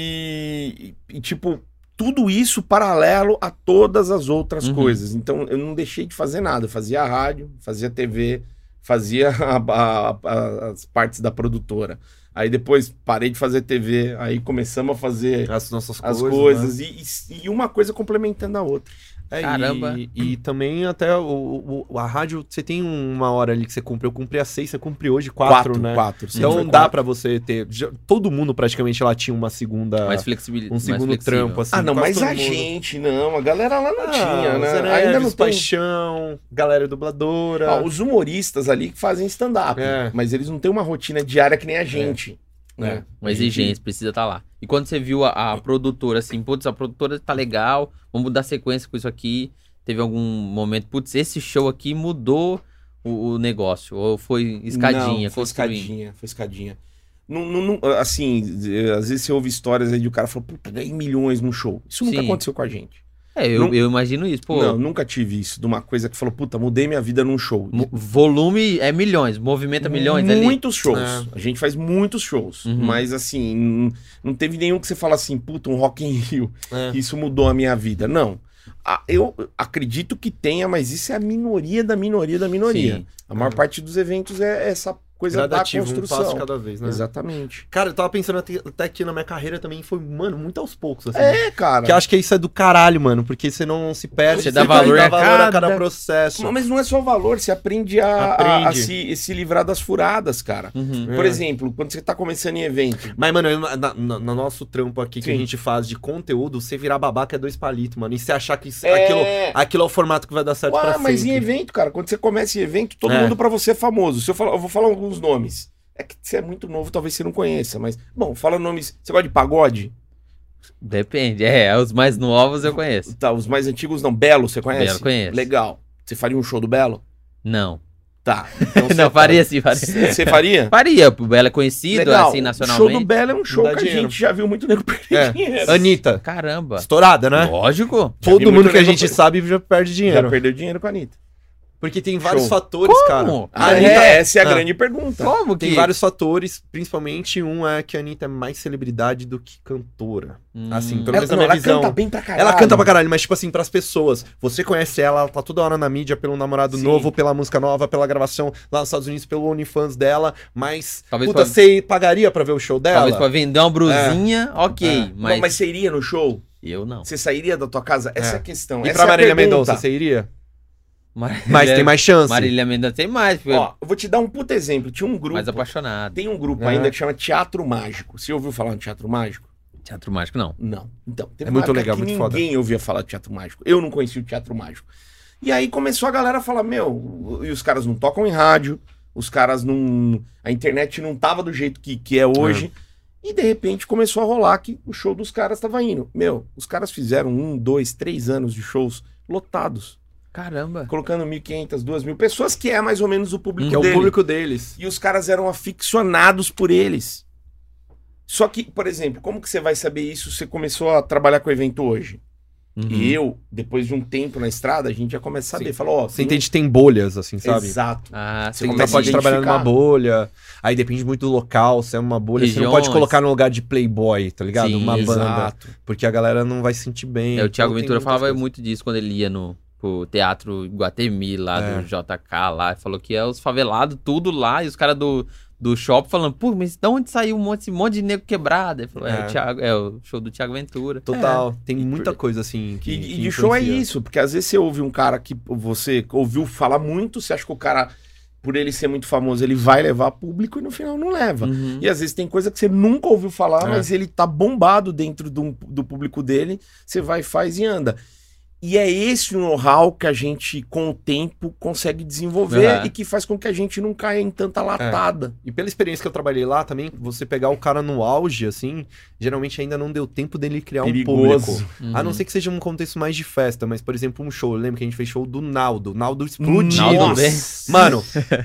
Speaker 2: E, e, tipo, tudo isso paralelo a todas as outras
Speaker 1: Uhum.
Speaker 2: coisas. Então, eu não deixei de fazer nada. Eu fazia rádio, fazia TV, fazia a- a- a- as partes da produtora. Aí depois parei de fazer TV, aí começamos a fazer
Speaker 3: As nossas
Speaker 2: as
Speaker 3: coisas. né?
Speaker 2: coisas, e- e- e uma coisa complementando a outra.
Speaker 3: É, e-
Speaker 1: Caramba.
Speaker 3: E, também até o, o- a rádio, você tem uma hora ali que você cumpre. Eu cumpri às seis, você cumpre hoje quatro, né?
Speaker 2: Quatro,
Speaker 3: Então
Speaker 2: foi
Speaker 3: dá
Speaker 2: quatro.
Speaker 3: pra você ter. já- todo mundo praticamente lá tinha uma segunda.
Speaker 1: Mais flexibilidade.
Speaker 3: um segundo trampo, assim.
Speaker 2: Ah, não,
Speaker 3: quase
Speaker 2: mas a
Speaker 3: todo mundo.
Speaker 2: gente, não. A galera lá não
Speaker 3: Ah,
Speaker 2: tinha, né?
Speaker 3: Zé Neves,
Speaker 2: Ainda não tem.
Speaker 3: Paixão, galera dubladora.
Speaker 2: Ó, os humoristas ali que fazem stand-up,
Speaker 3: É.
Speaker 2: mas eles não têm uma rotina diária que nem a gente. né?
Speaker 3: É.
Speaker 1: Uma exigência, precisa estar lá. E quando você viu a, a produtora, assim, putz, a produtora tá legal, vamos dar sequência com isso aqui. Teve algum momento, putz, esse show aqui mudou o, o negócio. Ou foi escadinha,
Speaker 2: Não, foi
Speaker 1: construindo.
Speaker 2: escadinha, foi escadinha. Não, não- não- assim, eh, às vezes você ouve histórias aí de um cara falou, puta, ganhei milhões num show. Isso nunca
Speaker 1: Sim.
Speaker 2: aconteceu com a gente.
Speaker 1: É, eu,
Speaker 2: Não-
Speaker 1: eu imagino isso, pô.
Speaker 2: Não, nunca tive isso. De uma coisa que falou, puta, mudei minha vida num show.
Speaker 1: mo- Volume é milhões, movimenta milhões ali.
Speaker 2: Muitos shows.
Speaker 3: É.
Speaker 2: A gente faz muitos shows.
Speaker 1: Uhum.
Speaker 2: Mas assim, n- não teve nenhum que você fala assim, puta, um Rock in Rio.
Speaker 3: É.
Speaker 2: Isso mudou a minha vida. Não. A- Eu acredito que tenha, mas isso é a minoria da minoria da minoria.
Speaker 1: Sim.
Speaker 2: A maior
Speaker 3: É.
Speaker 2: parte dos eventos é essa coisa da
Speaker 3: Gradativo, um
Speaker 2: construção.
Speaker 3: passo cada vez, né?
Speaker 2: Exatamente.
Speaker 3: Cara, eu tava pensando até, até que na minha carreira também foi, mano, muito aos poucos, assim.
Speaker 2: É, cara.
Speaker 3: Que eu acho que isso é do caralho, mano, porque você não se perde.
Speaker 1: Você dá valor
Speaker 3: dá
Speaker 1: a
Speaker 3: valor a
Speaker 2: cada-
Speaker 3: cada processo.
Speaker 2: Não, Mas não é só valor, você aprende a,
Speaker 3: Aprende.
Speaker 2: a- a se, se livrar das furadas, cara.
Speaker 1: Uhum.
Speaker 2: Por
Speaker 3: É.
Speaker 2: exemplo, quando você tá começando em evento.
Speaker 3: Mas, mano, eu- na, na- no nosso trampo aqui que a
Speaker 2: Sim.
Speaker 3: gente faz de conteúdo, você virar babaca é dois palitos, mano. E você achar que isso-
Speaker 2: É.
Speaker 3: aquilo, aquilo é o formato que vai dar certo pra
Speaker 2: Ah, mas em
Speaker 3: sempre.
Speaker 2: evento, cara, quando você começa em evento, todo
Speaker 3: É.
Speaker 2: mundo pra você é famoso. Se eu, falar, eu vou falar alguns nomes. É que você é muito novo, talvez você não conheça, mas. Bom, fala nomes. Você gosta de pagode?
Speaker 1: Depende, é, os mais novos eu conheço.
Speaker 2: Tá, os mais antigos não. Belo, você conhece?
Speaker 1: Belo, conheço.
Speaker 2: Legal. Você faria um show do Belo?
Speaker 1: Não.
Speaker 2: Tá. Então
Speaker 1: Não, faria sim, faria.
Speaker 2: Você faria?
Speaker 1: Faria, pô, ela é conhecida, assim,
Speaker 2: Legal. O show do
Speaker 1: nacionalmente.
Speaker 2: Belo é um show
Speaker 3: Dá
Speaker 2: que a
Speaker 3: dinheiro.
Speaker 2: gente já viu muito nego perder
Speaker 3: É.
Speaker 2: dinheiro.
Speaker 3: Anitta,
Speaker 1: Caramba.
Speaker 3: estourada, né?
Speaker 1: Lógico.
Speaker 2: vi
Speaker 3: Todo mundo
Speaker 2: muito
Speaker 3: que a
Speaker 2: legal-
Speaker 3: gente sabe já perde
Speaker 2: Já
Speaker 3: dinheiro.
Speaker 2: perdeu dinheiro com a Anitta.
Speaker 3: Porque tem vários
Speaker 2: Show.
Speaker 3: fatores, cara.
Speaker 1: Como?
Speaker 2: Ah,
Speaker 3: Anitta-
Speaker 2: é, essa é a
Speaker 3: Ah.
Speaker 2: grande pergunta.
Speaker 1: Como que?
Speaker 3: Tem vários fatores, principalmente um é que a Anitta é mais celebridade do que cantora.
Speaker 1: Hum.
Speaker 3: Assim,
Speaker 2: Ela,
Speaker 3: pelo menos na
Speaker 2: não,
Speaker 3: minha
Speaker 2: ela
Speaker 3: visão.
Speaker 2: canta bem pra caralho.
Speaker 3: Ela canta pra caralho, mas tipo assim, pras pessoas. Você conhece ela, ela tá toda hora na mídia pelo namorado
Speaker 2: Sim.
Speaker 3: novo, pela música nova, pela gravação lá nos Estados Unidos, pelo OnlyFans dela, mas.
Speaker 1: Talvez
Speaker 3: puta,
Speaker 1: pra-
Speaker 3: você pagaria pra ver o show dela?
Speaker 1: Talvez pra vender uma brusinha, ok.
Speaker 3: É.
Speaker 2: Mas...
Speaker 1: Mas,
Speaker 2: Não, Ah. mas você iria no show?
Speaker 1: eu não.
Speaker 2: Você sairia da tua casa? Essa é,
Speaker 3: É.
Speaker 2: a questão.
Speaker 3: E
Speaker 2: essa
Speaker 3: pra
Speaker 2: é a
Speaker 3: Marília
Speaker 2: pergunta.
Speaker 3: Mendonça, você iria?
Speaker 1: Marília-
Speaker 3: Mas tem mais chance.
Speaker 1: Marília Mendonça tem mais, foi
Speaker 2: Ó, eu vou te dar um puta exemplo. Tinha um grupo.
Speaker 1: mais apaixonada.
Speaker 2: Tem um grupo
Speaker 3: Aham.
Speaker 2: ainda que chama Teatro Mágico. Você ouviu falar no Teatro Mágico?
Speaker 1: Teatro Mágico, não.
Speaker 2: Não. Então, teve
Speaker 3: É muito
Speaker 2: uma época
Speaker 3: legal,
Speaker 2: que
Speaker 3: muito foda.
Speaker 2: ninguém ouvia falar de Teatro Mágico. Eu não conhecia o Teatro Mágico. E aí começou a galera a falar, meu, e os caras não tocam em rádio, os caras não... A internet não tava do jeito que, que é hoje.
Speaker 3: É.
Speaker 2: E de repente começou a rolar que o show dos caras tava indo. Meu, os caras fizeram um, dois, três anos de shows lotados.
Speaker 1: Caramba.
Speaker 2: Colocando 1.500, 2.000 pessoas, que é mais ou menos o público
Speaker 3: Que é o
Speaker 2: dele.
Speaker 3: público deles.
Speaker 2: E os caras eram aficionados por eles. Só que, por exemplo, como que você vai saber isso se você começou a trabalhar com o evento hoje?
Speaker 1: Uhum.
Speaker 2: E eu, depois de um tempo na estrada, a gente já começa a saber. Fala, ó, um
Speaker 3: Você entende que tem bolhas, assim, sabe?
Speaker 2: Exato.
Speaker 1: Ah, você
Speaker 2: Você
Speaker 3: Você
Speaker 2: começa a
Speaker 3: pode trabalhar
Speaker 2: identificar.
Speaker 3: numa bolha. Aí depende muito do local, se é uma bolha. Você não
Speaker 1: Regiões.
Speaker 3: pode colocar no lugar de Playboy, tá ligado?
Speaker 1: Sim,
Speaker 3: uma banda.
Speaker 2: Exato.
Speaker 3: Porque a galera não vai se sentir bem.
Speaker 1: É, o Thiago
Speaker 3: Então, tem
Speaker 1: Ventura
Speaker 3: muitas
Speaker 1: falava
Speaker 3: coisas.
Speaker 1: muito disso quando ele ia no pro teatro Guatemi lá
Speaker 3: É.
Speaker 1: do JK lá, falou que é os favelados tudo lá e os caras do, do shopping falando, pô, mas de onde saiu um monte, esse monte de nego quebrado? Ele falou, é.
Speaker 3: É.
Speaker 1: o Thiago, é o show do Thiago Ventura.
Speaker 3: Total. Tem muita coisa assim.
Speaker 2: E,
Speaker 3: Que,
Speaker 2: e
Speaker 3: que
Speaker 2: de show é
Speaker 3: influencia.
Speaker 2: isso, porque às vezes você ouve um cara que você ouviu falar muito, você acha que o cara, por ele ser muito famoso, ele vai levar público e no final não leva.
Speaker 1: Uhum.
Speaker 2: E às vezes tem coisa que você nunca ouviu falar,
Speaker 3: É.
Speaker 2: um, mas ele tá bombado dentro do, do público dele, você vai, faz e anda. E é esse o know-how que a gente, com o tempo, consegue desenvolver
Speaker 1: Uhum.
Speaker 2: e que faz com que a gente não caia em
Speaker 3: É.
Speaker 2: tanta latada.
Speaker 3: E pela experiência que eu trabalhei lá também, você pegar o cara no auge, assim, geralmente ainda não deu tempo dele criar um público. A
Speaker 1: Uhum.
Speaker 3: não ser que seja um contexto mais de festa, mas, por exemplo, um show. Eu lembro que a gente fez show do Naldo. Naldo explodiu.
Speaker 1: Naldo
Speaker 3: Nossa.
Speaker 1: bem.
Speaker 3: Mano,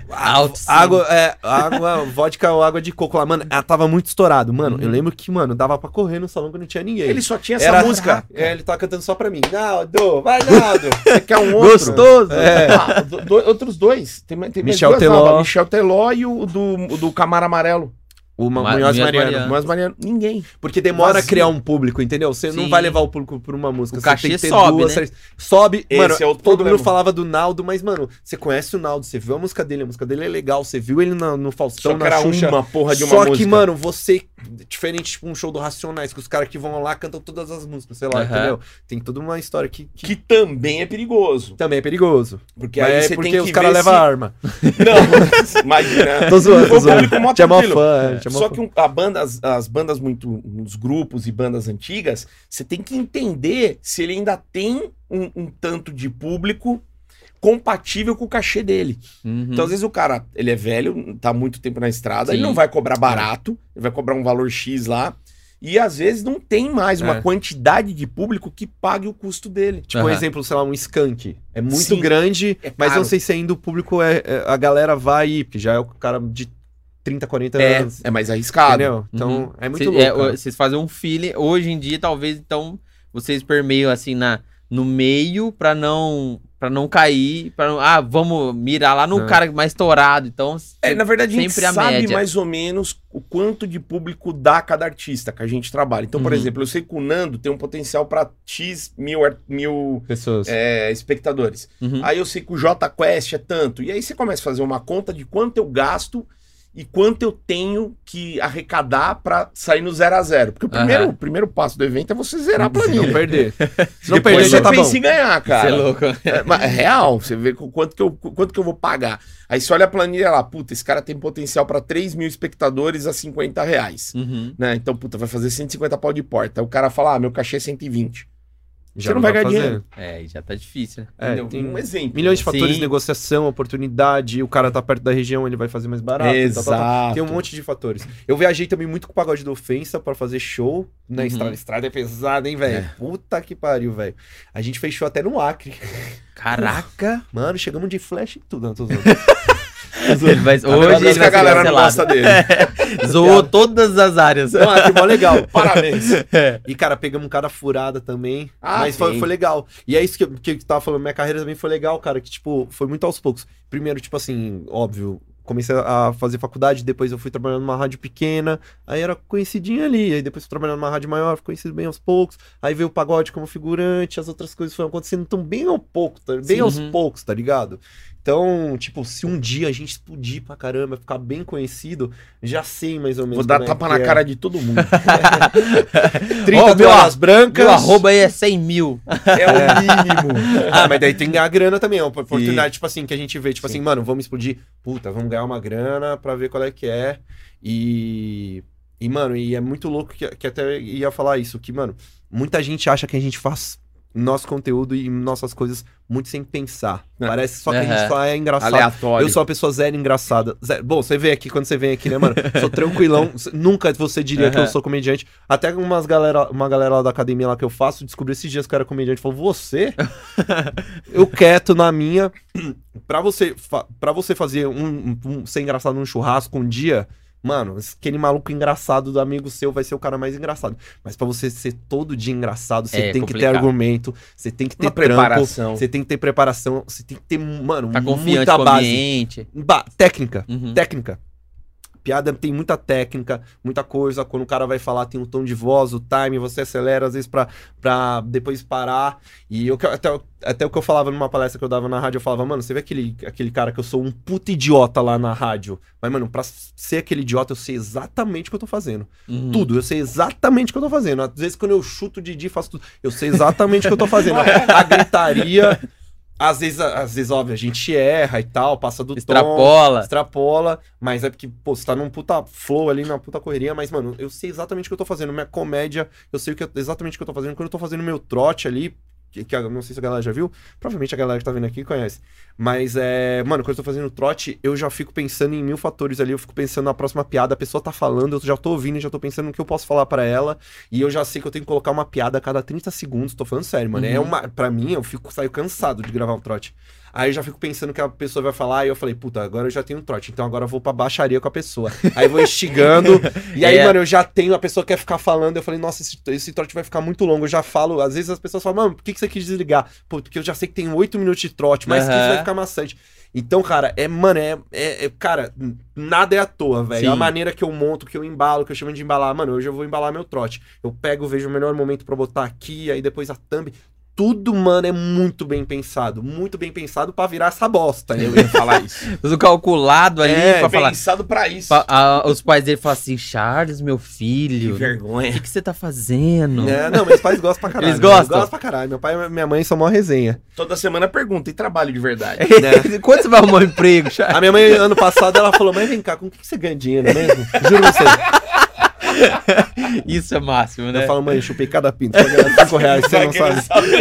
Speaker 1: Alto, sim.
Speaker 3: água, é, água, vodka ou água de coco lá, mano, ela tava muito estourado. Mano, eu lembro que, mano, dava pra correr no salão que não tinha ninguém.
Speaker 2: Ele só tinha essa
Speaker 3: Era-
Speaker 2: música.
Speaker 3: É, ele tava cantando só pra mim. Naldo, vai, Naldo. É.
Speaker 2: Você quer um outro?
Speaker 1: Gostoso!
Speaker 2: Ah, do- do- outros dois. Tem, mais- tem mais
Speaker 3: Michel
Speaker 2: duas
Speaker 3: Teló.
Speaker 2: novas. Michel Teló e o do, o do Camaro Amarelo.
Speaker 3: o Ma-
Speaker 1: Ma-
Speaker 3: Munhoz
Speaker 1: Munhoz
Speaker 3: Mariano.
Speaker 1: Mariano.
Speaker 2: Mas, Mariano, ninguém.
Speaker 3: Porque demora
Speaker 2: Vazio.
Speaker 3: a criar um público, entendeu? Você não
Speaker 1: Sim.
Speaker 3: vai levar o público pra uma música.
Speaker 1: O
Speaker 3: você
Speaker 1: cachê
Speaker 3: tem que ter
Speaker 1: sobe,
Speaker 3: duas,
Speaker 1: né?
Speaker 3: três- Sobe.
Speaker 2: Esse
Speaker 3: mano,
Speaker 2: é o
Speaker 3: todo
Speaker 2: problema.
Speaker 3: mundo falava do Naldo, mas, mano, você conhece o Naldo, você viu a música dele, a música dele é legal, você viu ele na- no Faustão,
Speaker 2: Só que
Speaker 3: na
Speaker 2: era
Speaker 3: Xuxa.
Speaker 2: uma porra de uma
Speaker 3: Só
Speaker 2: música.
Speaker 3: que, mano, você. Diferente, tipo, um show do Racionais, que os caras que vão lá cantam todas as músicas, sei lá,
Speaker 1: Aham.
Speaker 3: entendeu? Tem toda uma história que, que
Speaker 2: Que também é perigoso.
Speaker 3: também é perigoso.
Speaker 2: Porque
Speaker 3: Mas
Speaker 2: aí
Speaker 3: é
Speaker 2: você
Speaker 3: porque
Speaker 2: tem que
Speaker 3: os caras
Speaker 2: ver
Speaker 3: levam
Speaker 2: se-
Speaker 3: arma.
Speaker 2: Não, imagina.
Speaker 3: Tô zoando, tô
Speaker 2: Foi um
Speaker 3: zoando.
Speaker 2: público mó
Speaker 3: Tinha mó
Speaker 2: tranquilo.
Speaker 3: fã, é, tinha mó
Speaker 2: Só
Speaker 3: fã.
Speaker 2: que um- a banda, as, as bandas muito. Os grupos e bandas antigas, você tem que entender se ele ainda tem um, um tanto de público compatível com o cachê dele.
Speaker 1: Uhum.
Speaker 2: Então, às vezes, o cara, ele é velho, tá muito tempo na estrada, ele
Speaker 1: Sim.
Speaker 2: não vai
Speaker 3: É.
Speaker 2: cobrar barato, ele vai cobrar um valor X lá. E às vezes não tem mais uma
Speaker 3: É.
Speaker 2: quantidade de público que pague o custo dele.
Speaker 3: Tipo, um
Speaker 1: Aham.
Speaker 3: exemplo, sei lá, um skunk. É muito
Speaker 2: Sim.
Speaker 3: grande,
Speaker 2: É
Speaker 3: mas eu
Speaker 2: caro.
Speaker 3: não sei se ainda o público é, é- A galera vai ir, porque já é o cara de 30, 40
Speaker 2: É, Uhum.
Speaker 3: anos.
Speaker 2: é mais arriscado.
Speaker 3: Entendeu? Então, é muito
Speaker 1: Cê-
Speaker 3: louco.
Speaker 1: é,
Speaker 3: cara.
Speaker 1: vocês fazem um feeling. Hoje em dia, talvez, então, vocês permeiam assim na, no meio pra não para não cair, para não, ah, vamos mirar lá no
Speaker 3: É.
Speaker 1: cara mais estourado. Então,
Speaker 2: É, na verdade, a gente
Speaker 1: Sempre a
Speaker 2: sabe
Speaker 1: média.
Speaker 2: mais ou menos o quanto de público dá cada artista que a gente trabalha. Então, por
Speaker 1: Uhum.
Speaker 2: exemplo, eu sei que o Nando tem um potencial para X mil, ar- mil
Speaker 3: Pessoas.
Speaker 2: é, espectadores.
Speaker 1: uhum.
Speaker 2: Aí eu sei que o J Quest é tanto. E aí você começa a fazer uma conta de quanto eu gasto e quanto eu tenho que arrecadar para sair no zero a zero. Porque o primeiro,
Speaker 1: Aham. Uhum.
Speaker 2: o primeiro passo do evento é você zerar a
Speaker 3: não
Speaker 2: planilha.
Speaker 3: perder. Se não
Speaker 2: Depois
Speaker 3: perder,
Speaker 2: você
Speaker 3: já tá bom.
Speaker 2: pensa em ganhar, cara.
Speaker 1: Cê é louco.
Speaker 2: É, mas é real, você vê com quanto que, eu, com quanto que eu vou pagar. Aí você olha a planilha lá, puta, esse cara tem potencial pra 3 mil espectadores a 50 reais.
Speaker 1: Uhum.
Speaker 2: Né? Então, puta, vai fazer 150 pau de porta. Aí o cara fala, ah, meu cachê é 120.
Speaker 3: Já
Speaker 2: não vai
Speaker 3: dá pra
Speaker 2: ganhar
Speaker 3: fazer.
Speaker 2: dinheiro.
Speaker 1: É, e já tá difícil. né?
Speaker 3: É,
Speaker 2: Entendeu?
Speaker 3: tem
Speaker 2: Um exemplo.
Speaker 3: milhões de fatores,
Speaker 1: Sim.
Speaker 3: negociação, oportunidade, o cara tá perto da região, ele vai fazer mais barato. e tal, tal, tal.
Speaker 2: Exato.
Speaker 3: Tem um monte de fatores. Eu viajei também muito com o pagode da ofensa pra fazer show na
Speaker 1: Uhum.
Speaker 3: estrada. Estrada é pesada, hein, velho?
Speaker 2: É.
Speaker 3: Puta que pariu, velho. A gente fez show até no Acre.
Speaker 1: Caraca.
Speaker 3: Mano, chegamos de flash e tudo. Não, tô zoando. Tá
Speaker 1: Ele vai-
Speaker 2: Mas
Speaker 1: hoje ele
Speaker 2: que a
Speaker 1: vai ser
Speaker 2: galera não
Speaker 1: cancelado.
Speaker 2: gosta dele.
Speaker 1: Zoou todas as áreas.
Speaker 3: Não, Acre, mó legal.
Speaker 2: Parabéns.
Speaker 3: E, cara, pegamos um cara furada também.
Speaker 2: Ah,
Speaker 3: mas foi,
Speaker 2: sim.
Speaker 3: foi legal. E é isso que, eu- que eu tava falando. Minha carreira também foi legal, cara. Que, tipo, foi muito aos poucos. Primeiro, tipo assim, óbvio. Comecei a fazer faculdade, depois eu fui trabalhando numa rádio pequena, aí era conhecidinha ali, aí depois fui trabalhando numa rádio maior, fui conhecido bem aos poucos, aí veio o pagode como figurante, as outras coisas foram acontecendo então bem ao pouco, tá- bem
Speaker 1: Sim,
Speaker 3: aos
Speaker 1: uhum.
Speaker 3: poucos, tá ligado? Então, tipo, se um dia a gente explodir pra caramba, ficar bem conhecido, já sei mais ou menos.
Speaker 2: Vou dar
Speaker 3: como é
Speaker 2: tapa
Speaker 3: que
Speaker 2: na
Speaker 3: é.
Speaker 2: cara de todo mundo.
Speaker 3: 30
Speaker 1: Ó, meu
Speaker 3: toalhas brancas.
Speaker 1: Meu arroba aí é 100 mil.
Speaker 2: É o mínimo.
Speaker 3: Ah, mas daí tem que ganhar grana também, é uma oportunidade, tipo assim, que a gente vê, tipo assim, mano, vamos explodir, puta, vamos ganhar uma grana pra ver qual é que é. E. E, mano, e é muito louco que, que até ia falar isso, que, mano, muita gente acha que a gente faz nosso conteúdo e nossas coisas muito sem pensar.
Speaker 2: É.
Speaker 3: Parece só que a
Speaker 1: Aham.
Speaker 3: gente só é engraçado.
Speaker 2: Aleatório.
Speaker 3: Eu sou uma pessoa zero engraçada. Zero- Bom, você vê aqui, quando você vem aqui, né, mano? Sou tranquilão. s- Nunca você diria que eu
Speaker 1: Aham.
Speaker 3: sou comediante. Até umas galera, uma galera lá da academia lá que eu faço descobriu esses dias que eu era comediante. Falou, você? eu quieto na minha. Pra você, fa- pra você fazer um, um- um- ser engraçado num churrasco um dia... Mano, aquele maluco engraçado do amigo seu vai ser o cara mais engraçado. Mas pra você ser todo dia engraçado, você
Speaker 1: É,
Speaker 3: tem que
Speaker 1: complicado.
Speaker 3: ter argumento, você tem que ter
Speaker 2: Uma
Speaker 3: preparação,
Speaker 2: preparação.
Speaker 3: você tem que ter preparação, você tem que ter, mano,
Speaker 1: Tá confiante
Speaker 3: muita
Speaker 1: com o
Speaker 3: base.
Speaker 1: ambiente.
Speaker 3: Ba- técnica,
Speaker 1: Uhum.
Speaker 3: técnica. Piada tem muita técnica, muita coisa. Quando o cara vai falar, tem o tom de voz, o time, você acelera, às vezes, pra, pra depois parar. E eu, que- até, até o que eu falava numa palestra que eu dava na rádio, eu falava, mano, você vê aquele, aquele cara que eu sou um puta idiota lá na rádio. Mas, mano, pra ser aquele idiota, eu sei exatamente o que eu tô fazendo.
Speaker 1: Uhum.
Speaker 3: Tudo, eu sei exatamente o que eu tô fazendo. Às vezes, quando eu chuto o Didi, faço tudo. Eu sei exatamente o que eu tô fazendo. A gritaria. Às vezes, às vezes, óbvio, a gente erra e tal, passa do tom,
Speaker 1: Extrapola.
Speaker 3: extrapola, mas é porque, pô, você tá num puta flow ali, numa puta correria, mas, mano, eu sei exatamente o que eu tô fazendo. Minha comédia, eu sei o que eu- exatamente o que eu tô fazendo. Quando eu tô fazendo meu trote ali, que, que eu não sei se a galera já viu, provavelmente a galera que tá vendo aqui conhece. Mas é, mano, quando eu tô fazendo trote, eu já fico pensando em mil fatores ali, eu fico pensando na próxima piada, a pessoa tá falando, eu já tô ouvindo, já tô pensando no que eu posso falar pra ela, e eu já sei que eu tenho que colocar uma piada a cada 30 segundos, tô falando sério, mano. É
Speaker 1: Uhum.
Speaker 3: uma, para mim, eu fico saio cansado de gravar um trote. Aí eu já fico pensando o que a pessoa vai falar, e eu falei, puta, agora eu já tenho um trote, então agora eu vou pra baixaria com a pessoa. Aí eu vou instigando, e aí,
Speaker 1: É.
Speaker 3: mano, eu já tenho, a pessoa quer ficar falando, eu falei, nossa, esse, esse trote vai ficar muito longo. Eu já falo, às vezes as pessoas falam, mano, por que, que você quis desligar? Pô, porque eu já sei que tem oito minutos de trote, mas que isso
Speaker 1: Aham.
Speaker 3: vai ficar maçante. Então, cara, é, mano, é, é, é- cara, n- nada é à toa, velho. A
Speaker 1: Sim.
Speaker 3: maneira que eu monto, que eu embalo, que eu chamo de embalar, mano, hoje eu vou embalar meu trote. Eu pego, vejo o melhor momento pra botar aqui, aí depois a thumb. Tudo, mano, é muito bem pensado. Muito bem pensado pra virar essa bosta. né?
Speaker 2: Eu ia falar isso.
Speaker 1: Tudo calculado ali
Speaker 3: É,
Speaker 1: pra falar.
Speaker 2: Pensado pra isso.
Speaker 1: Fa- a- os pais dele falam assim: Charles, meu filho, o
Speaker 2: vergonha.
Speaker 1: que, que você tá fazendo?
Speaker 3: É, não, meus pais gostam pra caralho.
Speaker 1: Eles
Speaker 3: mano,
Speaker 1: gostam?
Speaker 3: pra caralho. Meu pai e minha mãe são mó resenha.
Speaker 2: Toda semana pergunta, e trabalho de verdade?
Speaker 1: É.
Speaker 2: Né?
Speaker 1: Quando você vai arrumar um emprego, Charles?
Speaker 3: A minha mãe, ano passado, ela falou: Mas vem cá, com o que que você ganha dinheiro mesmo? Juro pra você.
Speaker 1: Isso é máximo, né?
Speaker 3: Eu falo, mãe, eu chupei cada pinto, pra ganhar 5
Speaker 2: é
Speaker 3: reais, você não
Speaker 2: Aquele
Speaker 3: sabe.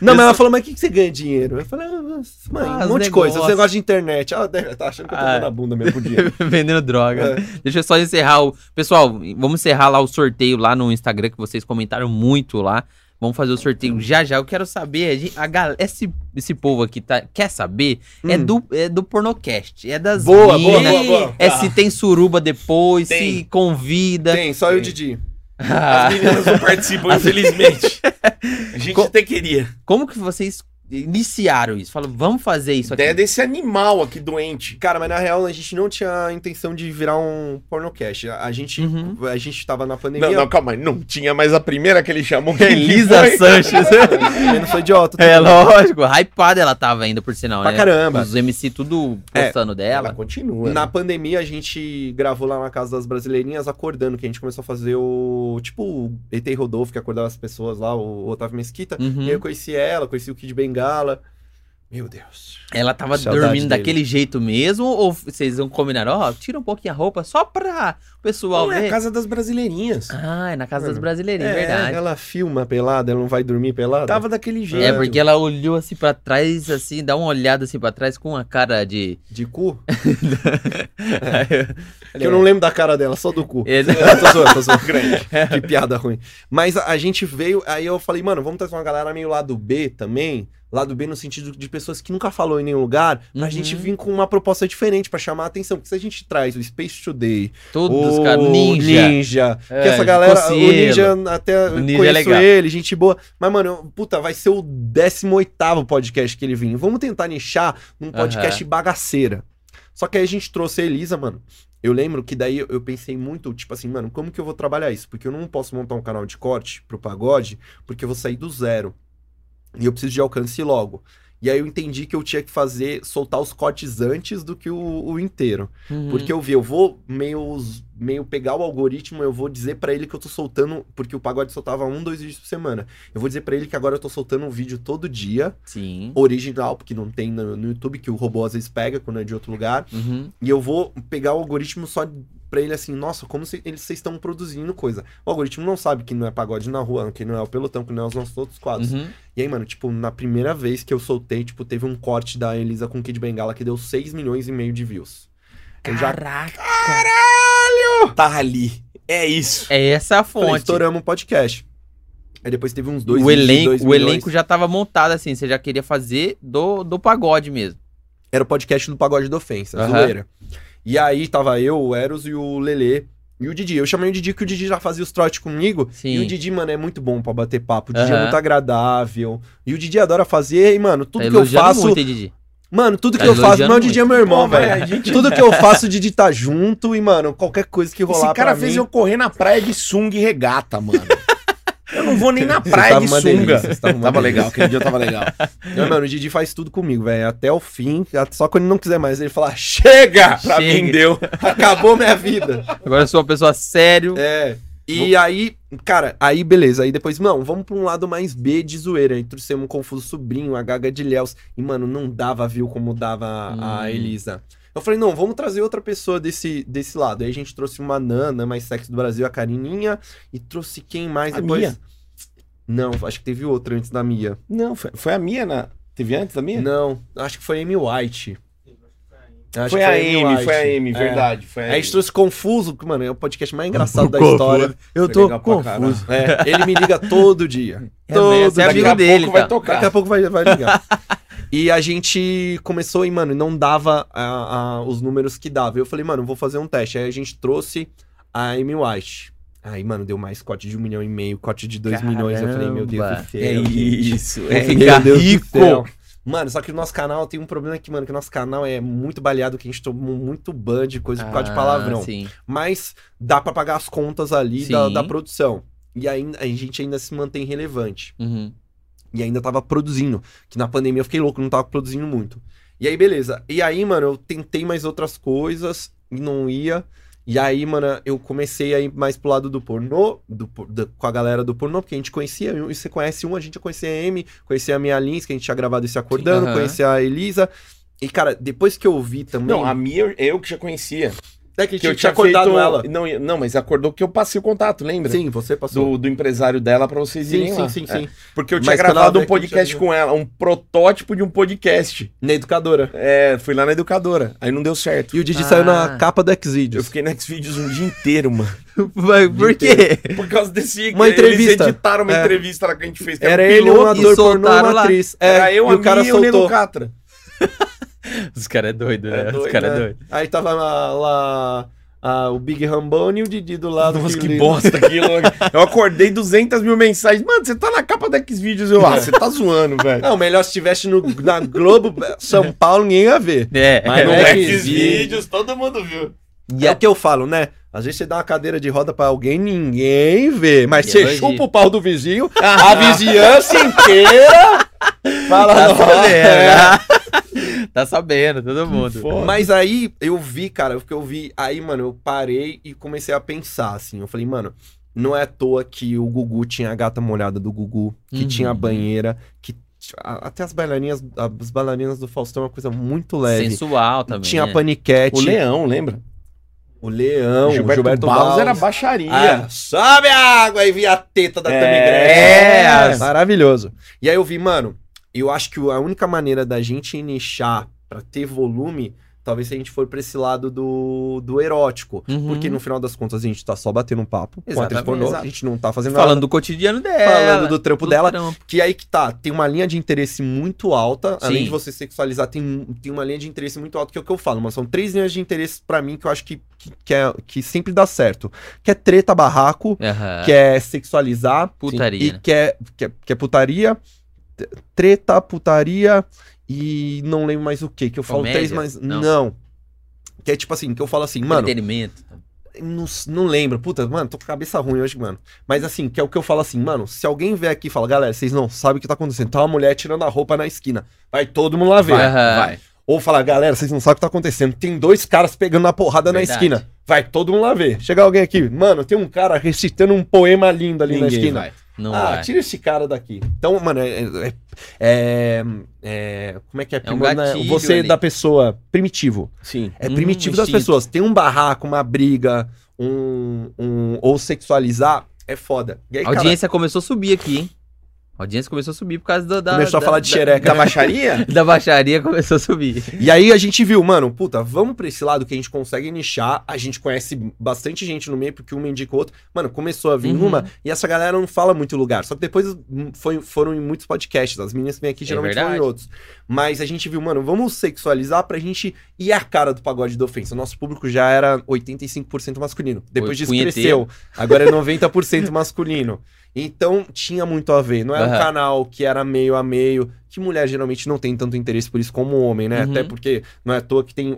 Speaker 3: Não, mas ela falou, mas o que, que você ganha dinheiro? Eu falei, ah, mas, mãe,
Speaker 1: Ah,
Speaker 3: um
Speaker 1: os
Speaker 3: monte de coisa,
Speaker 1: negócios.
Speaker 3: esse negócio de internet. Ela deve- tá achando que eu tô
Speaker 1: Ah.
Speaker 3: dando a bunda mesmo por dinheiro.
Speaker 1: Vendendo droga. Deixa eu só encerrar o. Pessoal, vamos encerrar lá o sorteio lá no Instagram, que vocês comentaram muito lá. Vamos fazer o sorteio já já. Eu quero saber, a gente- a gal- esse, esse povo aqui tá, quer saber, é,
Speaker 3: Hum.
Speaker 1: do, é do pornocast, é das
Speaker 3: Boa, boa,
Speaker 1: minas,
Speaker 2: boa, boa.
Speaker 1: É
Speaker 2: Tá.
Speaker 1: se tem suruba depois, se
Speaker 2: Tem.
Speaker 1: convida.
Speaker 3: Tem, só eu e o
Speaker 2: Tem.
Speaker 3: Didi.
Speaker 1: Ah,
Speaker 2: As meninas não participam, infelizmente. A gente
Speaker 1: Co-
Speaker 2: até queria.
Speaker 1: como que vocês iniciaram isso? Falam, vamos fazer isso aqui.
Speaker 2: Ideia desse animal aqui doente.
Speaker 3: Cara, mas na real, a gente não tinha a intenção de virar um pornocast. A a gente,
Speaker 1: Uhum.
Speaker 3: a gente tava na pandemia.
Speaker 2: Não, não, calma aí. Não tinha mais a primeira que ele chamou.
Speaker 1: É Elisa
Speaker 2: Foi.
Speaker 1: Sanches.
Speaker 3: Eu não sou idiota.
Speaker 1: é lógico, hypada ela tava ainda, por sinal,
Speaker 3: Pra
Speaker 1: né?
Speaker 3: caramba.
Speaker 1: Os MC tudo
Speaker 3: É,
Speaker 1: postando dela.
Speaker 2: Ela continua.
Speaker 3: Na pandemia, a gente gravou lá na Casa das Brasileirinhas acordando, que a gente começou a fazer o. Tipo, o E.T. Rodolfo, que acordava as pessoas lá, o Otávio Mesquita.
Speaker 1: Uhum.
Speaker 3: E aí eu conheci ela, conheci o Kid Bengala. Meu Deus.
Speaker 1: Ela tava
Speaker 3: Saudade
Speaker 1: dormindo
Speaker 3: dele.
Speaker 1: daquele jeito mesmo? Ou vocês vão combinar, ó, tira um pouquinho a roupa só pra o pessoal
Speaker 2: Não, é
Speaker 1: ver?
Speaker 2: a casa das brasileirinhas.
Speaker 1: Ah, é na casa
Speaker 3: Mano,
Speaker 1: das brasileirinhas,
Speaker 3: É,
Speaker 1: verdade.
Speaker 3: Ela filma pelada, ela não vai dormir pelada.
Speaker 2: Tava daquele jeito.
Speaker 1: É, porque ela olhou assim pra trás, assim, dá uma olhada assim pra trás com uma cara de.
Speaker 3: de cu.
Speaker 2: É.
Speaker 3: Que eu não lembro da cara dela, só do cu. Ah,
Speaker 1: É,
Speaker 3: tô zoando, tô zoando. Grande. Que piada ruim. Mas a, a gente veio, aí eu falei, mano, vamos trazer uma galera meio lado B também. Lado B no sentido de pessoas que nunca falou em nenhum lugar, pra
Speaker 1: Uhum.
Speaker 3: gente vir com uma proposta diferente, pra chamar a atenção. Porque se a gente traz o Space Today,
Speaker 1: Todos,
Speaker 3: o
Speaker 1: cara. Ninja.
Speaker 3: Ninja,
Speaker 1: É,
Speaker 3: que essa galera, o
Speaker 1: Cossielo.
Speaker 3: Ninja até
Speaker 1: O Ninja é
Speaker 3: conheço
Speaker 1: legal.
Speaker 3: ele, gente boa. Mas, mano, eu- puta, vai ser o 18 podcast que ele vem. Vamos tentar nichar num podcast bagaceira. Só que aí a gente trouxe a Elisa, mano. Eu lembro que daí eu- eu pensei muito, tipo assim, mano, como que eu vou trabalhar isso? Porque eu não posso montar um canal de corte pro pagode, porque eu vou sair do zero. E eu preciso de alcance logo. E aí eu entendi que eu tinha que fazer, soltar os cortes antes do que o- o inteiro.
Speaker 1: Uhum.
Speaker 3: Porque eu vi, eu vou meio, meio pegar o algoritmo, eu vou dizer pra ele que eu tô soltando, porque o pagode soltava um, dois vídeos por semana. Eu vou dizer pra ele que agora eu tô soltando um vídeo todo dia,
Speaker 1: Sim.
Speaker 3: original, porque não tem no, no YouTube, que o robô às vezes pega quando é de outro lugar.
Speaker 1: Uhum.
Speaker 3: E eu vou pegar o algoritmo só pra ele assim, nossa, como se- eles vocês estão produzindo coisa. O algoritmo não sabe que não é pagode na rua, que não é o pelotão, que não é os nossos outros quadros.
Speaker 1: Uhum.
Speaker 3: E aí, mano, tipo, na primeira vez que eu soltei, tipo, teve um corte da Elisa com Kid Bengala que deu 6 milhões e meio de views. Eu já
Speaker 1: Caraca.
Speaker 2: Tá ali. É isso.
Speaker 1: É essa a
Speaker 3: Falei,
Speaker 1: fonte.
Speaker 3: estouramos o podcast. Aí depois teve uns dois
Speaker 1: O
Speaker 3: vídeos de
Speaker 1: elenco,
Speaker 3: dois um,
Speaker 1: o
Speaker 3: milhões.
Speaker 1: elenco já tava montado assim, você já queria fazer do, do pagode mesmo.
Speaker 3: Era o podcast do Pagode da Ofensa,
Speaker 1: Aham.
Speaker 3: zoeira. E aí tava eu, o Eros e o Lelê e o Didi. Eu chamei o Didi que o Didi já fazia os trotes comigo.
Speaker 1: Sim.
Speaker 3: E o Didi, mano, é muito bom pra bater papo. O Didi é
Speaker 1: Aham.
Speaker 3: muito agradável. E o Didi adora fazer. E, mano, tudo
Speaker 1: Tá
Speaker 3: que eu
Speaker 1: elogiando
Speaker 3: faço.
Speaker 1: muito, hein, Didi?
Speaker 3: Mano, tudo que
Speaker 1: Tá
Speaker 3: eu faço.
Speaker 1: elogiando
Speaker 3: Não, o Didi é meu irmão,
Speaker 2: Pô, velho,
Speaker 3: velho.
Speaker 2: a gente-
Speaker 3: Tudo que eu faço, o Didi tá junto. E, mano, qualquer coisa que rolar
Speaker 2: Esse cara
Speaker 3: pra
Speaker 2: fez
Speaker 3: mim...
Speaker 2: eu correr na praia de sunga e regata, mano. Eu não vou nem na
Speaker 3: Você
Speaker 2: praia
Speaker 3: tava
Speaker 2: de
Speaker 3: uma
Speaker 2: sunga.
Speaker 3: delícia, você tava uma delícia.
Speaker 2: aquele dia tava legal.
Speaker 3: Não, mano, o Didi faz tudo comigo, velho. Até o fim. Só quando ele não quiser mais, ele fala: Chega!
Speaker 2: Pra
Speaker 1: Chega.
Speaker 2: mim deu.
Speaker 3: Acabou minha vida.
Speaker 1: Agora eu sou uma pessoa sério.
Speaker 3: É. E aí, cara, aí beleza. Aí depois, não, vamos pra um lado mais B de zoeira. Entre ser um confuso sobrinho, a gaga de Léus. E, mano, não dava, viu, como dava a-
Speaker 1: Hum.
Speaker 3: a Elisa. Eu falei, não, vamos trazer outra pessoa desse, desse lado. Aí a gente trouxe uma Nana, mais sexo do Brasil, a Carininha. E trouxe quem mais
Speaker 2: A
Speaker 3: depois?
Speaker 2: Mia.
Speaker 3: Não, acho que teve outra antes da Mia.
Speaker 2: Não, foi, foi a minha na. Teve antes da minha?
Speaker 3: Não, acho que foi a Amy White. Acho
Speaker 2: foi,
Speaker 3: que
Speaker 2: a Amy, foi a Amy,
Speaker 3: É.
Speaker 2: verdade. Foi a
Speaker 3: Aí a gente
Speaker 2: Amy.
Speaker 3: trouxe confuso, porque, mano, é o podcast mais engraçado da
Speaker 1: Confuso.
Speaker 3: história. Eu
Speaker 2: Foi
Speaker 3: tô
Speaker 2: legal pra
Speaker 3: confuso. É, ele me liga todo dia.
Speaker 1: É,
Speaker 3: todo
Speaker 1: mas é
Speaker 3: dia.
Speaker 2: Daqui
Speaker 1: amigo
Speaker 2: a
Speaker 1: dele,
Speaker 2: pouco vai
Speaker 1: tá?
Speaker 2: tocar.
Speaker 3: Daqui a pouco vai, vai ligar. e a gente começou e, mano, não dava a- a- os números que dava. Eu falei, mano, vou fazer um teste. Aí a gente trouxe a Amy White. Aí, mano, deu mais corte de um milhão e meio, corte de dois milhões. Eu falei, meu Deus
Speaker 1: Caramba.
Speaker 3: do céu.
Speaker 2: É
Speaker 3: gente.
Speaker 2: isso.
Speaker 1: Vou
Speaker 2: É
Speaker 1: ficar
Speaker 3: Meu Deus
Speaker 1: rico.
Speaker 3: do céu. Mano, só que o nosso canal tem um problema que, mano, que o nosso canal é muito baleado, que a gente tomou muito ban de coisa por causa de palavrão
Speaker 1: Ah, Sim.
Speaker 3: mas dá pra pagar as contas ali da,
Speaker 1: Sim.
Speaker 3: da produção. E ainda a gente ainda se mantém relevante.
Speaker 1: Uhum.
Speaker 3: E ainda tava produzindo, que na pandemia eu fiquei louco, não tava produzindo muito. E aí, beleza. E aí, mano, eu tentei mais outras coisas e não ia. E aí, mano, eu comecei a ir mais pro lado do pornô, do, por- da- com a galera do pornô, porque a gente conhecia, e você conhece um, a gente já conhecia a Amy, conhecia a minha Lins, que a gente tinha gravado esse Acordando,
Speaker 1: aham.
Speaker 3: conhecia a Elisa. E, cara, depois que eu vi também.
Speaker 2: Não, a minha eu que já conhecia.
Speaker 3: é que a gente
Speaker 2: Que eu tinha
Speaker 3: tinha acordado
Speaker 2: feito...
Speaker 3: ela.
Speaker 2: Não, não, mas acordou que eu passei o contato, lembra?
Speaker 3: Sim, você passou.
Speaker 2: Do, do empresário dela pra vocês
Speaker 3: Sim,
Speaker 2: irem
Speaker 3: sim,
Speaker 2: lá.
Speaker 3: sim,
Speaker 2: É.
Speaker 3: sim.
Speaker 2: Porque eu tinha
Speaker 3: Mas quando ela
Speaker 2: gravado
Speaker 3: veio
Speaker 2: um
Speaker 3: aqui,
Speaker 2: podcast
Speaker 3: já-
Speaker 2: com ela, um protótipo de um podcast.
Speaker 3: Na educadora.
Speaker 2: É, fui lá na educadora. Aí não deu certo.
Speaker 3: E o Didi
Speaker 1: Ah.
Speaker 3: saiu na capa do
Speaker 2: Eu
Speaker 3: Xvideos.
Speaker 2: fiquei no Xvideos um dia inteiro, mano.
Speaker 1: Mas por quê?
Speaker 2: Por causa desse...
Speaker 3: Uma entrevista.
Speaker 2: Eles editaram uma
Speaker 3: É.
Speaker 2: entrevista lá que a gente fez. que
Speaker 3: Era
Speaker 2: um
Speaker 3: ele,
Speaker 2: piloto,
Speaker 3: um ator
Speaker 1: e
Speaker 3: pornô e
Speaker 1: soltaram
Speaker 3: uma
Speaker 1: lá.
Speaker 3: atriz. É,
Speaker 2: Era eu,
Speaker 3: e
Speaker 2: a
Speaker 3: o cara
Speaker 2: minha e o Nego
Speaker 3: soltou.
Speaker 2: Catra.
Speaker 1: Os caras é doido, né?
Speaker 2: É doido,
Speaker 1: Os caras é
Speaker 2: né?
Speaker 1: doido.
Speaker 3: Aí tava lá, lá, ah, o Big Rambone e o Didi do lado.
Speaker 2: Nossa, que
Speaker 3: lindo.
Speaker 2: bosta aquilo. Eu acordei 200 mil mensagens. Mano, você tá na capa da Xvideos. Eu, ah, você tá zoando, velho.
Speaker 3: Não, melhor se tivesse no, na Globo, São Paulo, ninguém ia ver.
Speaker 1: É,
Speaker 3: Mas não
Speaker 1: é.
Speaker 3: é.
Speaker 2: todo mundo viu.
Speaker 3: E é o que eu falo, né? Às vezes você dá uma cadeira de roda pra alguém, ninguém vê. Mas
Speaker 1: E
Speaker 3: você
Speaker 1: elogio.
Speaker 3: chupa o pau do vizinho, a vizinhança inteira fala, É.
Speaker 1: Tá
Speaker 3: "Nossa, é,
Speaker 1: sabendo. né? tá sabendo, todo mundo.
Speaker 2: Foda.
Speaker 3: Mas aí eu vi, cara, o que eu vi. Aí, mano, eu parei e comecei a pensar, assim. Eu falei, mano, não é à toa que o Gugu tinha a gata molhada do Gugu, que
Speaker 1: Uhum.
Speaker 3: tinha a banheira, que. t- a- Até as bailarinas, as bailarinas do Faustão é uma coisa muito leve.
Speaker 1: Sensual também.
Speaker 3: tinha
Speaker 1: né?
Speaker 3: a paniquete.
Speaker 2: O Leão, lembra?
Speaker 3: o Leão, o Gilberto, Barros,
Speaker 2: era baixaria.
Speaker 3: ah, sobe a água e vi a teta da
Speaker 2: É,
Speaker 3: Tammy
Speaker 1: é.
Speaker 3: Gretchen. Maravilhoso. E aí eu vi, mano, eu acho que a única maneira da gente nichar pra ter volume, talvez se a gente for pra esse lado do, do erótico.
Speaker 1: Uhum.
Speaker 3: Porque no final das contas a gente tá só batendo um papo com a atriz
Speaker 1: Exatamente,
Speaker 3: pornô,
Speaker 1: exato.
Speaker 3: a gente não tá fazendo
Speaker 1: Falando do cotidiano
Speaker 3: nada.
Speaker 1: dela.
Speaker 3: Falando do trampo dela,
Speaker 1: trampo.
Speaker 3: que aí que tá, tem uma linha de interesse muito alta, além
Speaker 1: Sim.
Speaker 3: de você sexualizar, tem, tem uma linha de interesse muito alta, que é o que eu falo, mas são três linhas de interesse pra mim que eu acho que, que, que é, que sempre dá certo. Que é treta, barraco,
Speaker 1: Aham.
Speaker 3: que é sexualizar,
Speaker 1: Putaria,
Speaker 3: e
Speaker 1: né?
Speaker 3: que é, que é, que é putaria, t- treta, putaria e não lembro mais o que, que eu falo
Speaker 1: Comédia?
Speaker 3: três, mas
Speaker 1: Não.
Speaker 3: não. Que é tipo assim, que eu falo assim, mano,
Speaker 1: Entretenimento.
Speaker 3: não, s- não lembro. Puta, mano, tô com a cabeça ruim hoje, mano. Mas assim, que é o que eu falo assim, mano, se alguém vier aqui e fala, galera, vocês não sabem o que tá acontecendo. Tá uma mulher tirando a roupa na esquina. Vai todo mundo lá ver.
Speaker 1: Vai,
Speaker 2: Vai.
Speaker 3: Ou falar, galera, vocês não sabem o que tá acontecendo. Tem dois caras pegando na porrada na
Speaker 1: Verdade.
Speaker 3: esquina. Vai todo mundo lá ver. Chega alguém aqui, mano, tem um cara recitando um poema lindo ali na
Speaker 2: Ninguém
Speaker 3: esquina.
Speaker 2: vai.
Speaker 1: Não é.
Speaker 3: ah,
Speaker 1: vai.
Speaker 3: tira esse cara daqui. Então, mano, é. é- é- é- como é que é?
Speaker 1: É um
Speaker 3: Primor- né?
Speaker 1: gatilho
Speaker 3: Você
Speaker 1: ali.
Speaker 3: da pessoa. Primitivo.
Speaker 2: Sim.
Speaker 3: É
Speaker 1: Hum,
Speaker 3: primitivo das
Speaker 1: instinto.
Speaker 3: pessoas. Tem um barraco, uma briga, um. um ou sexualizar, é foda. E aí,
Speaker 1: A audiência começou a subir aqui, hein? A audiência começou a subir por causa da. da-
Speaker 3: Começou a
Speaker 1: da-
Speaker 3: falar de
Speaker 1: da-
Speaker 3: xereca.
Speaker 2: Da baixaria?
Speaker 1: Da baixaria começou a subir.
Speaker 3: E aí a gente viu, mano, puta, vamos pra esse lado que a gente consegue nichar. A gente conhece bastante gente no meio, porque uma indica o outro. Mano, começou a vir
Speaker 1: Uhum.
Speaker 3: uma, e essa galera não fala muito lugar. Só que depois hum, foi, foram em muitos podcasts. As meninas que vêm aqui
Speaker 1: É
Speaker 3: geralmente
Speaker 1: verdade.
Speaker 3: foram em outros. Mas a gente viu, mano, vamos sexualizar pra gente ir à cara do pagode da ofensa. Nosso público já era 85% masculino. Depois disso
Speaker 1: punheteiro.
Speaker 3: cresceu. Agora é 90% masculino. Então tinha muito a ver. Não era um
Speaker 1: Aham.
Speaker 3: canal que era meio a meio, que mulher geralmente não tem tanto interesse por isso como homem, né?
Speaker 1: Uhum.
Speaker 3: Até porque não é à toa que tem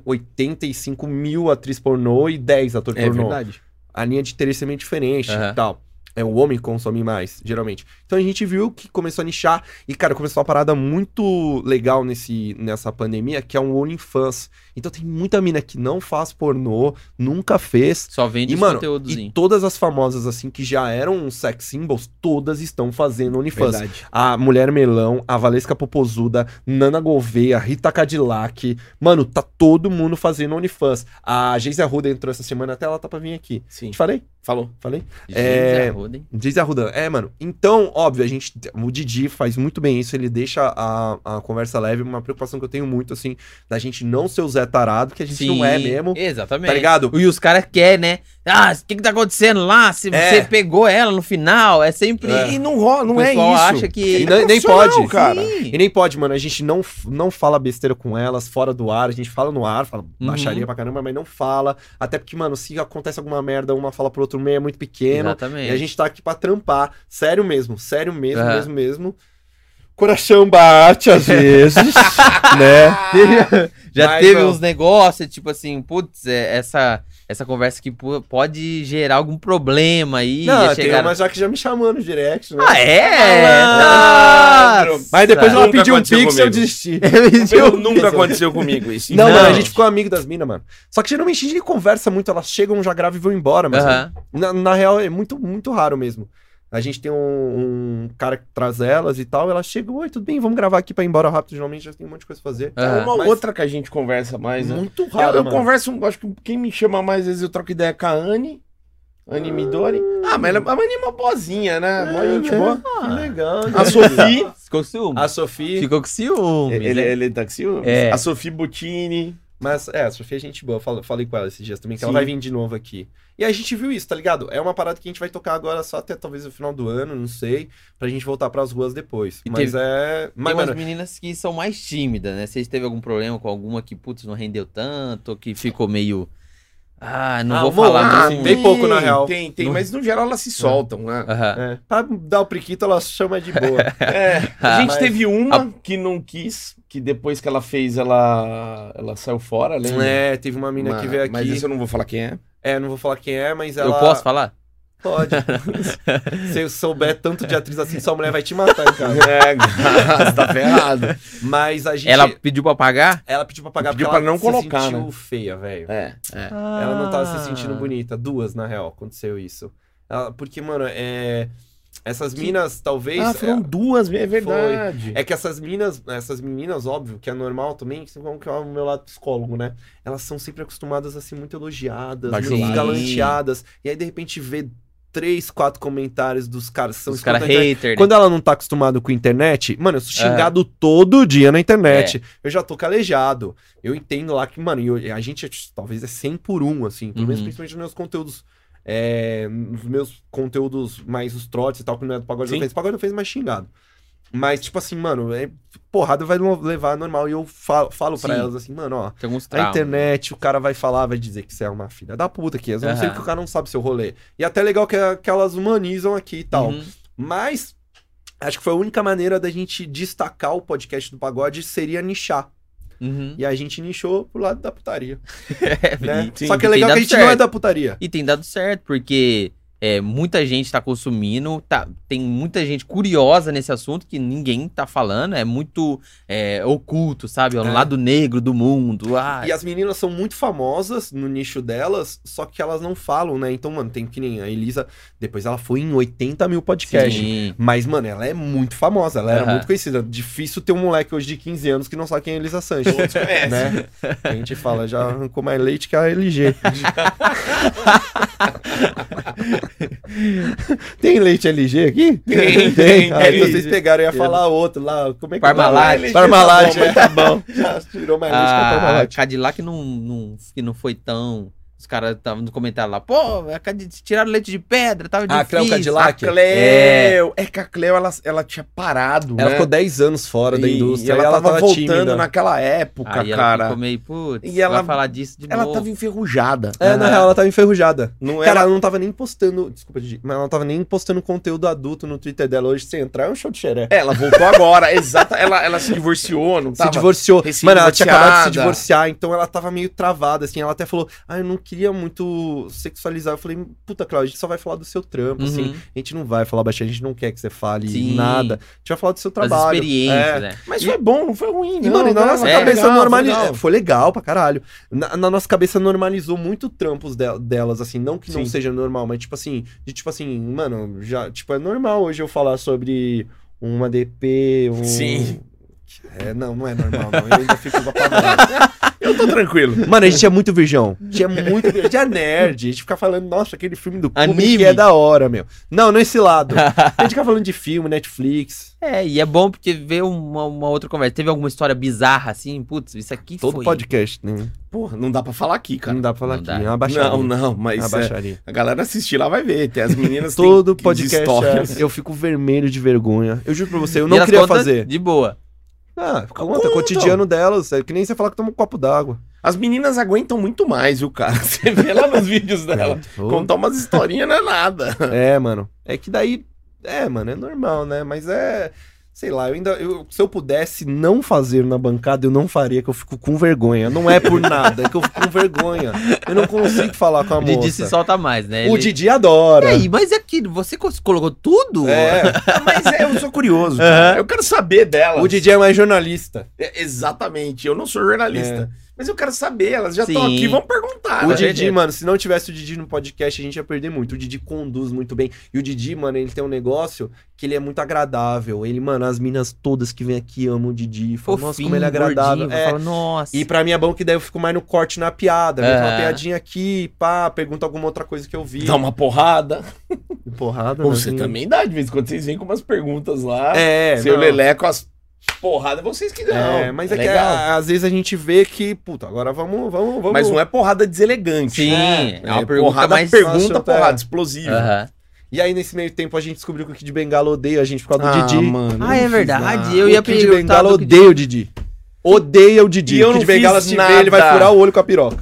Speaker 3: 85 mil atriz pornô e 10 ator
Speaker 2: É
Speaker 3: pornô.
Speaker 2: verdade.
Speaker 3: A linha de interesse é meio diferente
Speaker 1: Aham.
Speaker 3: e tal. É o homem que consome mais, geralmente. Então a gente viu que começou a nichar. E, cara, começou uma parada muito legal nesse, nessa pandemia, que é um OnlyFans. Então tem muita mina que não faz pornô, nunca fez,
Speaker 1: Só vende
Speaker 3: e,
Speaker 1: os
Speaker 3: mano, e
Speaker 1: conteúdozinho.
Speaker 3: todas as famosas, assim, que já eram sex symbols, todas estão fazendo OnlyFans.
Speaker 2: Verdade.
Speaker 3: A Mulher Melão, a Valesca Popozuda, Nana Gouveia, Rita Cadillac. Mano, tá todo mundo fazendo OnlyFans. A Geise Arruda entrou essa semana, até ela tá pra vir aqui.
Speaker 2: Sim.
Speaker 3: Te falei?
Speaker 2: Falou.
Speaker 3: Falei?
Speaker 1: Gente,
Speaker 3: é,
Speaker 1: arroz. Arruda, hein?
Speaker 3: Diz Arruda. É, mano. Então, óbvio, a gente. O Didi faz muito bem isso, ele deixa a, a conversa leve. Uma preocupação que eu tenho muito, assim, da gente não ser o Zé Tarado, que a gente não é mesmo.
Speaker 1: Exatamente.
Speaker 3: Tá ligado?
Speaker 1: E os caras querem, né? Ah, o que que tá acontecendo lá? Se você
Speaker 3: É.
Speaker 1: pegou ela no final, é sempre...
Speaker 3: É.
Speaker 2: E não rola, não
Speaker 1: o
Speaker 2: é isso.
Speaker 1: pessoal acha que...
Speaker 3: E nem- nem
Speaker 2: profissional,
Speaker 3: pode.
Speaker 2: cara.
Speaker 1: Sim.
Speaker 3: E nem pode, mano. A gente não, não fala besteira com elas fora do ar. A gente fala no ar, fala
Speaker 1: Uhum.
Speaker 3: baixaria pra caramba, mas não fala. Até porque, mano, se acontece alguma merda, uma fala pro outro meio é muito pequeno.
Speaker 1: Exatamente.
Speaker 3: E a gente tá aqui pra trampar. Sério mesmo, sério mesmo,
Speaker 1: Aham.
Speaker 3: mesmo, mesmo. Coração bate às vezes, né?
Speaker 1: Já
Speaker 3: Mas,
Speaker 1: teve
Speaker 3: ó,
Speaker 1: uns negócios, tipo assim, putz, é, essa, essa conversa que pô, pode gerar algum problema aí.
Speaker 3: Não,
Speaker 1: ia
Speaker 3: tem
Speaker 1: chegar-
Speaker 3: uma já que já me chamou no direct, né?
Speaker 1: Ah, é?
Speaker 2: Malandro.
Speaker 1: Nossa.
Speaker 3: Mas depois ela
Speaker 2: Nunca
Speaker 3: pediu um
Speaker 2: aconteceu
Speaker 3: pix e eu
Speaker 2: comigo.
Speaker 3: desisti.
Speaker 2: Eu- nunca aconteceu comigo isso.
Speaker 3: Não,
Speaker 1: Não.
Speaker 3: mano, a gente ficou amigo das minas, mano. Só que geralmente a gente conversa muito, elas chegam, já gravam e vão embora, mas
Speaker 1: Aham.
Speaker 3: Na, na real, é muito, muito raro mesmo. A gente tem um, um cara que traz elas e tal, elas chegam, oi, tudo bem, vamos gravar aqui pra ir embora rápido, geralmente já tem um monte de coisa pra fazer.
Speaker 2: É
Speaker 1: Aham.
Speaker 2: uma
Speaker 3: Mas-
Speaker 2: outra que a gente conversa mais, né?
Speaker 3: muito
Speaker 2: Eu,
Speaker 3: raro,
Speaker 2: eu
Speaker 3: mano.
Speaker 2: converso, acho que quem me chama mais, às vezes eu troco ideia com a Anne. Anne Midori. Ah, mas ela, a Anne é uma boazinha, né? Mó
Speaker 3: É,
Speaker 2: gente boa.
Speaker 3: Que legal.
Speaker 2: Ah.
Speaker 3: né?
Speaker 2: A Sophie.
Speaker 1: Ficou com ciúme.
Speaker 3: A Sofia,
Speaker 1: Ficou com ciúme.
Speaker 2: ele,
Speaker 1: né?
Speaker 2: ele é taxista?
Speaker 1: É.
Speaker 2: A Sophie Bottini.
Speaker 3: mas é, a Sofia é gente boa, eu falo- falei com ela esses dias também, que ela
Speaker 2: Sim.
Speaker 3: vai vir de novo aqui. E a gente viu isso, tá ligado? É uma parada que a gente vai tocar agora só até talvez o final do ano, não sei, pra gente voltar pras ruas depois.
Speaker 1: E
Speaker 3: mas
Speaker 1: teve-
Speaker 3: é... Mas,
Speaker 1: Tem umas
Speaker 3: mano,
Speaker 1: meninas que são mais tímidas, né? Vocês teve algum problema com alguma que, putz, não rendeu tanto, que ficou meio. Ah, não
Speaker 3: Ah,
Speaker 1: vou
Speaker 3: uma
Speaker 1: falar
Speaker 3: outra,
Speaker 1: muito.
Speaker 3: assim, bem- tem pouco, na real.
Speaker 2: Tem, tem,
Speaker 3: Não-
Speaker 2: mas no geral elas se soltam, né?
Speaker 1: Aham.
Speaker 3: é, pra dar o priquito, ela chama de boa.
Speaker 2: É, a
Speaker 1: Ah,
Speaker 2: gente
Speaker 3: mas-
Speaker 2: teve uma que não quis, que depois que ela fez, ela, ela saiu fora, lembra?
Speaker 3: é, teve uma mina
Speaker 2: Mas-
Speaker 3: que veio aqui...
Speaker 2: Mas isso eu não vou falar quem é.
Speaker 3: É, não vou falar quem é, mas ela.
Speaker 1: Eu posso falar?
Speaker 3: Pode. Se eu souber tanto de atriz assim, sua mulher vai te matar, cara.
Speaker 2: É, você tá ferrado.
Speaker 3: Mas a gente.
Speaker 1: Ela pediu pra pagar?
Speaker 3: ela pediu pra pagar
Speaker 2: Pediu
Speaker 3: porque
Speaker 2: pra não
Speaker 3: ela
Speaker 2: colocar, né? Ah.
Speaker 3: se sentiu feia, velho.
Speaker 2: É, é.
Speaker 1: Ah.
Speaker 3: Ela não tava se sentindo bonita. Duas, na real, aconteceu isso. Ela- porque, mano, é. Essas minas, talvez.
Speaker 2: Ah, foram duas, é verdade.
Speaker 3: É que essas minas, essas meninas, óbvio, que é normal também, que vão que é o meu lado psicólogo, né? Elas são sempre acostumadas a ser muito elogiadas,
Speaker 1: Vai
Speaker 3: muito
Speaker 1: jogar.
Speaker 3: galanteadas. E aí, de repente, vê três, quatro comentários dos caras. que São
Speaker 1: Os caras
Speaker 3: escrotos na internet.
Speaker 1: hater, né?
Speaker 3: Quando ela não tá acostumada com internet, mano, eu sou
Speaker 1: Ah.
Speaker 3: xingado todo dia na internet.
Speaker 1: É.
Speaker 3: Eu já tô calejado. Eu entendo lá que, mano, eu- a gente é, talvez é 100 por um, assim. Pelo menos
Speaker 1: Uhum.
Speaker 3: principalmente nos meus conteúdos. é, nos meus conteúdos mais os trotes e tal, que não é do Pagode
Speaker 2: Sim.
Speaker 3: da Ofensa. Pagode da Ofensa é mais xingado. Mas, tipo assim, mano, é, porrada vai levar normal. E eu falo, falo pra
Speaker 1: Sim.
Speaker 3: elas assim, mano, ó.
Speaker 1: Tem alguns
Speaker 3: A
Speaker 1: traumas.
Speaker 3: internet, o cara vai falar, vai dizer que você é uma filha da puta aqui. Eu não sei
Speaker 1: Aham.
Speaker 3: que o cara não sabe seu rolê. E até é legal que, que elas humanizam aqui e tal.
Speaker 1: Uhum.
Speaker 3: Mas acho que foi a única maneira da gente destacar o podcast do pagode seria nichar.
Speaker 1: Uhum.
Speaker 3: E a gente nichou pro lado da putaria. né?
Speaker 2: sim.
Speaker 3: Só que é
Speaker 1: E tem
Speaker 3: legal que a
Speaker 1: dado
Speaker 3: gente
Speaker 1: certo.
Speaker 3: não é da putaria.
Speaker 1: E tem dado certo, porque é, muita gente tá consumindo, tá, tem muita gente curiosa nesse assunto que ninguém tá falando, é muito é, oculto, sabe? É o
Speaker 3: É.
Speaker 1: lado negro do mundo. Ah,
Speaker 3: E as meninas são muito famosas no nicho delas, só que elas não falam, né? Então, mano, tem que nem a Elisa. Depois ela foi em 80 mil podcasts.
Speaker 1: sim.
Speaker 3: Mas, mano, ela é muito famosa, ela era
Speaker 1: Aham.
Speaker 3: muito conhecida. Difícil ter um moleque hoje de 15 anos que não sabe quem é a Elisa Sanches. né? A gente fala, já arrancou mais leite que a LG. Tem leite LG aqui?
Speaker 2: Tem, tem,
Speaker 3: Ah, então
Speaker 2: LG.
Speaker 3: vocês pegaram, eu ia falar outro lá. Como é que
Speaker 1: Parmalat.
Speaker 3: é? Parmalat.
Speaker 2: Tá bom,
Speaker 3: é.
Speaker 2: tá bom.
Speaker 3: Já tirou mais leite que a
Speaker 1: A, Ah, a
Speaker 3: Parmalat.
Speaker 1: Cadillac não, não, que não foi tão. Os caras estavam no comentário lá, pô, a Cad... tiraram leite de pedra, tava
Speaker 3: Ah,
Speaker 1: difícil.
Speaker 3: Cleo
Speaker 2: A
Speaker 3: Cadillac?
Speaker 2: Cleo. É. que a Cleo, ela, ela tinha parado,
Speaker 3: Ela
Speaker 2: né?
Speaker 3: ficou 10 anos fora da
Speaker 2: E-
Speaker 3: indústria.
Speaker 2: E ela,
Speaker 3: e
Speaker 2: tava, voltando
Speaker 3: tímida.
Speaker 2: naquela época,
Speaker 1: Aí ela
Speaker 2: cara.
Speaker 1: ficou meio, putz,
Speaker 2: E ela-
Speaker 1: vai falar disso de
Speaker 3: tá
Speaker 2: Ela
Speaker 1: novo.
Speaker 2: tava enferrujada.
Speaker 3: É, na real, ela tava enferrujada.
Speaker 2: Não
Speaker 3: Cara,
Speaker 2: era...
Speaker 3: ela não tava nem postando. Desculpa, Didi, mas ela não tava nem postando conteúdo adulto no Twitter dela hoje. Se entrar, é um show de xeré.
Speaker 2: Ela voltou agora, exata. Ela, ela se divorciou, não
Speaker 3: Se
Speaker 2: tava?
Speaker 3: divorciou.
Speaker 2: recém
Speaker 3: Mano, ela tinha acabado de se
Speaker 2: divorciada.
Speaker 3: divorciar, então ela tava meio travada, assim. Ela até falou, ah, eu não queria muito sexualizar. Eu falei, puta, Cláudia, a gente só vai falar do seu trampo,
Speaker 1: Uhum.
Speaker 3: assim. A gente não vai falar baixinho, a gente não quer que você fale
Speaker 1: Sim.
Speaker 3: nada. A gente vai falar do seu
Speaker 1: As
Speaker 3: trabalho.
Speaker 1: experiências,
Speaker 3: É.
Speaker 1: né?
Speaker 2: Mas foi bom, não foi ruim,
Speaker 3: E,
Speaker 2: não.
Speaker 3: mano, e na
Speaker 2: né?
Speaker 3: nossa
Speaker 2: Foi
Speaker 3: cabeça
Speaker 2: legal,
Speaker 3: normalizou.
Speaker 2: foi
Speaker 3: Foi,
Speaker 2: legal.
Speaker 3: legal pra caralho. Na, na nossa cabeça normalizou muito trampos del- delas, assim. Não que não
Speaker 2: Sim.
Speaker 3: seja normal, mas tipo assim, de tipo assim, mano, já. Tipo, é normal hoje eu falar sobre uma DP, um.
Speaker 2: Sim.
Speaker 3: É, não, não é normal, não. Eu ainda fico apavorado.
Speaker 2: Eu tô tranquilo.
Speaker 3: Mano, a gente é muito virgão. A gente é muito virgão. A gente é nerd. A gente fica falando, nossa, aquele filme do clube
Speaker 1: Anime.
Speaker 3: que é da hora, meu. Não, não esse lado. A gente fica falando de filme, Netflix.
Speaker 1: É, e é bom porque veio uma, uma outra conversa. Teve alguma história bizarra assim? Putz, isso aqui
Speaker 3: Todo
Speaker 1: foi.
Speaker 3: podcast, né?
Speaker 2: Porra, não dá pra falar aqui, cara.
Speaker 3: Não dá pra falar
Speaker 1: Não
Speaker 3: aqui.
Speaker 1: dá.
Speaker 3: É uma baixaria.
Speaker 2: Não, não,
Speaker 3: É uma
Speaker 2: mas é,
Speaker 3: baixaria.
Speaker 2: a galera assistir lá vai ver. Tem as meninas têm
Speaker 3: Todo
Speaker 2: que-
Speaker 3: podcast
Speaker 2: histórias.
Speaker 3: é- eu fico vermelho de vergonha. Eu juro pra você, eu
Speaker 1: E
Speaker 3: não
Speaker 1: as
Speaker 3: queria
Speaker 1: contas,
Speaker 3: fazer.
Speaker 1: De boa.
Speaker 3: Ah, conta,
Speaker 2: Conta.
Speaker 3: cotidiano delas. É que nem você falar que toma um copo d'água.
Speaker 2: As meninas aguentam muito mais, viu, cara? Você vê lá nos vídeos dela.
Speaker 3: Ô,
Speaker 2: Contar umas historinhas não é nada.
Speaker 3: É, mano. É que daí. É, mano, é normal, né? Mas é. Sei lá, eu ainda. eu- se eu pudesse não fazer na bancada, eu não faria, que eu fico com vergonha. Não é por nada, é que eu fico com vergonha. Eu não consigo falar com a
Speaker 1: O Didi se
Speaker 3: moça.
Speaker 1: solta mais, né?
Speaker 3: O
Speaker 1: Ele-
Speaker 3: Didi adora.
Speaker 1: E aí, mas é que você cos- colocou tudo?
Speaker 3: É,
Speaker 2: Mas é, eu sou curioso. cara. Eu quero saber dela.
Speaker 3: o Didi é mais jornalista. É.
Speaker 2: exatamente. Eu não sou jornalista. Mas eu quero saber. Elas já estão
Speaker 1: Sim.
Speaker 2: aqui, vão perguntar.
Speaker 3: O
Speaker 2: né?
Speaker 3: Didi,
Speaker 1: verdade.
Speaker 3: mano, se não tivesse o Didi no podcast, a gente ia perder muito. O Didi conduz muito bem. E o Didi, mano, ele tem um negócio que ele é muito agradável. Ele, mano, as minas todas que vêm aqui amam o Didi. Falam,
Speaker 1: Fofinho,
Speaker 3: nossa, como ele é agradável.
Speaker 1: gordinho,
Speaker 3: É,
Speaker 1: fala, nossa.
Speaker 3: E pra mim é bom que daí eu fico mais no corte na piada. Mete uma
Speaker 1: É.
Speaker 3: piadinha aqui, pá, pergunta alguma outra coisa que eu vi.
Speaker 2: Dá uma porrada.
Speaker 3: Tá porrada.
Speaker 2: Ou
Speaker 3: né?
Speaker 2: você também dá, de vez em quando vocês vêm com umas perguntas lá.
Speaker 3: É,
Speaker 2: seu
Speaker 3: não.
Speaker 2: Leleco, as porradas, vocês que dão.
Speaker 3: É, mas é, que
Speaker 2: legal.
Speaker 3: a- às vezes a gente vê que, puta, agora vamos, vamos, vamos.
Speaker 2: Mas não é porrada deselegante.
Speaker 1: Sim, é, uma
Speaker 2: é
Speaker 1: pergunta
Speaker 2: porrada,
Speaker 1: mais
Speaker 2: pergunta,
Speaker 3: fácil,
Speaker 2: porrada,
Speaker 3: é.
Speaker 2: explosiva.
Speaker 1: Aham.
Speaker 3: E aí nesse meio tempo a gente descobriu que o Kid Bengala odeia a gente por causa do Didi.
Speaker 2: mano.
Speaker 1: Ah, é verdade.
Speaker 2: Eu...
Speaker 1: Eu ia
Speaker 3: o Kid
Speaker 1: perguntar
Speaker 3: Bengala
Speaker 1: do que-
Speaker 3: odeia o Didi. Odeia o Didi.
Speaker 2: E eu
Speaker 3: o Kid
Speaker 2: não fiz
Speaker 3: Bengala se vê,
Speaker 2: nada.
Speaker 3: ele vai furar o olho com a piroca.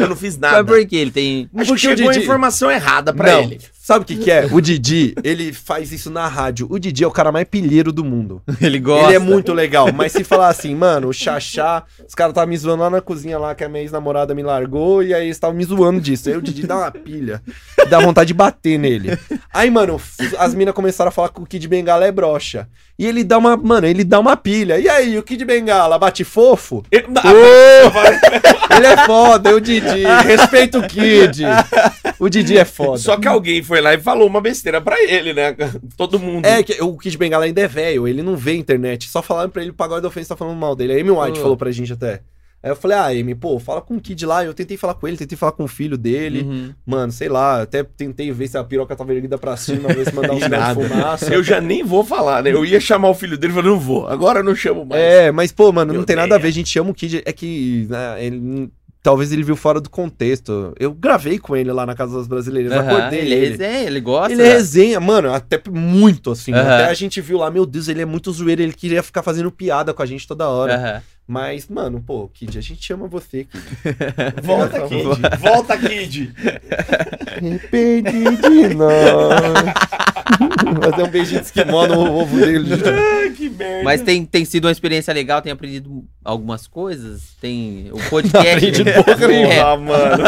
Speaker 2: eu não fiz nada.
Speaker 1: Mas por que ele tem.
Speaker 2: Acho que
Speaker 3: Porque o
Speaker 2: chegou a
Speaker 3: Didi-
Speaker 2: informação errada pra
Speaker 3: Não.
Speaker 2: ele.
Speaker 3: Sabe o que que é? O Didi, ele faz isso na rádio. O Didi é o cara mais pilheiro do mundo.
Speaker 1: Ele gosta.
Speaker 3: Ele é muito legal, mas se falar assim, mano, o Xaxá, os caras estavam me zoando lá na cozinha lá que a minha ex-namorada me largou e aí eles estavam me zoando disso. Aí o Didi dá uma pilha, dá vontade de bater nele. Aí, mano, f- as minas começaram a falar que o Kid Bengala é broxa. E ele dá uma, mano, ele dá uma pilha. E aí, o Kid Bengala bate fofo?
Speaker 2: Eu- Ah, não,
Speaker 3: Ele é foda, é o Didi. Respeita o Kid. O Didi é foda.
Speaker 2: Só que alguém foi lá e falou uma besteira pra ele, né? Todo mundo.
Speaker 3: É, que o Kid Bengala ainda é velho, ele não vê internet. Só falaram pra ele pagar da ofensa, tá falando mal dele. A Amy White
Speaker 1: Pô.
Speaker 3: falou pra gente até. Aí eu falei, ah, Amy, pô, fala com o Kid lá. Eu tentei falar com ele, tentei falar com o filho dele.
Speaker 1: Uhum.
Speaker 3: Mano, sei lá, até tentei ver se a piroca tava erguida pra cima, ver se mandar um
Speaker 2: E
Speaker 3: sinal de
Speaker 2: nada.
Speaker 3: fumaça.
Speaker 2: Eu já nem vou falar, né? Eu ia chamar o filho dele e falei, não vou. Agora eu não chamo mais.
Speaker 3: É, mas, pô, mano, não
Speaker 2: Eu
Speaker 3: tem nada a
Speaker 2: odeio.
Speaker 3: ver. A gente chama o Kid. É que né, ele- Talvez ele viu fora do contexto. Eu gravei com ele lá na Casa das Brasileiras.
Speaker 1: Aham,
Speaker 3: Acordei
Speaker 1: Ele é resenha, ele gosta.
Speaker 3: Ele é resenha, mano, até muito assim.
Speaker 1: Aham.
Speaker 3: Até a gente viu lá, meu Deus, ele é muito zoeiro, ele queria ficar fazendo piada com a gente toda hora.
Speaker 1: Aham.
Speaker 3: Mas, mano, pô, Kid, a gente ama você. Kid.
Speaker 2: É, Volta, Kid. Volta, Kid.
Speaker 3: Arrependi de nós. Fazer um beijinho de esquimó no ovo dele.
Speaker 2: Ai, que merda.
Speaker 1: Mas tem, tem sido uma experiência legal, tem aprendido algumas coisas. Tem o podcast.
Speaker 3: Não aprendi
Speaker 2: Porra,
Speaker 1: é,
Speaker 2: Ah, mano.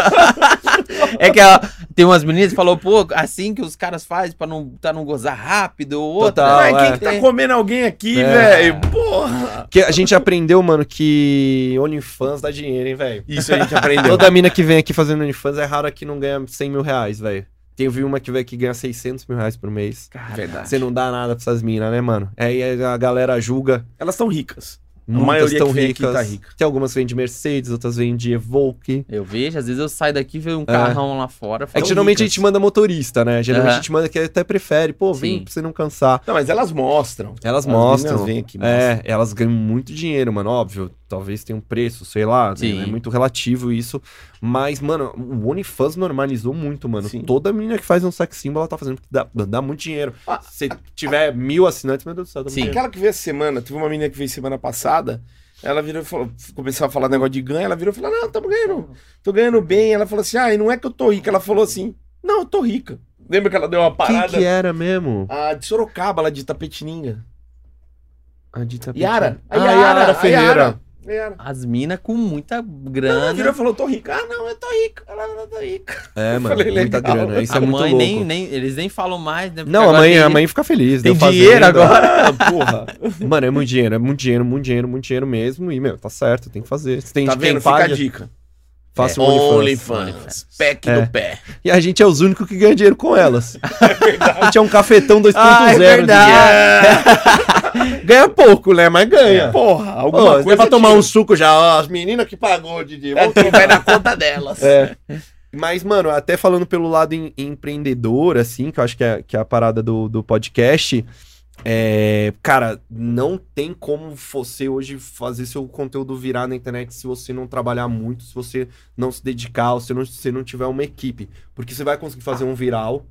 Speaker 1: é que ela- tem umas meninas que falou, pô, assim que os caras fazem pra não, pra não gozar rápido ou outra.
Speaker 3: Total,
Speaker 2: Mas
Speaker 3: é.
Speaker 2: quem que tá comendo alguém aqui,
Speaker 3: É.
Speaker 2: velho? Porra.
Speaker 3: Que a gente aprendeu, mano, que OnlyFans dá dinheiro, hein, velho.
Speaker 2: Isso a gente aprendeu.
Speaker 3: Toda mina que vem aqui fazendo OnlyFans é rara que não ganha 100 mil reais, velho. Teve uma que veio aqui ganhar 600 mil reais por mês.
Speaker 2: Verdade.
Speaker 3: Você não dá nada pra essas minas, né, mano? Aí a galera julga.
Speaker 2: Elas são ricas.
Speaker 3: Muitas
Speaker 2: maioria
Speaker 3: tão
Speaker 2: que vem aqui
Speaker 3: ricas.
Speaker 2: tá rica.
Speaker 3: Tem algumas que vêm de Mercedes, outras vêm de Evoque.
Speaker 1: Eu vejo, às vezes eu saio daqui e vejo um carrão lá fora.
Speaker 3: É
Speaker 1: falo,
Speaker 3: que geralmente a
Speaker 1: "Lucas,
Speaker 3: gente manda motorista, né? Geralmente
Speaker 1: Aham.
Speaker 3: a gente manda que até prefere, pô, vem
Speaker 1: Sim.
Speaker 3: pra você não cansar.
Speaker 2: Não, mas elas mostram. As
Speaker 3: Elas
Speaker 2: meninas
Speaker 3: mostram.
Speaker 2: vêm aqui, mostram.
Speaker 3: É, elas ganham muito dinheiro, mano. Óbvio, talvez tenha um preço, sei lá. né?
Speaker 1: Sim.
Speaker 3: É muito relativo isso. Mas, mano, o OnlyFans normalizou muito, mano.
Speaker 2: Sim.
Speaker 3: Toda menina que faz um sex symbol, ela tá fazendo, porque dá, dá muito dinheiro.
Speaker 2: Ah,
Speaker 3: Se tiver mil assinantes, meu Deus do céu, dá muito
Speaker 1: Sim.
Speaker 3: dinheiro.
Speaker 2: Aquela que veio essa semana, teve uma menina que veio semana passada, ela virou e falou, começou a falar negócio de ganho, ela virou e falou, não, tamo ganhando, tô ganhando bem. Ela falou assim, ah, e não é que eu tô rica. Ela falou assim, não, eu tô rica. Lembra que ela deu uma
Speaker 3: Quem
Speaker 2: parada?
Speaker 3: que é? era mesmo?
Speaker 2: A de Sorocaba, lá de Tapetininga.
Speaker 3: A Dita
Speaker 2: Yara.
Speaker 3: Ah, Yara Ferreira.
Speaker 2: A Yara.
Speaker 1: As minas com muita
Speaker 2: Ela virou
Speaker 1: grana.
Speaker 2: e falou, tô rica. Ah, não, eu tô rica. Ela, eu tô rica.
Speaker 3: É,
Speaker 2: Eu
Speaker 3: mano,
Speaker 2: falei,
Speaker 3: muita
Speaker 2: legal.
Speaker 3: grana. Isso
Speaker 1: a
Speaker 3: é muito
Speaker 1: mãe
Speaker 3: louco.
Speaker 1: nem, nem. Eles nem falam mais, né? Porque
Speaker 3: Não, a
Speaker 1: agora
Speaker 3: mãe, é
Speaker 1: tem-
Speaker 3: a mãe fica feliz.
Speaker 1: Tem
Speaker 3: deu
Speaker 1: dinheiro
Speaker 3: fazenda.
Speaker 2: Ah, porra.
Speaker 3: Mano, é muito dinheiro, é muito dinheiro, muito dinheiro, muito dinheiro mesmo. E, meu, tá certo, tem que fazer. Se tem
Speaker 2: tá
Speaker 3: quem
Speaker 2: vendo? Fica a
Speaker 3: paga.
Speaker 2: dica. É,
Speaker 3: Faça um OnlyFans.
Speaker 2: OnlyFans.
Speaker 1: OnlyFans.
Speaker 2: Pack
Speaker 3: É.
Speaker 2: do pé.
Speaker 3: E a gente é os únicos que ganha dinheiro com elas. a gente é um cafetão 2.0.
Speaker 1: Ah, é
Speaker 3: de
Speaker 1: verdade.
Speaker 3: dinheiro. Ganha pouco, né? Mas ganha.
Speaker 2: É, Porra, alguma
Speaker 3: Pô,
Speaker 2: coisa.
Speaker 3: é pra tomar
Speaker 2: tinha.
Speaker 3: um suco já, ó, as meninas que pagou, Didi.
Speaker 2: É que vai na conta delas.
Speaker 3: É. Mas, mano, até falando pelo lado em- empreendedor, assim, que eu acho que é, que é a parada do, do podcast, é, cara, não tem como você hoje fazer seu conteúdo virar na internet se você não trabalhar muito, se você não se dedicar, ou se não, se não tiver uma equipe. Porque você vai conseguir fazer um viral,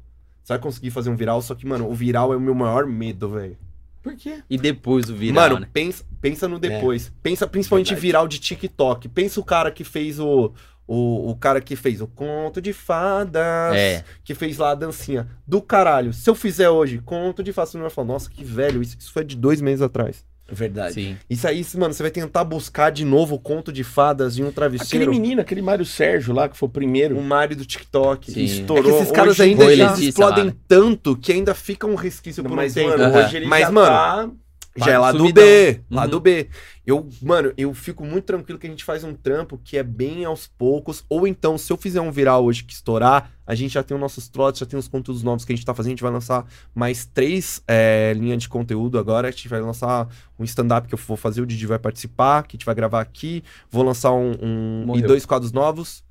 Speaker 3: você vai conseguir fazer um viral, só que, mano, o viral é o meu maior medo, velho.
Speaker 2: Por quê?
Speaker 1: E depois o viral,
Speaker 3: Mano,
Speaker 1: né?
Speaker 3: pensa, pensa no depois. Pensa principalmente
Speaker 2: Verdade.
Speaker 3: viral de TikTok. Pensa o cara que fez o. O, o cara que fez o conto de fadas,
Speaker 1: É.
Speaker 3: que fez lá a dancinha do caralho. Se eu fizer hoje conto de fadas, você não vai falar, nossa, que velho, isso, isso foi de dois meses atrás.
Speaker 2: Verdade.
Speaker 1: Sim.
Speaker 3: Isso aí, mano, você vai tentar buscar de novo o conto de fadas em um
Speaker 2: Aquele
Speaker 3: travesseiro,
Speaker 2: menino, aquele Mário Sérgio lá, que foi o
Speaker 3: o
Speaker 2: primeiro,
Speaker 3: Mário do TikTok.
Speaker 1: Sim.
Speaker 3: Hum. É que
Speaker 2: estourou.
Speaker 3: esses caras
Speaker 2: hoje-
Speaker 3: ainda
Speaker 1: Rui
Speaker 3: já
Speaker 1: Letícia
Speaker 3: explodem
Speaker 1: lá, né?
Speaker 3: tanto que ainda fica um resquício por um
Speaker 2: Mas,
Speaker 3: tempo.
Speaker 2: mano,
Speaker 1: Aham.
Speaker 2: hoje ele
Speaker 3: Mas,
Speaker 2: já
Speaker 3: mano,
Speaker 2: tá...
Speaker 3: Já é lá do
Speaker 1: Sumidão.
Speaker 3: B, lá
Speaker 1: Uhum.
Speaker 3: do B. Eu, mano, eu fico muito tranquilo que a gente faz um trampo que é bem aos poucos. Ou então, se eu fizer um viral hoje que estourar, a gente já tem os nossos trotes, já tem os conteúdos novos que a gente tá fazendo. A gente vai lançar mais três é, linhas de conteúdo agora. A gente vai lançar um stand-up que eu vou fazer, o Didi vai participar, que a gente vai gravar aqui. Vou lançar um, um- e
Speaker 1: Morreu.
Speaker 3: dois quadros novos.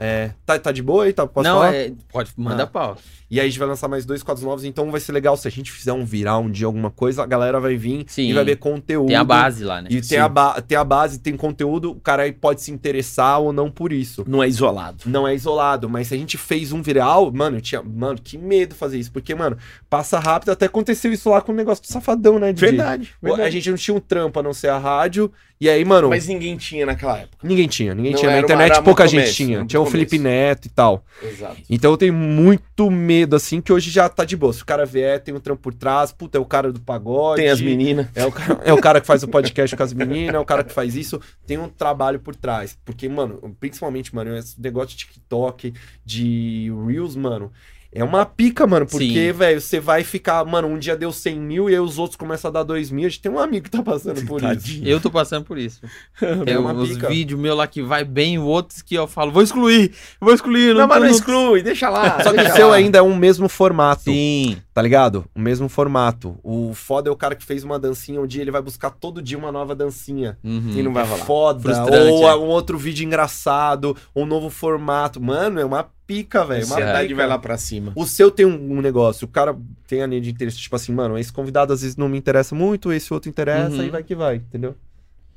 Speaker 3: É, tá, tá de boa aí? Tá, posso
Speaker 1: não,
Speaker 3: falar?
Speaker 1: é- pode, manda
Speaker 3: Ah.
Speaker 1: pau.
Speaker 3: E aí a gente vai lançar mais dois quadros novos, então vai ser legal se a gente fizer um viral um dia, alguma coisa, a galera vai vir
Speaker 1: Sim.
Speaker 3: e vai ver conteúdo.
Speaker 1: Tem a base lá, né?
Speaker 3: E
Speaker 2: Sim.
Speaker 3: tem a, ba- tem a base, tem conteúdo, o cara aí pode se interessar ou não por isso.
Speaker 2: Não é isolado.
Speaker 3: Não é isolado, mas se a gente fez um viral, mano, eu tinha. Mano, que medo fazer isso. Porque, mano, passa rápido, até aconteceu isso lá com o negócio do safadão, né, Didi?
Speaker 2: Verdade,
Speaker 3: Pô, A gente não tinha um trampo a não ser a rádio. E aí, mano.
Speaker 2: Mas ninguém tinha naquela época.
Speaker 3: Ninguém tinha, ninguém
Speaker 2: Não
Speaker 3: tinha. Na
Speaker 2: era uma- era
Speaker 3: internet pouca
Speaker 2: muito
Speaker 3: gente
Speaker 2: começo,
Speaker 3: tinha.
Speaker 2: muito
Speaker 3: Tinha o Felipe
Speaker 2: começo.
Speaker 3: Neto e tal.
Speaker 2: Exato.
Speaker 3: Então eu tenho muito medo, assim, que hoje já tá de boa. Se o cara vier, tem um trampo por trás, puta, é o cara do pagode.
Speaker 2: Tem as meninas.
Speaker 3: É o, cara, é o cara que faz o podcast com as meninas, é o cara que faz isso. Tem um trabalho por trás. Porque, mano, principalmente, mano, esse negócio de TikTok, de Reels, mano. É uma pica, mano, porque,
Speaker 1: Sim.
Speaker 3: velho, você vai ficar, mano, um dia deu 100 mil e aí os outros começam a dar 2 mil. A gente tem um amigo que tá passando por isso.
Speaker 2: Tadinho.
Speaker 1: Eu tô passando por isso.
Speaker 2: É
Speaker 1: Tem
Speaker 3: uma
Speaker 1: É uns
Speaker 3: pica.
Speaker 1: vídeos meus lá que vai bem, outros que eu falo, vou excluir, vou excluir.
Speaker 2: Não, mas
Speaker 1: tô
Speaker 2: não
Speaker 1: no-
Speaker 2: exclui, deixa lá.
Speaker 3: Só que o
Speaker 2: deixa
Speaker 3: seu
Speaker 2: lá.
Speaker 3: ainda é um mesmo formato.
Speaker 1: Sim.
Speaker 3: Tá ligado? O mesmo formato. O foda é o cara que fez uma dancinha um dia, ele vai buscar todo dia uma nova dancinha.
Speaker 1: Uhum.
Speaker 2: E não vai rolar.
Speaker 3: Hum, é Foda.
Speaker 1: Frustrante,
Speaker 3: ou
Speaker 1: é.
Speaker 3: um outro vídeo engraçado, um novo formato. Mano, é uma pica,
Speaker 2: A
Speaker 3: velho. Uma
Speaker 2: ansiedade
Speaker 3: pica.
Speaker 2: vai lá pra cima.
Speaker 3: O seu tem um, um negócio, o cara tem a linha de interesse, tipo assim, mano, esse convidado às vezes não me interessa muito, esse outro interessa
Speaker 1: Uhum.
Speaker 3: e vai que vai, entendeu?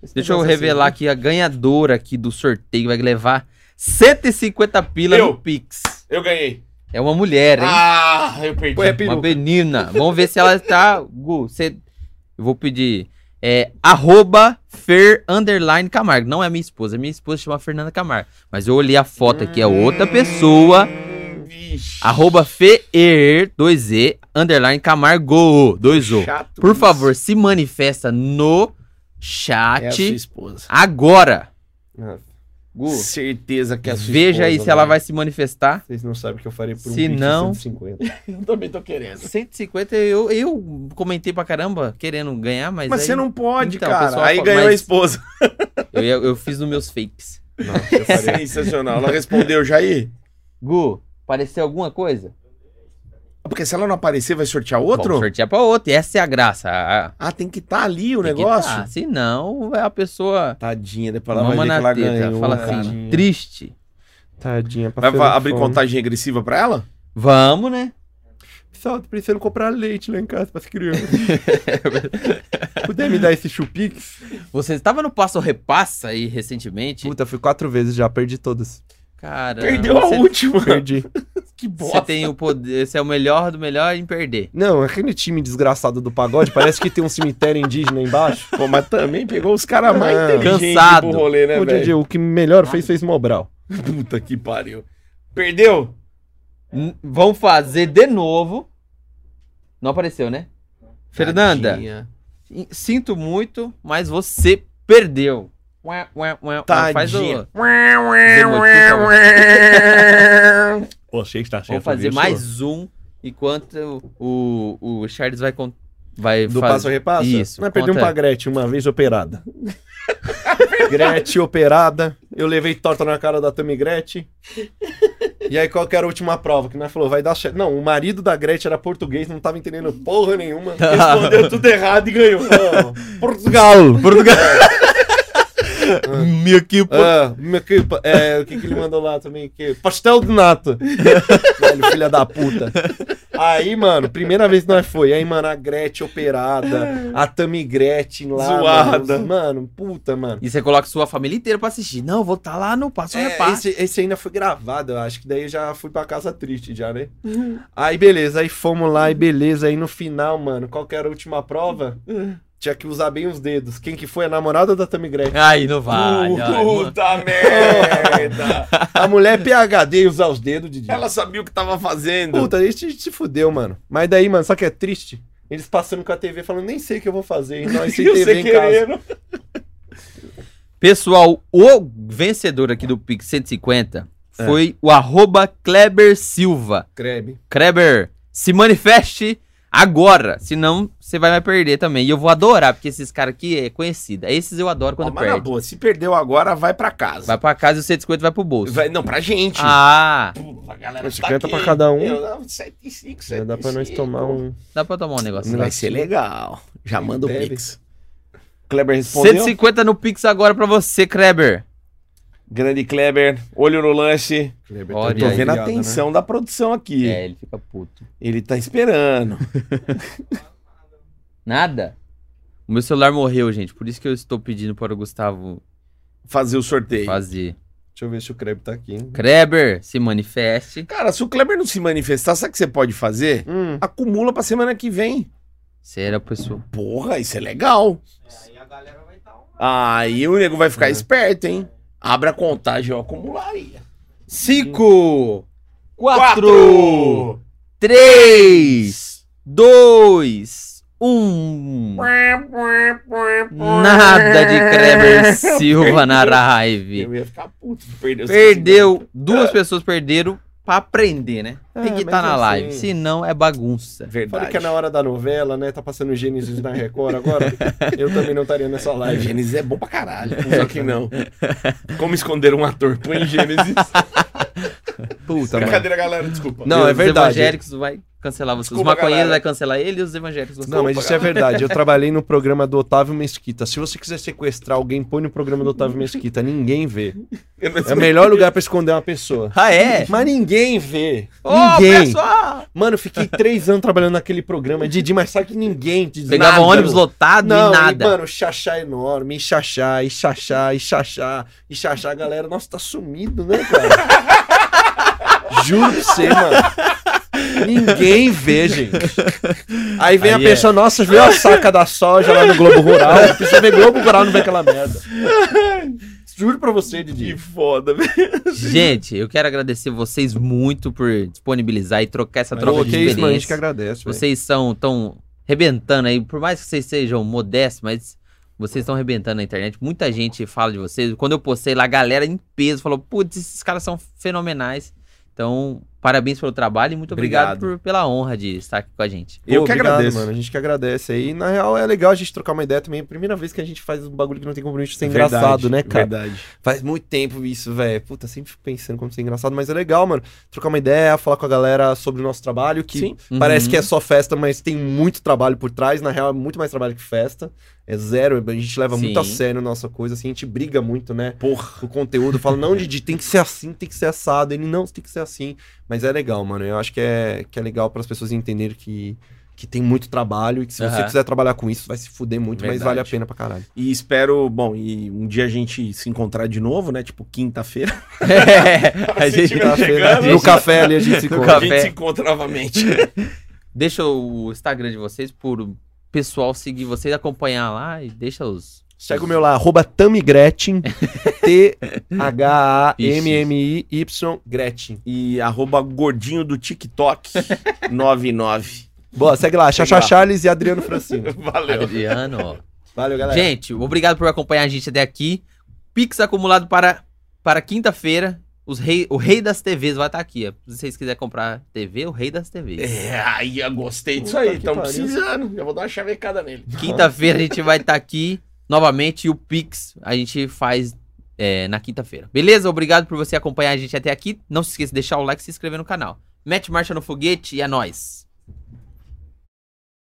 Speaker 3: Esse
Speaker 1: Deixa eu
Speaker 3: negócio
Speaker 1: revelar
Speaker 3: assim.
Speaker 1: aqui a ganhadora aqui do sorteio vai levar 150 pila
Speaker 2: Eu.
Speaker 1: no Pix.
Speaker 2: Eu ganhei.
Speaker 1: É uma mulher, hein?
Speaker 2: Ah, eu perdi.
Speaker 3: Põe a peruca.
Speaker 1: uma menina. Vamos ver se ela tá. Gu, você. Eu vou pedir. É, arroba Fer Underline Camargo. Não é minha esposa. Minha esposa chama Fernanda Camargo. Mas eu olhei a foto aqui, é outra pessoa.
Speaker 2: Hum, vixe.
Speaker 1: Arroba Fer 2E Underline Camargo. 2O.
Speaker 2: Chato
Speaker 1: Por
Speaker 2: isso.
Speaker 1: favor, se manifesta no
Speaker 2: É a sua
Speaker 1: chat
Speaker 2: esposa.
Speaker 1: agora.
Speaker 3: Ah,
Speaker 1: Gu,
Speaker 2: Certeza que é a sua
Speaker 1: veja aí
Speaker 2: esposa,
Speaker 1: se ela
Speaker 2: velho.
Speaker 1: vai se manifestar.
Speaker 3: Vocês não sabem o que eu farei por um
Speaker 1: Se
Speaker 3: Pix de
Speaker 1: não-
Speaker 3: 150.
Speaker 2: Eu também tô querendo.
Speaker 1: 150 eu, eu comentei pra caramba querendo ganhar, mas.
Speaker 2: Mas
Speaker 1: aí-
Speaker 2: você não pode,
Speaker 1: Então, o
Speaker 2: cara.
Speaker 1: pessoal
Speaker 2: Aí
Speaker 1: fala-
Speaker 2: ganhou a
Speaker 1: mas-
Speaker 2: esposa.
Speaker 1: Eu, ia- eu fiz nos meus fakes.
Speaker 3: Não, eu farei.
Speaker 2: Sensacional. Ela respondeu, Jair.
Speaker 1: Gu, apareceu alguma coisa?
Speaker 2: Porque se ela não aparecer, vai sortear outro?
Speaker 1: Vamos sortear pra outro. Essa é a graça. A- a-
Speaker 2: Ah, tem que estar ali o
Speaker 1: tem que
Speaker 2: negócio.
Speaker 1: tá. Se não, a pessoa
Speaker 2: Tadinha, depois ela vai
Speaker 1: mama
Speaker 2: ver que
Speaker 1: na
Speaker 2: ela né?
Speaker 1: teta.
Speaker 2: ganhou.
Speaker 1: fala
Speaker 2: cara.
Speaker 1: assim, triste.
Speaker 3: Tadinha, pra
Speaker 2: Vai
Speaker 3: Fernanda
Speaker 2: fa- abrir
Speaker 3: Fon.
Speaker 2: contagem regressiva pra ela?
Speaker 1: Vamos, né?
Speaker 3: Pessoal, tô precisando comprar leite lá em casa pras crianças. Puder me dar esse chupix?
Speaker 1: Você estava no Passo Repassa aí recentemente?
Speaker 3: Puta, fui quatro vezes já, perdi todas.
Speaker 1: Cara,
Speaker 2: Perdeu a
Speaker 1: você,
Speaker 2: última.
Speaker 3: Perdi.
Speaker 2: Que
Speaker 1: você
Speaker 2: bosta.
Speaker 1: tem o poder, você é o melhor do melhor em perder.
Speaker 3: Não, aquele time desgraçado do pagode, parece que tem um cemitério indígena embaixo.
Speaker 2: Pô, mas também pegou os caras mais
Speaker 3: Ah,
Speaker 2: inteligentes
Speaker 1: cansado.
Speaker 2: pro rolê, né,
Speaker 3: Ô, Didi,
Speaker 2: velho?
Speaker 3: o que melhor fez, fez Mobral.
Speaker 2: Puta que pariu. Perdeu?
Speaker 1: N- Vão fazer de novo. Não apareceu, né? Fernanda,
Speaker 2: Tadinha.
Speaker 1: sinto muito, mas você perdeu. Ué, ué, ué, ué. Faz
Speaker 2: Tadinha.
Speaker 1: o... Zemotinho,
Speaker 3: Pô, achei que tá
Speaker 1: Vamos fazer mais um enquanto o, o Charles vai con- vai
Speaker 3: Do
Speaker 1: faz-
Speaker 3: passo a repasso?
Speaker 1: Isso,
Speaker 3: Mas perdi um
Speaker 1: conta-
Speaker 3: pagrete uma vez operada. Gretchen operada. Eu levei torta na cara da Tammy Gretchen. E aí, qual que era a última prova? Que nós falou, vai dar. che- Não, o marido da Gretchen era português, não tava entendendo porra nenhuma.
Speaker 2: Respondeu tudo errado e ganhou.
Speaker 3: Portugal! Portugal!
Speaker 1: Meu que
Speaker 3: Ah, meu que- é, o que, que ele mandou lá também? Que, pastel de nata. Velho, filha da puta. Aí, mano, primeira vez que nós foi. Aí, mano, a Gretchen operada, a Tammy Gretchen lá.
Speaker 2: Zoada.
Speaker 3: Mano, mano, puta, mano.
Speaker 1: E você coloca sua família inteira pra assistir. Não, eu vou estar lá no Passo
Speaker 3: É,
Speaker 1: Reparo.
Speaker 3: esse, esse ainda foi gravado, eu acho que daí eu já fui pra casa triste já, né? Aí beleza, aí fomos lá e beleza, aí no final, mano, qual que era a última prova? Tinha que usar bem os dedos. Quem que foi? A namorada da Tammy Gretchen.
Speaker 1: Ai, não vai. não.
Speaker 2: Puta merda.
Speaker 3: A mulher PHD usar os dedos, Didi.
Speaker 2: Ela sabia o que tava fazendo.
Speaker 3: Puta, a gente se fudeu, mano. Mas daí, mano, sabe o que é triste? Eles passando com a TV falando, nem sei o que eu vou fazer. E nós sem
Speaker 2: E
Speaker 3: TV em casa.
Speaker 2: né?
Speaker 1: Pessoal, o vencedor aqui do Pix 150
Speaker 2: É.
Speaker 1: foi o arroba Kleber Silva.
Speaker 3: Crebe.
Speaker 1: Kleber, se manifeste agora, senão você vai me perder também. E eu vou adorar, porque esses caras aqui é conhecido. Esses eu adoro
Speaker 2: Ó,
Speaker 1: quando
Speaker 2: mas na
Speaker 1: perde.
Speaker 2: boa, se perdeu agora, vai pra casa.
Speaker 1: Vai pra casa e o 150 vai pro bolso.
Speaker 2: Vai- não, pra gente.
Speaker 1: Ah,
Speaker 2: Pô, a galera tá
Speaker 3: 50 pra cada um.
Speaker 2: Eu, não, 75,
Speaker 3: Já É, dá pra nós
Speaker 2: 75.
Speaker 3: tomar um.
Speaker 1: dá pra tomar um negócio.
Speaker 2: Vai ser legal. Já manda o
Speaker 3: Deve.
Speaker 2: Pix. Kleber respondeu.
Speaker 1: 150 no Pix agora pra você, Kleber.
Speaker 2: Grande Kleber, olho no lance.
Speaker 3: Kleber,
Speaker 1: Olha
Speaker 2: Tô
Speaker 1: aí, né?
Speaker 2: vendo a tensão da produção aqui.
Speaker 1: É, ele fica puto.
Speaker 2: Ele tá esperando.
Speaker 1: Nada? O meu celular morreu, gente. Por isso que eu estou pedindo para o Gustavo
Speaker 2: Fazer o sorteio.
Speaker 1: fazer.
Speaker 3: Deixa eu ver se o Crebe tá aqui. hein?
Speaker 1: Kleber, se manifeste.
Speaker 2: Cara, se o Kleber não se manifestar, sabe o que você pode fazer?
Speaker 3: Hum.
Speaker 2: Acumula pra semana que vem.
Speaker 1: Será, pessoa?
Speaker 2: Porra, isso é legal. Aí o nego vai ficar esperto, hein? Abre a contagem, eu acumularia.
Speaker 1: Cinco, quatro, três, dois, um. Nada de Kleber Silva na live.
Speaker 2: Eu ia ficar puto de perder. os
Speaker 1: Perdeu, duas pessoas perderam pra aprender, né? Tem
Speaker 3: né? É,
Speaker 1: que
Speaker 3: mas
Speaker 1: estar na
Speaker 3: assim-
Speaker 1: live, senão é bagunça.
Speaker 2: 150. Verdade.
Speaker 3: Falei que é na hora da novela, né? Tá passando Gênesis na Record agora. eu também não estaria nessa
Speaker 2: Ah,
Speaker 3: live.
Speaker 2: Gênesis é bom pra caralho. Só que não. Como esconder um ator? Põe Gênesis.
Speaker 1: Puta, mano.
Speaker 2: Brincadeira, galera, desculpa.
Speaker 3: Não, é
Speaker 1: Os
Speaker 3: verdade.
Speaker 1: evangélicos vai cancelar você. Os
Speaker 2: Desculpa,
Speaker 1: maconheiros
Speaker 2: galera.
Speaker 1: vai cancelar ele e os evangélicos vão
Speaker 3: Não, mas isso é verdade. Eu trabalhei no programa do Otávio Mesquita. Se você quiser sequestrar alguém, põe no programa do Otávio Mesquita. Ninguém vê.
Speaker 2: Eu não
Speaker 3: É o melhor lugar pra esconder uma pessoa.
Speaker 1: Ah, é?
Speaker 3: Mas ninguém vê.
Speaker 1: Ô,
Speaker 3: ninguém.
Speaker 1: pessoal!
Speaker 3: Mano, eu fiquei três anos trabalhando naquele programa. Didi, mas sabe que ninguém te diz
Speaker 1: Pegava
Speaker 3: nada.
Speaker 1: ônibus lotado
Speaker 3: Não,
Speaker 1: e
Speaker 3: e,
Speaker 1: nada.
Speaker 3: mano, xaxá enorme, e xaxá, e xaxá, e xaxá, e xaxá, galera. Nossa, tá sumido, né, cara? Juro pra você, mano. Ninguém vê, gente. Aí vem
Speaker 1: Aí
Speaker 3: a
Speaker 1: é.
Speaker 3: pessoa, nossa, viu a saca da soja lá no Globo Rural. A pessoa vê Globo Rural, não vê aquela merda. Juro pra você,
Speaker 2: Que
Speaker 3: Didi.
Speaker 2: foda, velho.
Speaker 3: Assim.
Speaker 1: Gente, eu quero agradecer vocês muito por disponibilizar e trocar essa troca
Speaker 3: Pô,
Speaker 1: de
Speaker 3: que isso, mano, a gente que
Speaker 1: experiência.
Speaker 3: agradece. velho.
Speaker 1: Vocês são tão rebentando aí, por mais que vocês sejam modestos, mas vocês estão rebentando na internet. Muita gente fala de vocês. Quando eu postei lá, a galera em peso falou: "Putz, esses caras são fenomenais". Então, parabéns pelo trabalho e muito obrigado,
Speaker 3: Obrigado.
Speaker 1: por- pela honra de estar aqui com a gente.
Speaker 3: Eu que
Speaker 2: obrigado,
Speaker 3: agradeço.
Speaker 2: mano.
Speaker 3: mano. A gente que agradece aí. Na real, é legal a gente trocar uma ideia também. É a primeira vez que a gente faz um bagulho que não tem compromisso de
Speaker 1: É
Speaker 3: ser engraçado, né, cara?
Speaker 2: Verdade.
Speaker 3: Faz muito tempo isso, velho. Puta, sempre fico pensando como ser engraçado, mas é legal, mano. Trocar uma ideia, falar com a galera sobre o nosso trabalho, que
Speaker 2: Sim.
Speaker 3: parece
Speaker 1: Uhum.
Speaker 3: que é só festa, mas tem muito trabalho por trás. Na real, é muito mais trabalho que festa. É zero, a gente leva
Speaker 1: Sim.
Speaker 3: muito a sério a nossa coisa, assim, a gente briga muito, né?
Speaker 2: Porra.
Speaker 3: O conteúdo fala, não, Didi, tem que ser assim, tem que ser assado. Ele, não, tem que ser assim. Mas é legal, mano. Eu acho que é, que é legal para as pessoas entenderem que, que tem muito trabalho e que se você
Speaker 1: Aham.
Speaker 3: quiser trabalhar com isso, vai se fuder muito, mas
Speaker 2: Verdade.
Speaker 3: vale a pena pra caralho.
Speaker 2: E espero, bom, e um dia a gente se encontrar de novo, né? Tipo, quinta-feira.
Speaker 1: Uhum. É,
Speaker 3: Assim,
Speaker 1: a
Speaker 2: Se
Speaker 3: tipo,
Speaker 1: gente-
Speaker 2: tiver chegando,
Speaker 3: no café ali a gente se
Speaker 1: No
Speaker 3: encontra.
Speaker 2: A
Speaker 1: café.
Speaker 2: gente se encontra novamente.
Speaker 1: Deixa o Instagram de vocês pro pessoal seguir vocês, acompanhar lá e deixa os
Speaker 3: Segue o meu lá, arroba Tamigretin, T-H-A-M-M-I-Y, Gretchen.
Speaker 2: E arroba gordinho do TikTok 99.
Speaker 3: Boa, segue lá,
Speaker 2: Segue
Speaker 3: Xaxá
Speaker 2: lá.
Speaker 3: Charles e Adriano Francino.
Speaker 2: Valeu.
Speaker 1: Adriano, ó.
Speaker 3: Valeu, galera.
Speaker 1: Gente, obrigado por acompanhar a gente até aqui. Pix acumulado para, para quinta-feira. Os rei, o rei das TVs vai estar aqui. ó. Se vocês quiserem comprar TV, o rei das TVs.
Speaker 2: É, aí eu gostei disso
Speaker 3: Puta
Speaker 2: aí.
Speaker 3: que
Speaker 2: Tão
Speaker 3: pariu.
Speaker 2: precisando. Eu vou dar uma chavecada nele.
Speaker 1: Quinta-feira a gente vai estar aqui novamente. E o Pix a gente faz é, na quinta-feira. Beleza? Obrigado por você acompanhar a gente até aqui. Não se esqueça de deixar o like e se inscrever no canal. Mete marcha no foguete e é nóis!